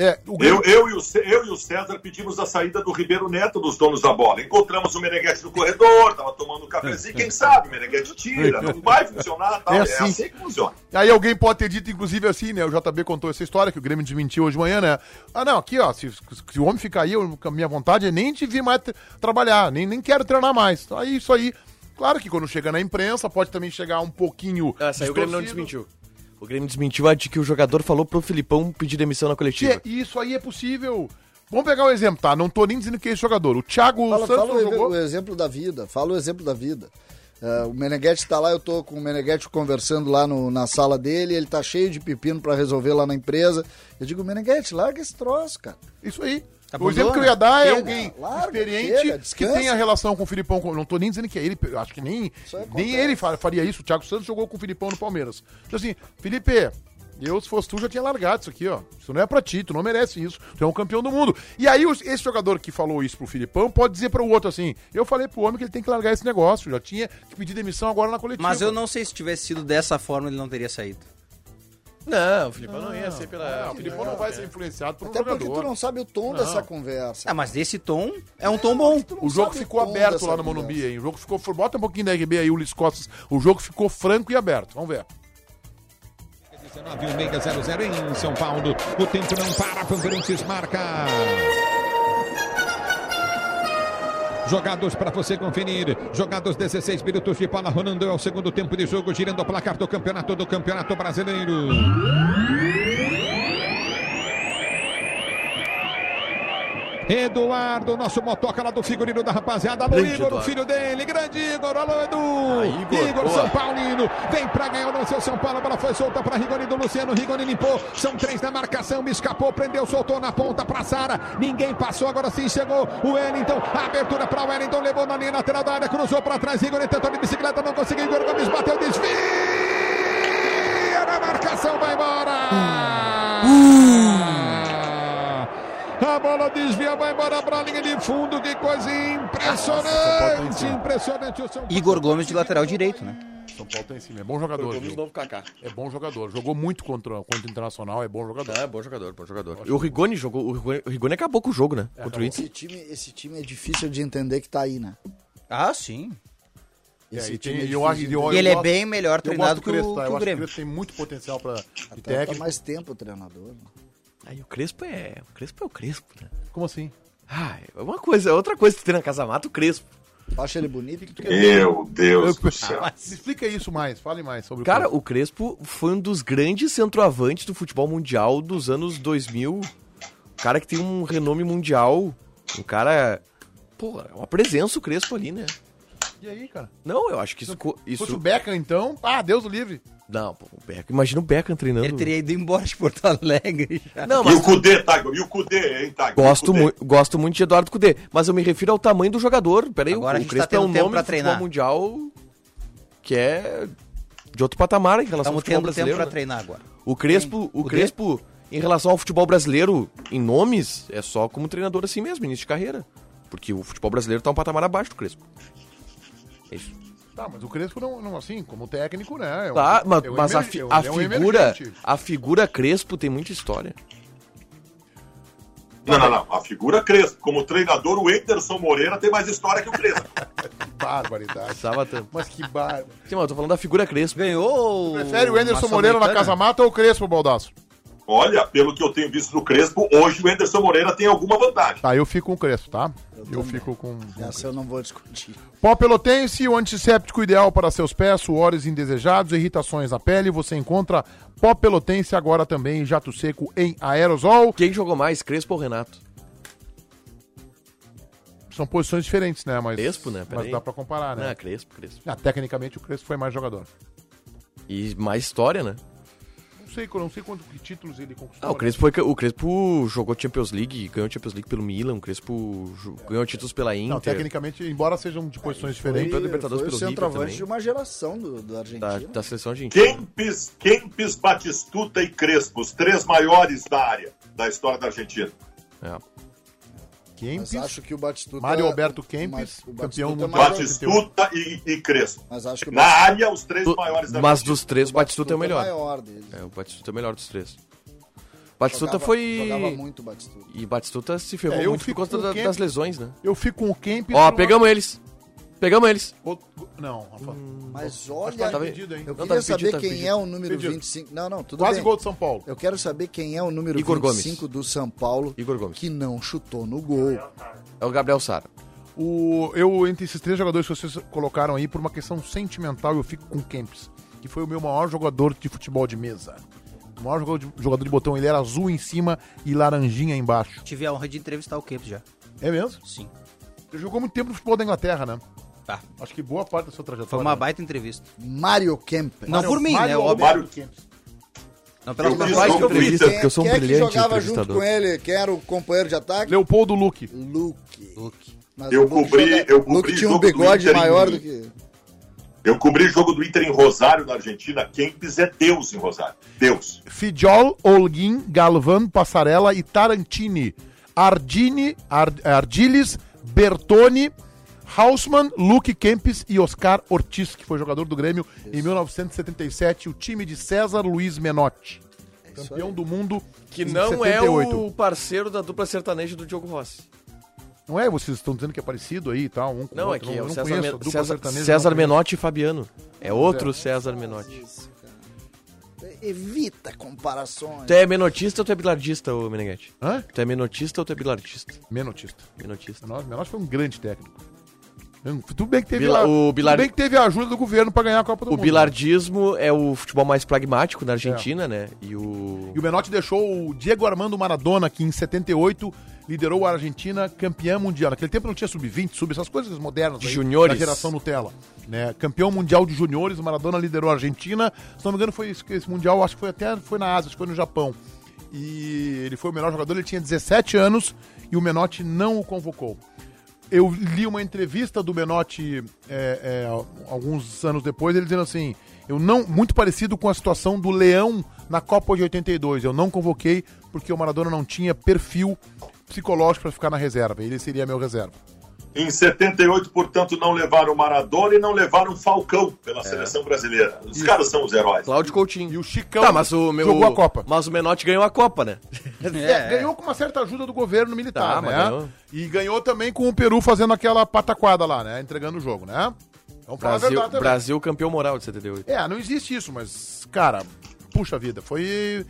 [SPEAKER 1] É, o
[SPEAKER 7] Eu, eu, e o, Cé- eu e o César pedimos a saída do Ribeiro Neto dos donos da bola. Encontramos o Meneghete no corredor, tava tomando um cafezinho. Quem sabe o Meneghete tira, não vai funcionar. Tal.
[SPEAKER 1] É
[SPEAKER 7] É,
[SPEAKER 1] assim.
[SPEAKER 7] assim. que funciona.
[SPEAKER 1] Aí alguém pode ter dito, inclusive, assim, né? O JB contou essa história que o Grêmio desmentiu hoje de manhã, né? Ah, não, aqui, ó, se, se o homem ficar aí, eu, a minha vontade é nem te vir mais tra- trabalhar, nem, nem quero treinar mais. Então, Aí isso aí. Claro que quando chega na imprensa, pode também chegar um pouquinho.
[SPEAKER 2] Ah, saiu o Grêmio não
[SPEAKER 1] distorcido.
[SPEAKER 2] desmentiu. O Grêmio desmentiu a de que o jogador falou pro Filipão pedir demissão na
[SPEAKER 1] Que é-
[SPEAKER 2] coletiva.
[SPEAKER 1] isso aí é possível. Vamos pegar um exemplo, tá? Não tô nem dizendo que é esse jogador. O Thiago
[SPEAKER 5] Fala,
[SPEAKER 1] Santos
[SPEAKER 5] fala
[SPEAKER 1] não
[SPEAKER 5] o,
[SPEAKER 1] jogou.
[SPEAKER 5] o exemplo da vida. Fala o exemplo da vida. É, o Meneghetti tá lá, eu tô com o Meneghetti conversando lá no- na sala dele, ele tá cheio de pepino pra resolver lá na empresa. Eu digo, Meneghetti, larga esse troço, cara.
[SPEAKER 1] Isso aí. o
[SPEAKER 8] Abandona,
[SPEAKER 1] exemplo que eu ia dar é
[SPEAKER 8] Tá né? chega,
[SPEAKER 1] alguém
[SPEAKER 5] larga,
[SPEAKER 1] experiente
[SPEAKER 5] chega,
[SPEAKER 1] que
[SPEAKER 5] descansa.
[SPEAKER 1] tenha relação com o Filipão. com- Não tô nem dizendo que é ele, eu acho que nem, nem ele fa- faria isso. O Thiago Santos jogou com o Filipão no Palmeiras. Então assim, Felipe, eu se fosse tu já tinha largado isso aqui, ó. Isso não é pra ti, tu não merece isso. Tu é um campeão do mundo. E aí os- esse jogador que falou isso pro Filipão pode dizer pro outro assim: "Eu falei pro homem que ele tem que largar esse negócio, já tinha que pedir demissão agora na coletiva".
[SPEAKER 8] Mas eu não sei se tivesse sido dessa forma, ele não teria saído.
[SPEAKER 2] Não, o Filipão não ia ser
[SPEAKER 1] Ah,
[SPEAKER 2] pela.
[SPEAKER 1] o Filipão não vai ser influenciado por um
[SPEAKER 5] Até porque tu
[SPEAKER 1] jogador.
[SPEAKER 5] não sabe o tom dessa conversa.
[SPEAKER 8] Ah, mas desse tom é um tom bom.
[SPEAKER 5] Tu não
[SPEAKER 1] O jogo
[SPEAKER 5] sabe
[SPEAKER 1] ficou
[SPEAKER 5] tom
[SPEAKER 1] aberto
[SPEAKER 5] dessa
[SPEAKER 1] lá no
[SPEAKER 5] conversa.
[SPEAKER 1] Monumbi, hein? O jogo ficou. Bota um pouquinho da RB aí, Ulisses Costas. O jogo ficou franco e aberto. Vamos ver.
[SPEAKER 4] 19,600 em São Paulo. O tempo não para, Pamperintes marca. Jogados para você conferir. Jogados 16 minutos de bola rolando ao segundo tempo de jogo, girando o placar do campeonato do Campeonato Brasileiro. Eduardo, nosso motoca lá do figurino da rapaziada. Alô,
[SPEAKER 2] Grande
[SPEAKER 4] Igor, o
[SPEAKER 2] Eduardo.
[SPEAKER 4] filho dele. Grande Igor. Alô, Edu.
[SPEAKER 2] Ah, Igor, boa.
[SPEAKER 4] São Paulino. Vem pra ganhar o lance. O São Paulo. A bola foi solta pra Rigoni do Luciano. Rigoni limpou. São três na marcação. Me escapou. Prendeu. Soltou na ponta pra Sara. Ninguém passou. Agora sim chegou o Wellington. A abertura pra Wellington. Levou na linha lateral da área. Cruzou pra trás. Rigoni tentou de bicicleta. Não conseguiu. Igor Gomes bateu. Desvia na marcação. Vai embora. A bola desvia, vai embora pra linha de fundo. Que coisa impressionante! Impressionante o São Paulo.
[SPEAKER 8] Igor Gomes de lateral direito, né?
[SPEAKER 1] São Paulo tá em cima. É bom jogador, viu?
[SPEAKER 2] novo Kaká.
[SPEAKER 1] É bom jogador. Jogou muito contra, contra o Internacional, é bom jogador.
[SPEAKER 2] É, bom jogador, bom jogador. E o Rigoni jogou. O Rigoni, o Rigoni acabou com o jogo, né? Contra o Inter.
[SPEAKER 5] Esse time, esse time é difícil de entender que tá aí, né?
[SPEAKER 8] Ah, sim.
[SPEAKER 5] Esse
[SPEAKER 1] É, e tem-
[SPEAKER 5] time é
[SPEAKER 1] e
[SPEAKER 5] difícil
[SPEAKER 1] eu acho-
[SPEAKER 5] de
[SPEAKER 1] e
[SPEAKER 5] entender.
[SPEAKER 1] eu-
[SPEAKER 8] E ele é
[SPEAKER 1] gosto-
[SPEAKER 8] bem melhor
[SPEAKER 1] Eu gosto
[SPEAKER 8] treinado
[SPEAKER 1] do
[SPEAKER 8] que o,
[SPEAKER 1] Crespo, tá?
[SPEAKER 8] que
[SPEAKER 1] Eu
[SPEAKER 8] o
[SPEAKER 1] acho que o
[SPEAKER 8] Grêmio.
[SPEAKER 1] Crespo tem muito potencial pra de
[SPEAKER 5] Até tá
[SPEAKER 1] técnico.
[SPEAKER 5] mais tempo o treinador. né?
[SPEAKER 2] Aí o Crespo é. O Crespo é o Crespo, né?
[SPEAKER 1] Como assim?
[SPEAKER 2] Ah, é uma coisa, é outra coisa que tem na Casa Mata, o Crespo.
[SPEAKER 5] Acha ele bonito? Que tu quer ver?
[SPEAKER 7] Meu Deus
[SPEAKER 5] Eu-
[SPEAKER 7] do céu.
[SPEAKER 1] Ah, mas Explica isso mais, fale mais sobre
[SPEAKER 2] Cara, o Crespo foi um dos grandes centroavantes do futebol mundial dos anos 2000. Um cara que tem um renome mundial. Um cara. Pô, é uma presença o Crespo ali, né?
[SPEAKER 1] E aí, cara?
[SPEAKER 2] Não, eu acho que isso. co-
[SPEAKER 1] Se fosse o
[SPEAKER 2] isso...
[SPEAKER 1] Beckham, então, ah, Deus o livre.
[SPEAKER 2] Não, pô, o Beckham. Imagina é o Beckham treinando.
[SPEAKER 8] Ele teria ido embora de Porto Alegre já.
[SPEAKER 2] Não,
[SPEAKER 7] E
[SPEAKER 2] mas
[SPEAKER 7] o Cudê, Tiger? E o Cudê, hein, Tiger?
[SPEAKER 2] gosto,
[SPEAKER 7] E o Kudê?
[SPEAKER 2] mui- gosto muito de Eduardo Cudê. Mas eu me refiro ao tamanho do jogador. Peraí,
[SPEAKER 8] Agora a
[SPEAKER 2] o
[SPEAKER 8] gente tá
[SPEAKER 2] Crespo é
[SPEAKER 8] tendo
[SPEAKER 2] um
[SPEAKER 8] tempo
[SPEAKER 2] nome
[SPEAKER 8] pra
[SPEAKER 2] do futebol
[SPEAKER 8] treinar.
[SPEAKER 2] mundial que é de outro patamar em relação ao
[SPEAKER 8] Estamos
[SPEAKER 2] futebol
[SPEAKER 8] tendo tempo
[SPEAKER 2] brasileiro.
[SPEAKER 8] pra
[SPEAKER 2] né?
[SPEAKER 8] treinar agora.
[SPEAKER 2] O Crespo, o
[SPEAKER 8] O
[SPEAKER 2] Crespo, em relação ao futebol brasileiro, em nomes, é só como treinador assim mesmo, início de carreira. Porque o futebol brasileiro tá um patamar abaixo do Crespo. É isso.
[SPEAKER 1] Tá, mas o Crespo não, não assim, como técnico, né? é um-
[SPEAKER 2] Tá, ma-
[SPEAKER 1] é um
[SPEAKER 2] mas a,
[SPEAKER 1] emerg-
[SPEAKER 2] fi-
[SPEAKER 1] é um-
[SPEAKER 2] a
[SPEAKER 1] é um
[SPEAKER 2] figura,
[SPEAKER 1] emergente.
[SPEAKER 2] a figura Crespo tem muita história.
[SPEAKER 7] Não, não, não. A figura Crespo. Como treinador, o Anderson Moreira tem mais história que o Crespo.
[SPEAKER 1] Barbaridade.
[SPEAKER 2] Precisava tanto.
[SPEAKER 1] Mas que barba.
[SPEAKER 2] Sim, mas eu tô falando da figura Crespo.
[SPEAKER 8] Ganhou.
[SPEAKER 1] Prefere o Anderson
[SPEAKER 8] Maçã
[SPEAKER 1] Moreira na
[SPEAKER 8] Americana?
[SPEAKER 1] Casa Mata ou o Crespo, Baldaço?
[SPEAKER 7] Olha, pelo que eu tenho visto do Crespo, hoje o Anderson Moreira tem alguma vantagem.
[SPEAKER 1] Tá, eu fico com o Crespo, tá? Eu, fico com.
[SPEAKER 5] Essa eu não vou discutir.
[SPEAKER 1] Pó Pelotense, o antisséptico ideal para seus pés, suores indesejados, irritações na pele. Você encontra Pó Pelotense agora também, em jato seco em aerosol.
[SPEAKER 2] Quem jogou mais, Crespo ou Renato?
[SPEAKER 1] São posições diferentes, né? Mas,
[SPEAKER 2] Crespo, né?
[SPEAKER 1] Mas
[SPEAKER 2] Peraí.
[SPEAKER 1] dá pra comparar,
[SPEAKER 2] Não,
[SPEAKER 1] né?
[SPEAKER 2] Crespo, Crespo.
[SPEAKER 1] Ah, tecnicamente, o Crespo foi mais jogador.
[SPEAKER 2] E mais história, né?
[SPEAKER 1] Não sei, não sei quantos títulos ele conquistou. né?
[SPEAKER 2] Ah, o Crespo, foi, ca- o Crespo jogou Champions League, ganhou Champions League pelo Milan, o Crespo jo- ganhou títulos pela Inter.
[SPEAKER 1] Não, tecnicamente, embora sejam de posições
[SPEAKER 2] Foi
[SPEAKER 1] diferentes.
[SPEAKER 2] campeão da Libertadores
[SPEAKER 5] foi o
[SPEAKER 2] pelo River
[SPEAKER 5] centroavante
[SPEAKER 2] também.
[SPEAKER 5] de uma geração do, do
[SPEAKER 2] Da,
[SPEAKER 5] Argentina.
[SPEAKER 2] da seleção argentina.
[SPEAKER 7] Kempis, Kempis, Batistuta e Crespo, os três maiores da área da história da Argentina.
[SPEAKER 2] É.
[SPEAKER 5] Mas acho que o Batistuta...
[SPEAKER 1] Mário Alberto
[SPEAKER 5] o
[SPEAKER 1] Kempis,
[SPEAKER 5] Mat- o
[SPEAKER 1] campeão
[SPEAKER 5] Batistuta é
[SPEAKER 1] mundial.
[SPEAKER 5] maior que-
[SPEAKER 7] Batistuta e, e Crespo.
[SPEAKER 5] Mas acho que o
[SPEAKER 7] Na
[SPEAKER 5] Batistuta
[SPEAKER 7] área, os três
[SPEAKER 2] Tu-
[SPEAKER 7] maiores da
[SPEAKER 2] mas
[SPEAKER 7] Argentina.
[SPEAKER 2] dos três, o Batistuta é o melhor.
[SPEAKER 5] É maior deles.
[SPEAKER 2] É, o Batistuta é o melhor dos três. Batistuta
[SPEAKER 5] Jogava-
[SPEAKER 2] foi.
[SPEAKER 5] Jogava muito o Batistuta.
[SPEAKER 2] E Batistuta se ferrou
[SPEAKER 1] É, eu
[SPEAKER 2] muito por
[SPEAKER 1] fico
[SPEAKER 2] conta
[SPEAKER 1] com
[SPEAKER 2] da-
[SPEAKER 1] quem-
[SPEAKER 2] das lesões, né?
[SPEAKER 1] Eu fico com o Kempis.
[SPEAKER 2] Ó,
[SPEAKER 1] por uma-
[SPEAKER 2] pegamos eles. Pegamos eles.
[SPEAKER 1] Outro- Não, Rafa.
[SPEAKER 2] Hum,
[SPEAKER 5] Mas
[SPEAKER 1] tá
[SPEAKER 5] olha...
[SPEAKER 2] tava-
[SPEAKER 1] pedido, hein?
[SPEAKER 5] Eu
[SPEAKER 2] Não,
[SPEAKER 5] queria
[SPEAKER 2] tava
[SPEAKER 5] saber
[SPEAKER 2] pedido, tava
[SPEAKER 5] quem
[SPEAKER 2] pedido.
[SPEAKER 5] é o número
[SPEAKER 1] Pedido.
[SPEAKER 5] 25... Não, não, tudo
[SPEAKER 1] Quase
[SPEAKER 5] bem.
[SPEAKER 1] gol de São Paulo.
[SPEAKER 5] Eu quero saber quem é o número
[SPEAKER 2] Igor
[SPEAKER 5] 25
[SPEAKER 2] Gomes.
[SPEAKER 5] do São Paulo
[SPEAKER 2] Igor Gomes.
[SPEAKER 5] que não chutou no gol.
[SPEAKER 2] É o Gabriel Sara.
[SPEAKER 1] O, eu, entre esses três jogadores que vocês colocaram aí, por uma questão sentimental, eu fico com o Kempis, que foi o meu maior jogador de futebol de mesa. O maior jogador de, jogador de botão, ele era azul em cima e laranjinha embaixo.
[SPEAKER 8] Tive a honra de entrevistar o Kempis já.
[SPEAKER 1] É mesmo?
[SPEAKER 8] Sim.
[SPEAKER 1] Ele jogou muito tempo no futebol da Inglaterra, né?
[SPEAKER 8] Tá.
[SPEAKER 1] Acho que boa parte da sua trajetória.
[SPEAKER 8] Foi uma
[SPEAKER 1] né?
[SPEAKER 8] baita entrevista.
[SPEAKER 5] Mário Kempes.
[SPEAKER 8] Não por mim, né? Óbvio.
[SPEAKER 7] Mário-
[SPEAKER 1] Kempis.
[SPEAKER 8] Não pela
[SPEAKER 7] Eu
[SPEAKER 8] tua
[SPEAKER 7] fiz
[SPEAKER 8] voz
[SPEAKER 7] gol
[SPEAKER 8] que eu vi.
[SPEAKER 7] pro Inter.
[SPEAKER 2] porque eu sou um
[SPEAKER 5] Quem é que
[SPEAKER 2] brilhante
[SPEAKER 5] jogava
[SPEAKER 2] entrevistador.
[SPEAKER 5] junto com ele? Quem era o companheiro de ataque?
[SPEAKER 1] Leopoldo Luque.
[SPEAKER 5] Luke.
[SPEAKER 8] Luke.
[SPEAKER 5] Mas
[SPEAKER 7] Eu
[SPEAKER 5] o Luke
[SPEAKER 7] cobri-
[SPEAKER 5] joga-
[SPEAKER 7] eu cobri
[SPEAKER 5] Luke tinha um
[SPEAKER 7] jogo do
[SPEAKER 5] bigode
[SPEAKER 7] Inter em-
[SPEAKER 5] maior do que...
[SPEAKER 7] Eu cobri jogo do Inter em Rosário, na Argentina. Kempis é Deus em Rosário. Deus.
[SPEAKER 1] Fijol, Olguin, Galvão, Passarella e Tarantini. Ardini, Ar, Ardiles, Bertone, Hausmann, Luke Kempis e Oscar Ortiz, que foi jogador do Grêmio em 1977, o time de César Luiz Menotti. Campeão do mundo
[SPEAKER 2] É Que
[SPEAKER 1] em
[SPEAKER 2] não é
[SPEAKER 1] 78.
[SPEAKER 2] o parceiro da dupla sertaneja do Diogo Rossi.
[SPEAKER 1] Não é? Vocês estão dizendo que é parecido aí e tal, um com
[SPEAKER 2] Não,
[SPEAKER 1] o
[SPEAKER 2] é
[SPEAKER 1] outro.
[SPEAKER 2] que é
[SPEAKER 1] eu
[SPEAKER 2] o
[SPEAKER 1] não
[SPEAKER 2] César,
[SPEAKER 1] conheço a
[SPEAKER 2] Men-
[SPEAKER 1] dupla
[SPEAKER 2] César,
[SPEAKER 1] sertaneja,
[SPEAKER 2] César
[SPEAKER 1] não conheço.
[SPEAKER 2] Menotti e Fabiano. É outro César Menotti.
[SPEAKER 5] Isso, cara. Evita comparações.
[SPEAKER 2] Tu é menotista ou tu é bilardista, ô Meneghete?
[SPEAKER 1] Hã?
[SPEAKER 2] Tu é menotista ou tu é bilardista?
[SPEAKER 1] Menotista.
[SPEAKER 2] Menotista.
[SPEAKER 1] Menotti Menotti foi um grande técnico. Tudo bem que teve,
[SPEAKER 2] Bila-
[SPEAKER 1] a,
[SPEAKER 2] o
[SPEAKER 1] tudo
[SPEAKER 2] Bilar-
[SPEAKER 1] bem que teve a ajuda do governo pra ganhar a Copa do
[SPEAKER 2] O
[SPEAKER 1] Mundo. né?
[SPEAKER 2] bilardismo é o futebol mais pragmático na Argentina, né? E o.
[SPEAKER 1] E o Menotti deixou o Diego Armando Maradona, que em 78 liderou a Argentina campeã mundial. Naquele tempo não tinha sub-20, sub essas coisas modernas. né? aí,
[SPEAKER 2] Juniores.
[SPEAKER 1] Da geração Nutella. Né? Campeão mundial de juniores, o Maradona liderou a Argentina. Se não me engano, foi esse, esse mundial, acho que foi até foi na Ásia, acho que foi no Japão. E ele foi o melhor jogador, ele tinha 17 anos e o Menotti não o convocou. Eu li uma entrevista do Menotti é, é, alguns anos depois, ele dizendo assim: eu não. Muito parecido com a situação do Leão na Copa de 82. Eu não convoquei porque o Maradona não tinha perfil psicológico para ficar na reserva. Ele seria meu reserva.
[SPEAKER 7] Em 78, portanto, não levaram Maradona e não levaram Falcão pela seleção brasileira. Os caras são os heróis.
[SPEAKER 2] Cláudio Coutinho.
[SPEAKER 1] E o Chicão
[SPEAKER 2] Tá, mas o meu.
[SPEAKER 1] jogou a Copa.
[SPEAKER 2] Mas o Menotti ganhou a Copa, né?
[SPEAKER 1] É, ganhou com uma certa ajuda do governo militar,
[SPEAKER 2] Tá, mas
[SPEAKER 1] né?
[SPEAKER 2] ganhou.
[SPEAKER 1] E ganhou também com o Peru fazendo aquela pataquada lá, né? Entregando o jogo, né? Vamos falar a
[SPEAKER 2] Brasil,
[SPEAKER 1] verdade também.
[SPEAKER 2] Brasil campeão moral de 78.
[SPEAKER 1] É, não existe isso, mas, cara, puxa vida, foi.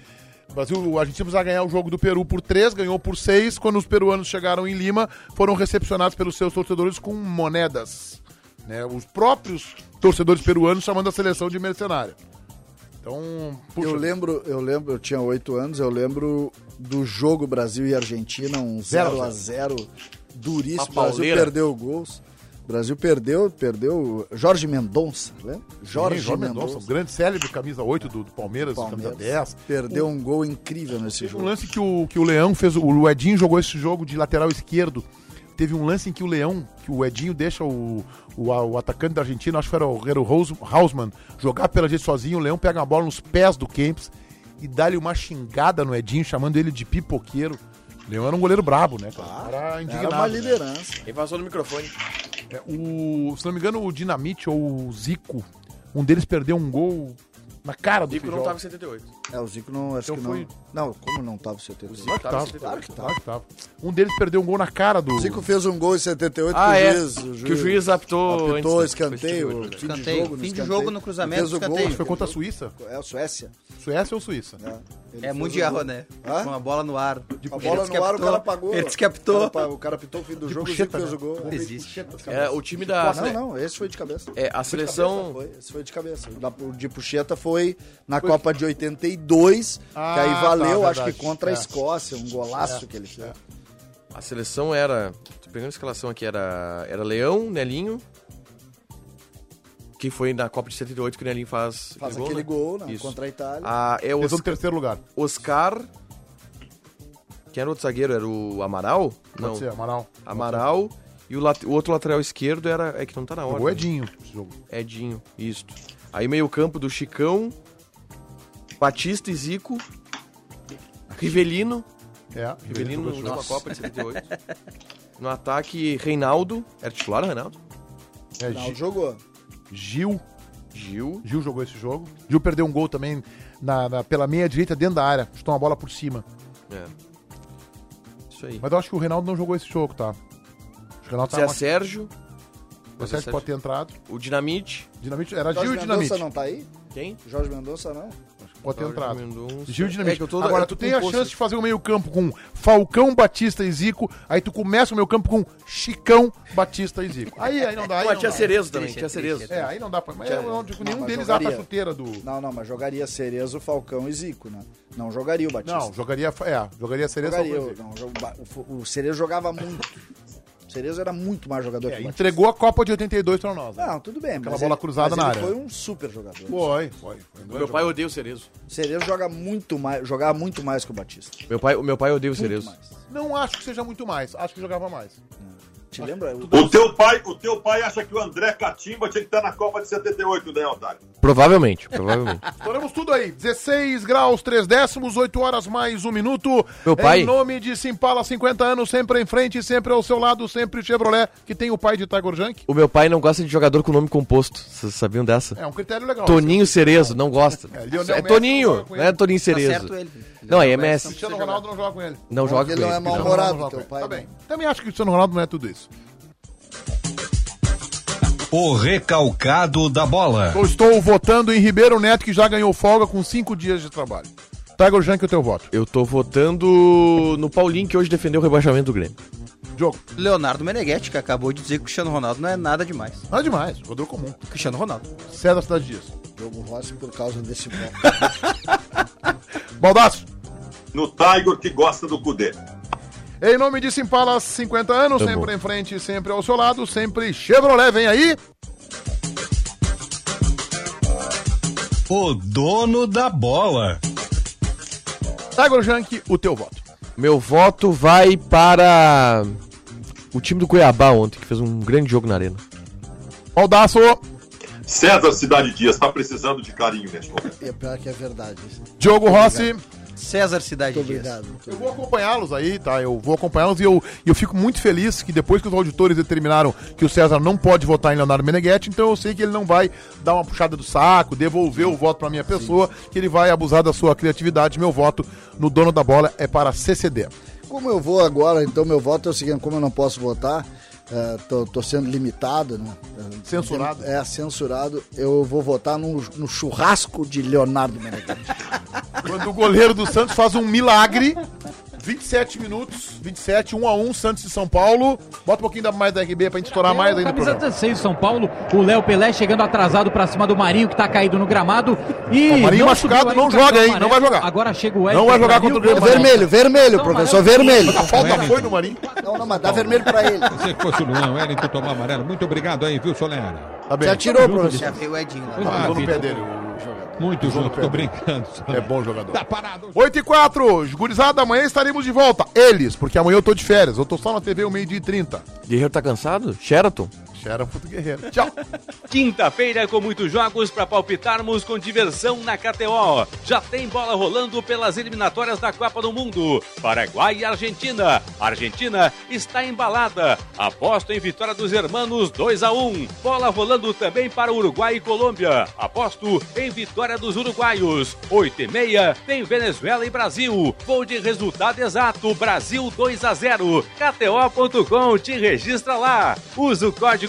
[SPEAKER 1] O Brasil, a Argentina precisava ganhar o jogo do Peru por 3, ganhou por 6. Quando os peruanos chegaram em Lima, foram recepcionados pelos seus torcedores com monedas. Né? Os próprios torcedores peruanos chamando a seleção de mercenária. Então,
[SPEAKER 5] Eu lembro, eu lembro, eu tinha oito anos, eu lembro do jogo Brasil e Argentina, um
[SPEAKER 1] Zero
[SPEAKER 5] 0 a 0
[SPEAKER 1] Uma
[SPEAKER 5] duríssimo. O Brasil
[SPEAKER 1] pauleira.
[SPEAKER 5] perdeu gols. O Brasil perdeu, perdeu Jorge Mendonça, né? lembra?
[SPEAKER 1] Jorge, Mendonça, um grande célebre camisa 8 do, do Palmeiras,
[SPEAKER 5] Palmeiras.
[SPEAKER 1] camisa 10.
[SPEAKER 5] Perdeu
[SPEAKER 1] Um-
[SPEAKER 5] um gol incrível nesse jogo.
[SPEAKER 1] Um lance que o, que o Leão fez, o Edinho jogou esse jogo de lateral esquerdo. Teve um lance em que o Leão, que o Edinho deixa o, o, a- o atacante da Argentina, acho que era o, era o Haus- Hausmann, jogar pela gente sozinho. O Leão pega a bola nos pés do Kempis e dá-lhe uma xingada no Edinho, chamando ele de pipoqueiro. O Leão era um goleiro brabo, né? Cara? Era indignado. né?
[SPEAKER 6] Ele passou no microfone.
[SPEAKER 1] É, o, se não me engano, o Dinamite ou o Zico, um deles perdeu um gol na cara do
[SPEAKER 6] Zico não
[SPEAKER 1] Feijó.
[SPEAKER 6] tava em 78.
[SPEAKER 5] É, o Zico não, acho
[SPEAKER 1] Então
[SPEAKER 5] que
[SPEAKER 1] foi-
[SPEAKER 5] não. Não, como não tava em 78?
[SPEAKER 1] Claro que
[SPEAKER 5] Claro
[SPEAKER 1] tava,
[SPEAKER 5] que
[SPEAKER 1] claro que
[SPEAKER 5] tava.
[SPEAKER 1] tava. Um deles perdeu um gol na cara do.
[SPEAKER 5] O Zico fez um gol em 78
[SPEAKER 1] Ah,
[SPEAKER 5] que
[SPEAKER 1] é,
[SPEAKER 5] o juiz,
[SPEAKER 1] que o juiz
[SPEAKER 6] apitou antes,
[SPEAKER 5] apitou
[SPEAKER 6] né?
[SPEAKER 5] escanteio,
[SPEAKER 6] Foi
[SPEAKER 5] fim de
[SPEAKER 8] escanteio,
[SPEAKER 5] jogo, no
[SPEAKER 8] fim de
[SPEAKER 5] escanteio.
[SPEAKER 8] jogo no cruzamento,
[SPEAKER 5] Fez o gol,
[SPEAKER 8] escanteio.
[SPEAKER 5] acho que
[SPEAKER 1] Foi contra a Suíça?
[SPEAKER 5] É a Suécia.
[SPEAKER 1] Suécia ou Suíça?
[SPEAKER 5] Ele
[SPEAKER 8] É
[SPEAKER 5] fez
[SPEAKER 8] mundial,
[SPEAKER 5] o gol.
[SPEAKER 8] né?
[SPEAKER 5] Hã?
[SPEAKER 8] Com a bola no ar. De
[SPEAKER 5] A bola no ar, o cara pagou.
[SPEAKER 8] Ele descapitou.
[SPEAKER 5] O cara, o cara apitou o fim do jogo,
[SPEAKER 8] puxeta,
[SPEAKER 5] o Zico fez
[SPEAKER 8] né?
[SPEAKER 5] o gol.
[SPEAKER 8] Não existe.
[SPEAKER 2] É, o time da-
[SPEAKER 5] Não, não, esse foi de cabeça.
[SPEAKER 2] É, a
[SPEAKER 5] Foi de
[SPEAKER 2] seleção-
[SPEAKER 5] cabeça, foi, esse foi de cabeça. O da- O de puxeta foi na Copa de 82, que aí
[SPEAKER 2] Ah,
[SPEAKER 5] valeu,
[SPEAKER 2] tá,
[SPEAKER 5] acho que
[SPEAKER 2] verdade.
[SPEAKER 5] contra
[SPEAKER 2] É.
[SPEAKER 5] a Escócia, um golaço
[SPEAKER 2] É.
[SPEAKER 5] que ele fez.
[SPEAKER 2] A seleção era. Tô pegando a escalação aqui, era. Era Leão, Nelinho. Que foi na Copa de 78 que o Nelinho faz.
[SPEAKER 5] Faz aquele gol, né?
[SPEAKER 2] Isso.
[SPEAKER 5] Contra a Itália.
[SPEAKER 2] Ah, é
[SPEAKER 1] Eles
[SPEAKER 2] Oscar,
[SPEAKER 1] vão terceiro lugar.
[SPEAKER 2] Oscar. Quem era o outro zagueiro? Era o Amaral?
[SPEAKER 1] Pode ser, Amaral.
[SPEAKER 2] Amaral. E o, lat- o outro lateral esquerdo era. É que não tá na hora.
[SPEAKER 1] Jogou Edinho, esse jogo.
[SPEAKER 2] Edinho, isso. Aí meio-campo do Chicão. Batista e Zico. Rivelino.
[SPEAKER 1] É,
[SPEAKER 2] Rivelino
[SPEAKER 1] jogou esse
[SPEAKER 2] na última
[SPEAKER 1] jogo.
[SPEAKER 2] Copa de 78. No ataque, Reinaldo. Era titular, Reinaldo?
[SPEAKER 1] É,
[SPEAKER 5] Não,
[SPEAKER 1] Gi-
[SPEAKER 5] jogou.
[SPEAKER 1] Gil.
[SPEAKER 2] Gil.
[SPEAKER 1] Gil jogou esse jogo. Gil perdeu um gol também na, na- pela meia direita dentro da área. Chutou uma bola por cima.
[SPEAKER 2] É. Isso aí.
[SPEAKER 1] Mas tá eu acho que o Reinaldo não jogou esse jogo, tá? Acho que o Reinaldo
[SPEAKER 2] Zé
[SPEAKER 1] tava-
[SPEAKER 2] Sérgio.
[SPEAKER 1] O Zé Sérgio pode ter entrado.
[SPEAKER 2] O Dinamite.
[SPEAKER 1] Dinamite era
[SPEAKER 5] Jorge
[SPEAKER 1] Gil e
[SPEAKER 5] Mendonça
[SPEAKER 1] Dinamite.
[SPEAKER 5] não tá aí?
[SPEAKER 2] Quem?
[SPEAKER 5] Jorge Mendonça não.
[SPEAKER 1] Pode ter
[SPEAKER 2] Jorge
[SPEAKER 1] entrado.
[SPEAKER 2] Mendonça.
[SPEAKER 1] Gil e
[SPEAKER 2] É
[SPEAKER 1] Dinamite.
[SPEAKER 2] que eu tô-
[SPEAKER 1] Agora,
[SPEAKER 2] eu
[SPEAKER 1] tu
[SPEAKER 2] tô
[SPEAKER 1] tem
[SPEAKER 2] com
[SPEAKER 1] a
[SPEAKER 2] força.
[SPEAKER 1] chance de fazer o meio-campo com Falcão, Batista e Zico. Aí tu começa o meio-campo com Chicão, Batista e Zico. Aí, aí não dá. Aí
[SPEAKER 2] Mas
[SPEAKER 1] não
[SPEAKER 2] tinha
[SPEAKER 1] dá.
[SPEAKER 2] Cerezo também, tinha Cerezo.
[SPEAKER 1] É, aí não dá pra. Mas eu não digo, nenhum
[SPEAKER 5] mas
[SPEAKER 1] deles
[SPEAKER 5] jogaria.
[SPEAKER 1] ata a chuteira do.
[SPEAKER 5] Não, não, mas jogaria Cerezo, Falcão e Zico, né? Não jogaria o Batista.
[SPEAKER 1] Não, jogaria. É, jogaria Cerezo
[SPEAKER 5] Jogaria,
[SPEAKER 1] Falcão e Zico.
[SPEAKER 5] não, jogo- ba- o Fo- o, Cerezo jogava muito. O Cerezo era muito mais jogador
[SPEAKER 1] É,
[SPEAKER 5] que o Batista.
[SPEAKER 1] entregou a Copa de 82 pra nós. né?
[SPEAKER 2] Ah.
[SPEAKER 5] Não, tudo bem.
[SPEAKER 1] Aquela
[SPEAKER 5] mas
[SPEAKER 1] bola
[SPEAKER 5] ele-
[SPEAKER 1] cruzada
[SPEAKER 5] mas
[SPEAKER 1] na
[SPEAKER 5] ele
[SPEAKER 1] área.
[SPEAKER 5] foi um super jogador.
[SPEAKER 1] Foi, foi. foi.
[SPEAKER 2] Meu pai odeia o Cerezo.
[SPEAKER 5] O Cerezo joga muito mais, jogava muito mais que o Batista.
[SPEAKER 2] Meu pai, o meu pai odeia o Cerezo.
[SPEAKER 1] Não acho que seja muito mais. Acho que jogava mais.
[SPEAKER 5] Te lembra?
[SPEAKER 7] O teu pai, o teu pai acha que o André Catimba tinha que estar na Copa de 78, né, Otário?
[SPEAKER 2] Provavelmente, provavelmente.
[SPEAKER 1] Estouramos tudo aí. 16 graus, 3 décimos, 8 horas mais um minuto.
[SPEAKER 2] Meu pai.
[SPEAKER 1] Em nome de Simpala, 50 anos, sempre em frente, sempre ao seu lado, sempre Chevrolet, que tem o pai de Tiger Junk.
[SPEAKER 2] o meu pai não gosta de jogador com nome composto. Vocês sabiam dessa?
[SPEAKER 1] É um critério legal.
[SPEAKER 2] Toninho Cerezo, não gosta.
[SPEAKER 1] É,
[SPEAKER 2] É,
[SPEAKER 1] Lionel Messi não
[SPEAKER 2] Toninho,
[SPEAKER 1] joga com
[SPEAKER 2] não é
[SPEAKER 1] ele.
[SPEAKER 2] Toninho Cerezo.
[SPEAKER 8] certo ele.
[SPEAKER 2] Não, é
[SPEAKER 8] Lionel Messi
[SPEAKER 2] MS.
[SPEAKER 1] Cristiano Ronaldo não joga com ele.
[SPEAKER 2] Não joga
[SPEAKER 5] Ele
[SPEAKER 2] com
[SPEAKER 5] não
[SPEAKER 2] ele.
[SPEAKER 5] é
[SPEAKER 2] Cristiano.
[SPEAKER 5] mal-humorado,
[SPEAKER 1] Não joga com
[SPEAKER 5] teu
[SPEAKER 1] ele.
[SPEAKER 5] pai.
[SPEAKER 1] Tá bem. Também acho que o Cristiano Ronaldo não é tudo isso.
[SPEAKER 10] O recalcado da bola.
[SPEAKER 1] Eu estou votando em Ribeiro Neto, que já ganhou folga com 5 dias de trabalho. Tiger Junk, o teu voto.
[SPEAKER 2] Eu tô votando no Paulinho, que hoje defendeu o rebaixamento do Grêmio.
[SPEAKER 1] Diogo.
[SPEAKER 8] Leonardo Meneghetti, que acabou de dizer que o Cristiano Ronaldo não é nada demais.
[SPEAKER 1] Nada demais, jogador comum.
[SPEAKER 8] Cristiano Ronaldo.
[SPEAKER 1] César Cidade Dias.
[SPEAKER 5] Jogo Rossi por causa desse bloco.
[SPEAKER 1] Baldaço.
[SPEAKER 7] No Tiger que gosta do Cudê.
[SPEAKER 1] Em nome de Simpala, 50 anos,
[SPEAKER 2] Tá
[SPEAKER 1] sempre
[SPEAKER 2] bom.
[SPEAKER 1] em frente, sempre ao seu lado, sempre Chevrolet, vem aí.
[SPEAKER 10] O dono da bola.
[SPEAKER 1] Tiger Junk, o teu voto.
[SPEAKER 2] Meu voto vai para o time do Cuiabá ontem, que fez um grande jogo na arena.
[SPEAKER 1] Baldaço.
[SPEAKER 7] César Cidade Dias tá precisando de carinho neste momento.
[SPEAKER 5] E é pior que é verdade.
[SPEAKER 1] Diogo Rossi.
[SPEAKER 8] César Cidade
[SPEAKER 5] Muito
[SPEAKER 8] Dias.
[SPEAKER 5] obrigado. muito
[SPEAKER 1] Eu vou acompanhá-los aí, tá? Eu vou acompanhá-los e eu, e eu fico muito feliz que depois que os auditores determinaram que o César não pode votar em Leonardo Meneghetti, então eu sei que ele não vai dar uma puxada do saco, devolver o voto pra minha pessoa, que ele vai abusar da sua criatividade. Meu voto no dono da bola é para CCD.
[SPEAKER 5] Como eu vou agora, então meu voto é o seguinte, como eu não posso votar, eh, tô, tô sendo limitado, né? Eh,
[SPEAKER 1] Censurado.
[SPEAKER 5] É, censurado. Eu vou votar no, no churrasco de Leonardo Meneghetti.
[SPEAKER 1] Quando o goleiro do Santos faz um milagre. 27 minutos, 27, 1 a 1 Santos e São Paulo. Bota um pouquinho da mais da RB pra gente estourar mais ainda o
[SPEAKER 11] Camisa
[SPEAKER 1] programa.
[SPEAKER 11] 16 do São Paulo, o Léo Pelé chegando atrasado pra cima do Marinho, que tá caído no gramado. E
[SPEAKER 1] O Marinho
[SPEAKER 11] não
[SPEAKER 1] machucado,
[SPEAKER 11] subiu ainda
[SPEAKER 1] não
[SPEAKER 11] o cartão
[SPEAKER 1] joga, hein?
[SPEAKER 11] amarelo.
[SPEAKER 1] Não vai jogar.
[SPEAKER 11] Agora chega o Eric.
[SPEAKER 1] Não vai jogar contra o Grêmio. Vermelho,
[SPEAKER 5] vermelho,
[SPEAKER 1] professor,
[SPEAKER 11] é
[SPEAKER 1] vermelho. A falta foi no Marinho. Tá
[SPEAKER 5] Não, não, mas dá vermelho pra ele.
[SPEAKER 4] Se fosse o Luan, o Wellington tomou amarelo. Muito obrigado aí, viu, Solera?
[SPEAKER 1] Tá
[SPEAKER 5] Já tirou,
[SPEAKER 8] Já
[SPEAKER 5] professor.
[SPEAKER 8] veio o Edinho lá.
[SPEAKER 4] Ah,
[SPEAKER 1] Pegou no
[SPEAKER 4] vida.
[SPEAKER 1] pé dele o jogador.
[SPEAKER 4] Muito
[SPEAKER 1] Pegou no
[SPEAKER 4] junto,
[SPEAKER 1] pé
[SPEAKER 4] tô
[SPEAKER 1] dele.
[SPEAKER 4] brincando.
[SPEAKER 1] É bom jogador.
[SPEAKER 4] Tá parado.
[SPEAKER 1] 8 e 4, gurizada, amanhã estaremos de volta. Eles, porque amanhã eu tô de férias. Eu tô só na TV o meio-dia e 30.
[SPEAKER 2] Guerreiro tá cansado? Sheraton?
[SPEAKER 1] Xera Puto Guerreiro. Tchau.
[SPEAKER 12] Quinta-feira com muitos jogos para palpitarmos com diversão na KTO. Já tem bola rolando pelas eliminatórias da Copa do Mundo. Paraguai e Argentina. A Argentina está embalada. Aposto em vitória dos hermanos 2 a 1. Bola rolando também para Uruguai e Colômbia. Aposto em vitória dos uruguaios. 8 e meia tem Venezuela e Brasil. Gol de resultado exato. Brasil 2 a 0. KTO.com te registra lá. Usa o código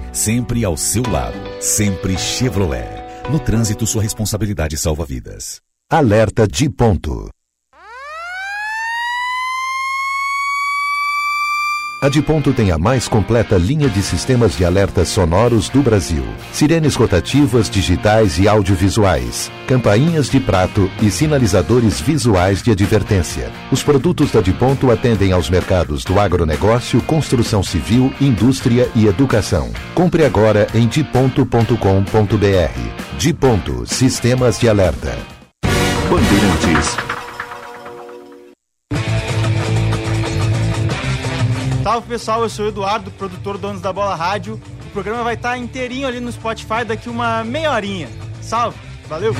[SPEAKER 13] sempre ao seu lado, sempre Chevrolet. No trânsito, sua responsabilidade salva vidas.
[SPEAKER 14] Alerta de ponto. A de ponto tem a mais completa linha de sistemas de alertas sonoros do Brasil. Sirenes rotativas, digitais e audiovisuais, campainhas de prato e sinalizadores visuais de advertência. Os produtos da de ponto atendem aos mercados do agronegócio, construção civil, indústria e educação. Compre agora em diponto.com.br. De ponto, sistemas de alerta. Bandeirantes.
[SPEAKER 15] Salve pessoal, eu sou o Eduardo, produtor do Donos da Bola Rádio. O programa vai estar inteirinho ali no Spotify daqui uma meia horinha. Salve, valeu!